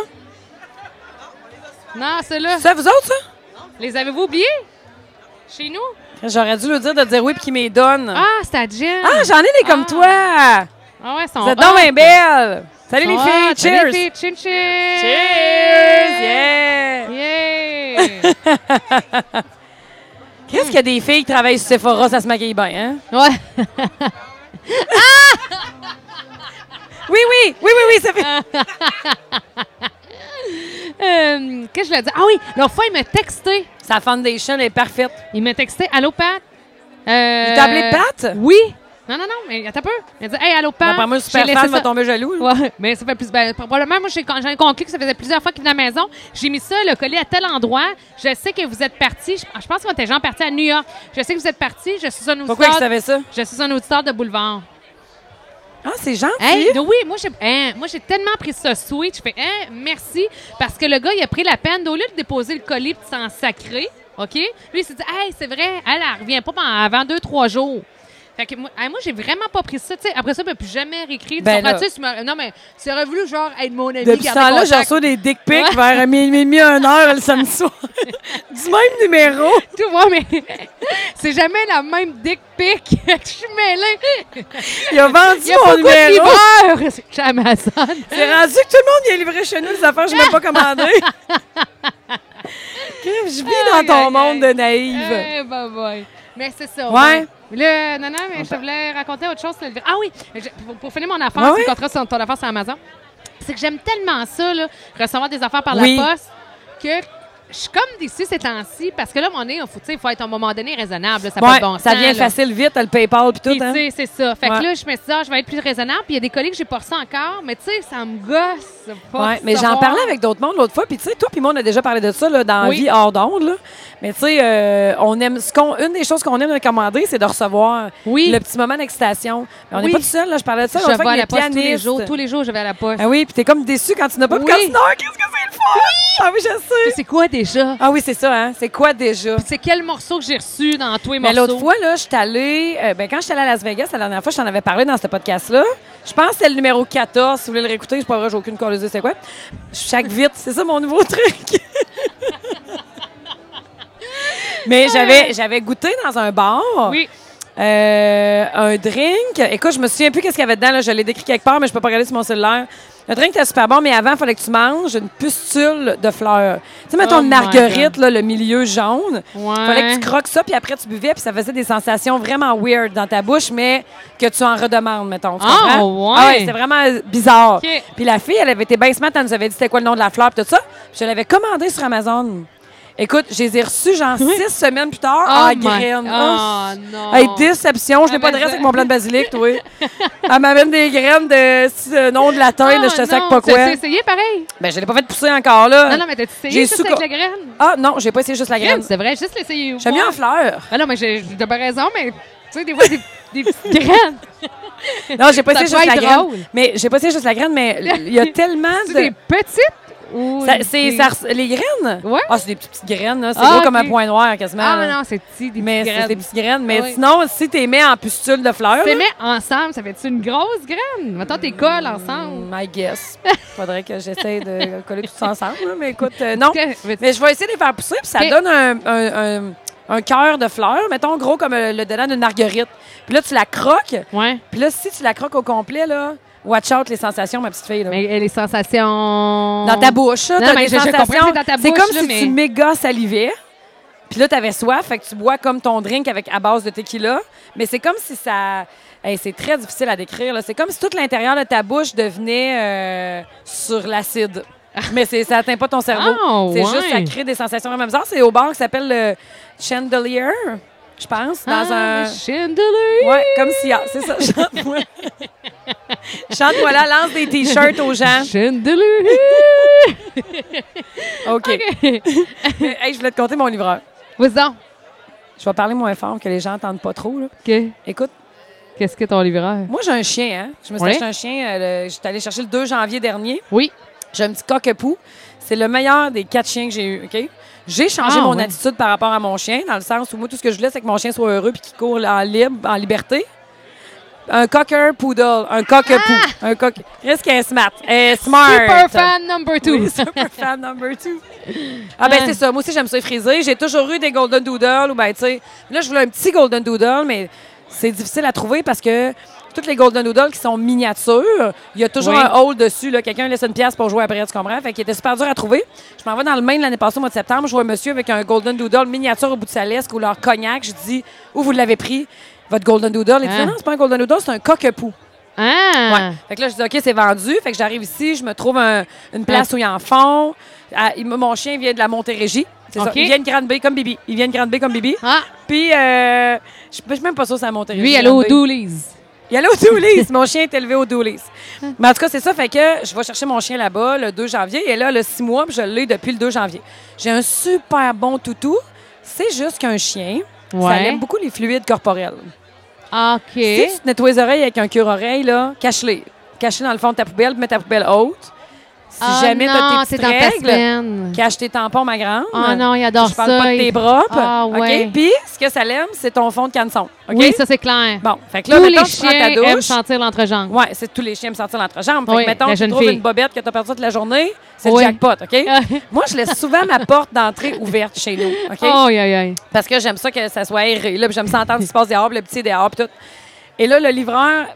B: Non, c'est là.
A: C'est à vous autres, ça?
B: Les avez-vous oubliés? Chez nous?
A: J'aurais dû lui dire de dire oui puis qu'il m'y donne. Ah,
B: Ah, c'est à Jen.
A: j'en ai des comme
B: Ah.
A: toi.
B: Ah ouais, son
A: Vous êtes donc bien belles. Ah, Salut les
B: Sont
A: filles.
B: hot. Salut
A: Cheers.
B: les filles. Chin chin.
A: Cheers. Yeah.
B: Yeah.
A: Qu'est-ce qu'il y a des filles qui travaillent sur Sephora, ça se maquille bien, hein?
B: ouais.
A: Oui, oui, oui, oui, oui, ça fait.
B: Euh, Qu'est-ce que je voulais dire? Ah oui, l'autre fois, il m'a texté.
A: Sa foundation est parfaite.
B: Il m'a texté Allô, Pat? Euh,
A: Il t'a appelé Pat?
B: Oui. Non, non, non, mais attends un peu. Il a dit Hey, Allô, Pat.
A: Après moi, le
B: J'ai
A: super
B: laissé
A: fan va
B: ça-
A: tomber jaloux. là.
B: Ouais, mais ça fait plus. ben, probablement, moi, j'ai con- j'en ai conclu que ça faisait plusieurs fois qu'il venait à la maison. J'ai mis ça, le collier à tel endroit. Je sais que vous êtes parti. Je, je pense qu'on était genre parti à New York. Je sais que vous êtes parti. Je suis un auditeur.
A: Pourquoi il savait ça?
B: Je suis un auditeur de boulevard.
A: Ah, c'est gentil.
B: Hey, mais oui, moi j'ai, hein, moi j'ai tellement pris ce sweet. Je fais, hein, merci. Parce que le gars, il a pris la peine, au lieu de déposer le colis et de s'en sacrer, OK? Lui, il s'est dit, hey, c'est vrai, elle, elle revient pas pendant- avant deux, trois jours. Fait que moi, hey, moi, j'ai vraiment pas pris ça. tu sais. après ça, il m'a plus jamais réécrit. Tu
A: Ben
B: comprends-tu?
A: là.
B: Tu me- Non, mais c'est revenu genre être mon ami.
A: Depuis ce
B: garder
A: temps-là, je
B: contact.
A: reçois des dick pics vers minuit et demi, une heure le samedi soir. du même numéro.
B: Tu vois, mais c'est jamais la même dick pic. Je suis mêlée.
A: Il a vendu
B: Il y a
A: mon
B: beaucoup de
A: numéro.
B: livreurs chez Amazon.
A: C'est rendu que tout le monde vient livrer chez nous les affaires que je n'ai pas commandées. Crime, Je vis dans
B: Aïe,
A: ton
B: aïe,
A: monde
B: aïe.
A: de naïve.
B: Eh, bye bye. Mais c'est ça.
A: Ouais. Ah,
B: Le, non, non, mais je te voulais raconter autre chose. c'est le- Ah oui, je- pour, pour finir mon affaire,
A: Ah
B: c'est
A: ouais?
B: le contrat sur ton affaire sur Amazon. C'est que j'aime tellement ça, là, recevoir des affaires par
A: Oui.
B: la poste, que je suis comme déçue ces temps-ci, parce que là, mon nez, il faut, tu sais, il faut être à un moment donné raisonnable. là, ça
A: Ouais,
B: fait bon
A: ça
B: sens,
A: vient
B: là.
A: facile vite, le PayPal puis
B: Puis,
A: tout. Hein?
B: tu sais, c'est ça. Fait
A: Ouais.
B: que là, je me suis dit, ah, je vais être plus raisonnable. Puis il y a des collègues que j'ai pas reçus encore, mais tu sais, ça me gosse. de pas
A: Ouais, mais j'en
B: savoir.
A: parlais avec d'autres mondes l'autre fois. Puis, tu sais, toi, puis moi, on a déjà parlé de ça là, dans
B: Oui.
A: Vie hors d'onde. là. Mais, tu sais, euh, on aime. Ce qu'on, une des choses qu'on aime de commander, c'est de recevoir
B: Oui.
A: le petit moment d'excitation. Mais on n'est
B: Oui.
A: pas tout seul. Là, je parlais de ça
B: Je
A: l'autre fois
B: vais à la
A: avec les
B: poste tous les
A: pianistes.
B: jours. Tous les jours, je vais à la poste.
A: Ah oui, puis t'es comme déçu quand tu n'as pas. puis
B: Oui.
A: Quand tu n'as, qu'est-ce que c'est le fun? Ah oui, je sais.
B: C'est quoi déjà?
A: Ah oui, c'est ça, hein? C'est quoi déjà?
B: C'est quel morceau que j'ai reçu dans tous les
A: Mais
B: morceaux?
A: l'autre fois, là, je suis allée. euh, ben, quand je suis allée à Las Vegas, la dernière fois, je t'en avais parlé dans ce podcast-là. Je pense que c'est le numéro 14. Si vous voulez le réécouter, c'est pas vrai, j'ai aucune curiosité, c'est quoi. Chaque vite, c'est ça mon nouveau truc. Mais j'avais, j'avais goûté dans un bar.
B: Oui.
A: Euh, un drink. Écoute, je me souviens plus qu'est-ce qu'il y avait dedans. Là. Je l'ai décrit quelque part, mais je peux pas regarder sur mon cellulaire. Le drink était super bon, mais avant, il fallait que tu manges une pustule de fleurs. Tu sais, mettons
B: Oh
A: une
B: my
A: marguerite, là, le milieu jaune.
B: Ouais.
A: fallait que tu croques ça, puis après, tu buvais, puis ça faisait des sensations vraiment weird dans ta bouche, mais que tu en redemandes, mettons. Tu
B: Ah,
A: comprends?
B: ouais.
A: Ah c'était vraiment bizarre.
B: OK.
A: Puis la fille, elle avait été bien smart, elle nous avait dit c'était quoi le nom de la fleur, puis tout ça. Puis je l'avais commandé sur Amazon. Écoute, je les ai reçus genre six semaines plus tard
B: Oh
A: en
B: my-
A: graines.
B: Ah,
A: Oh,
B: non.
A: Hey, déception. Je n'ai
B: Ah,
A: pas de
B: mais
A: reste
B: ça-
A: avec mon plan de basilic, toi. Elle m'amène des graines de, de nom de
B: Ah,
A: latin, là, je te sac pas quoi.
B: T'as essayé pareil?
A: Ben, je l'ai pas fait pousser encore, là.
B: Non, non, mais t'as essayé
A: J'ai
B: juste
A: sous-
B: avec la graine?
A: Ah, non, j'ai pas essayé juste la graine.
B: Graine, c'est vrai, juste l'essayer.
A: J'ai mis en fleur.
B: Ah non, mais j'ai j'ai de bonnes raisons, mais tu sais, des fois, des, des petites graines.
A: Non, j'ai pas
B: Ça
A: essayé
B: doit
A: juste la
B: être drôle.
A: graine. Mais j'ai pas essayé juste la graine, mais il y a tellement
B: C'est des
A: de.
B: petites ou.
A: Ça-
B: des-
A: c'est, ça res- les graines?
B: Ouais.
A: Ah, c'est des petites petites graines, là. C'est
B: Ah,
A: gros comme
B: ok.
A: un point noir, quasiment.
B: Ah
A: là.
B: non, c'est petit, des
A: mais
B: petites
A: c'est
B: graines.
A: des petites graines. Mais
B: Ah oui.
A: sinon, si t'es mets en pustule de fleurs,
B: Tu les
A: là,
B: mets ensemble, ça fait-tu une grosse graine? Mettons, t'es colles ensemble.
A: my guess. Faudrait que j'essaie de coller tout ça ensemble, là, mais écoute, euh, non.
B: Que- veux-tu-
A: Mais je vais essayer de les faire pousser, puis ça
B: Ok.
A: donne un, un, un- un cœur de fleurs, mettons gros comme euh, le dedans d'une marguerite. Puis là, tu la croques,
B: Ouais.
A: puis là, si tu la croques au complet, là, watch out les sensations, ma petite fille. Là.
B: Mais les sensations.
A: Dans ta bouche, là,
B: Non,
A: t'as
B: mais
A: des
B: je- je
A: sensations.
B: comprends que c'est dans ta
A: C'est
B: bouche,
A: comme
B: là,
A: si
B: mais-
A: tu méga salivais, puis là, t'avais soif, fait que tu bois comme ton drink avec, à base de tequila, mais c'est comme si ça... Hey, c'est très difficile à décrire. là. C'est comme si tout l'intérieur de ta bouche devenait euh, sur l'acide. Mais c'est- ça atteint pas ton cerveau.
B: Ah,
A: c'est juste, ça
B: ouais.
A: crée des sensations vraiment bizarres. C'est au bar qui s'appelle le Chandelier, je pense, dans
B: Ah,
A: un...
B: chandelier.
A: Ouais, comme si... ah, c'est ça, chante-moi. chante-moi là, lance des T-shirts aux gens.
B: Chandelier.
A: OK. Mais, hey, je voulais te compter mon livreur.
B: Vas-y donc.
A: Je vais parler moins fort que les gens n'entendent pas trop. là.
B: OK.
A: Écoute,
B: Qu'est-ce que ton livreur?
A: moi, j'ai un chien. Hein? Je me suis
B: Oui.
A: acheté un chien. euh, le- J'étais allée chercher le 2 janvier dernier.
B: Oui.
A: J'ai un petit coquepou. C'est le meilleur des quatre chiens que j'ai eu. OK? J'ai changé
B: Ah,
A: mon
B: ouais.
A: attitude par rapport à mon chien, dans le sens où moi, tout ce que je voulais, c'est que mon chien soit heureux puis qu'il court en, libre, en liberté. Un cocker poodle. Un cockapoo. Un cock... Qu'est-ce qu'elle est smart? Elle est smart.
B: Ah! Super fan number two.
A: Oui, super fan number two. Ah ben
B: Ouais.
A: c'est ça. Moi aussi j'aime ça friser. J'ai toujours eu des golden doodle ou ben tu sais. Là je voulais un petit golden doodle, mais c'est difficile à trouver parce que toutes les golden doodles qui sont miniatures, il y a toujours
B: Oui.
A: un hall dessus. Là, quelqu'un laisse une pièce pour jouer après, tu comprends? Fait qu'il était super dur à trouver. Je m'en vais dans le Maine l'année passée au mois de septembre. Je vois un monsieur avec un golden doodle miniature au bout de sa laisse, couleur cognac. Je dis où vous l'avez pris votre golden doodle. Il dit
B: Hein?
A: non, c'est pas un golden doodle, c'est un cockapoo.
B: Ah!
A: Ouais. Hein. Fait que là, je dis, OK, c'est vendu. Fait que j'arrive ici, je me trouve un- une place où ils en font. Ah, il- mon chien vient de la Montérégie. C'est
B: OK.
A: ça. Il vient de Grande Bay comme Bibi. Il vient de Grande Bay comme Bibi.
B: Ah!
A: Puis, euh, je je suis même pas sûre que c'est à Montérégie.
B: Lui, elle est
A: Grande
B: au
A: Bay.
B: Doolies.
A: Il allait au Doulis. Mon chien est élevé au Doulis.
B: Ah.
A: Mais en tout cas, c'est ça. Fait que je vais chercher mon chien là-bas le 2 janvier. Et là, le 6 mois, puis je l'ai depuis le 2 janvier. J'ai un super bon toutou. C'est juste qu'un chien, ça
B: Ouais.
A: aime beaucoup les fluides corporels.
B: OK.
A: Si tu te nettoies les oreilles avec un cure-oreille, là, cache-les. Cache-les dans le fond de ta poubelle, puis mets ta poubelle haute. Si
B: Ah
A: jamais
B: non,
A: t'as tes
B: c'est
A: petites
B: dans ta
A: règles,
B: semaine.
A: cache tes tampons, ma grande.
B: Ah non, il adore
A: Je parle
B: ça.
A: pas de
B: il-
A: tes bras. puis-
B: Ah,
A: OK?
B: ouais.
A: Puis, ce que ça l'aime, c'est ton fond de canson. OK?
B: Oui, ça, c'est clair.
A: Bon, fait que là,
B: Tous
A: mettons,
B: les
A: tu prends ta
B: chiens aiment
A: douche.
B: sentir l'entrejambe.
A: Ouais, c'est tous les chiens me sentir l'entrejambe. Fait que
B: Oui, la
A: mettons, tu
B: jeune
A: trouves
B: fille.
A: une bobette que t'as perdue toute la journée, c'est
B: Oui.
A: le jackpot, OK? Moi, je laisse souvent ma porte d'entrée ouverte chez nous, OK?
B: Oh, aïe, aïe, aïe.
A: Parce que j'aime ça que ça soit aéré. Là, puis j'aime ça entendre ce qui se passe dehors, puis le petit est dehors, puis tout. Et là, le livreur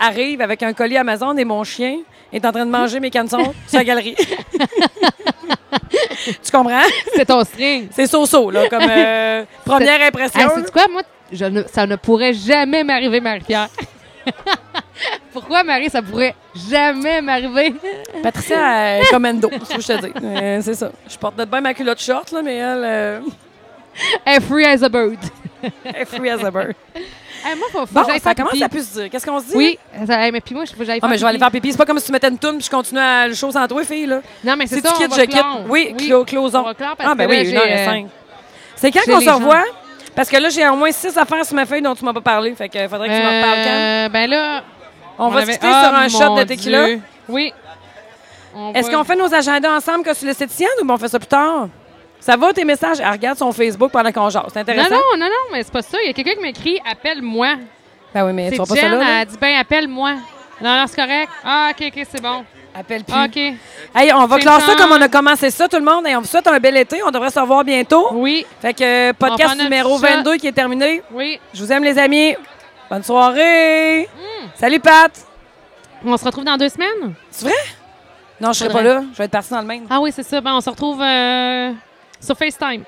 A: arrive avec un colis Amazon et mon chien est en train de manger mes canetons sur la galerie. tu comprends?
B: C'est ton string.
A: C'est so-so, là, comme euh, première impression.
B: Ah, c'est quoi, moi, je ne- ça ne pourrait jamais m'arriver, Marie-Pierre. Pourquoi, Marie, ça pourrait jamais m'arriver?
A: Patricia euh, Commando, c'est ce que je te dis. Euh, c'est ça. Je porte peut-être bien ma culotte short, là, mais elle, euh,
B: Elle est free as a bird.
A: elle est free as a bird.
B: Eh, moi, faut, faut
A: Bon,
B: que j'aille
A: ça
B: faire
A: commence
B: pipi.
A: à plus se dire. Qu'est-ce qu'on se dit?
B: Oui, ça- eh, mais puis moi, je faut que j'aille
A: Ah, mais je vais aller
B: pipi.
A: faire pipi. C'est pas comme si tu mettais une toune puis je continuais à le show sans toi, fille, là.
B: Non, mais
A: Si
B: c'est
A: tu
B: ça, on
A: quittes,
B: va
A: je quitte.
B: clore.
A: Oui, clo- closons.
B: On va clore parce
A: Ah, ben
B: que là,
A: oui,
B: j'ai,
A: une heure et
B: euh,
A: cinq. C'est quand
B: j'ai
A: qu'on
B: les
A: se revoit? Parce que là, j'ai au moins six affaires sur ma feuille dont tu m'as pas parlé. Fait que faudrait que tu m'en reparles quand.
B: Euh, ben là,
A: On, va
B: avait-
A: se quitter
B: Ah,
A: sur un shot
B: mon
A: de tequila.
B: Dieu. Oui. On
A: Est-ce
B: va-
A: qu'on fait nos agendas ensemble que sur le céticienne ou on fait ça plus tard? Ça va tes messages? Elle regarde son Facebook pendant qu'on jase. C'est
B: Non,
A: intéressant?
B: non, non, non, mais c'est pas ça. Il y a quelqu'un qui m'écrit Appelle-moi.
A: Ben oui, mais tu
B: C'est
A: vois pas ça
B: Jen,
A: là?
B: elle
A: là?
B: a dit Ben, appelle-moi. Non, non, c'est correct. Ah, OK, OK, c'est bon.
A: Appelle plus.
B: Ah, OK.
A: Hey, on va
B: C'est
A: clore ça
B: temps.
A: comme on a commencé ça, tout le monde. Et on vous souhaite un bel été. On devrait se revoir bientôt.
B: Oui,
A: Fait que euh,
B: On prend
A: podcast
B: notre
A: numéro
B: shot.
A: 22 qui est terminé.
B: oui.
A: Je vous aime, les amis. Bonne soirée.
B: Hmm.
A: Salut, Pat.
B: On se retrouve dans deux semaines?
A: C'est vrai? Non, je serai pas
B: Faudrait.
A: là. Je vais être partie dans le Maine.
B: Ah oui, c'est ça. Ben, on se retrouve euh, sur FaceTime.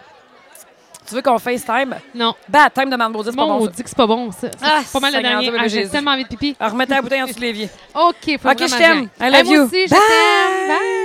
A: Tu veux qu'on FaceTime?
B: Non.
A: Bah, time de Marne Baudit, c'est pas
B: Bon, on
A: bon. ça.
B: dit que c'est pas bon, ça. Ça,
A: Ah,
B: c'est pas mal le
A: Seigneur
B: dernier.
A: Dieu, bébé
B: Ah, j'ai
A: Jésus.
B: tellement envie de pipi.
A: Alors, remettez la bouteille en dessous de l'évier.
B: OK, faut
A: Ok,
B: vraiment
A: je t'aime.
B: bien.
A: I love
B: Eh, moi
A: you.
B: aussi, je
A: Bye.
B: t'aime. Bye.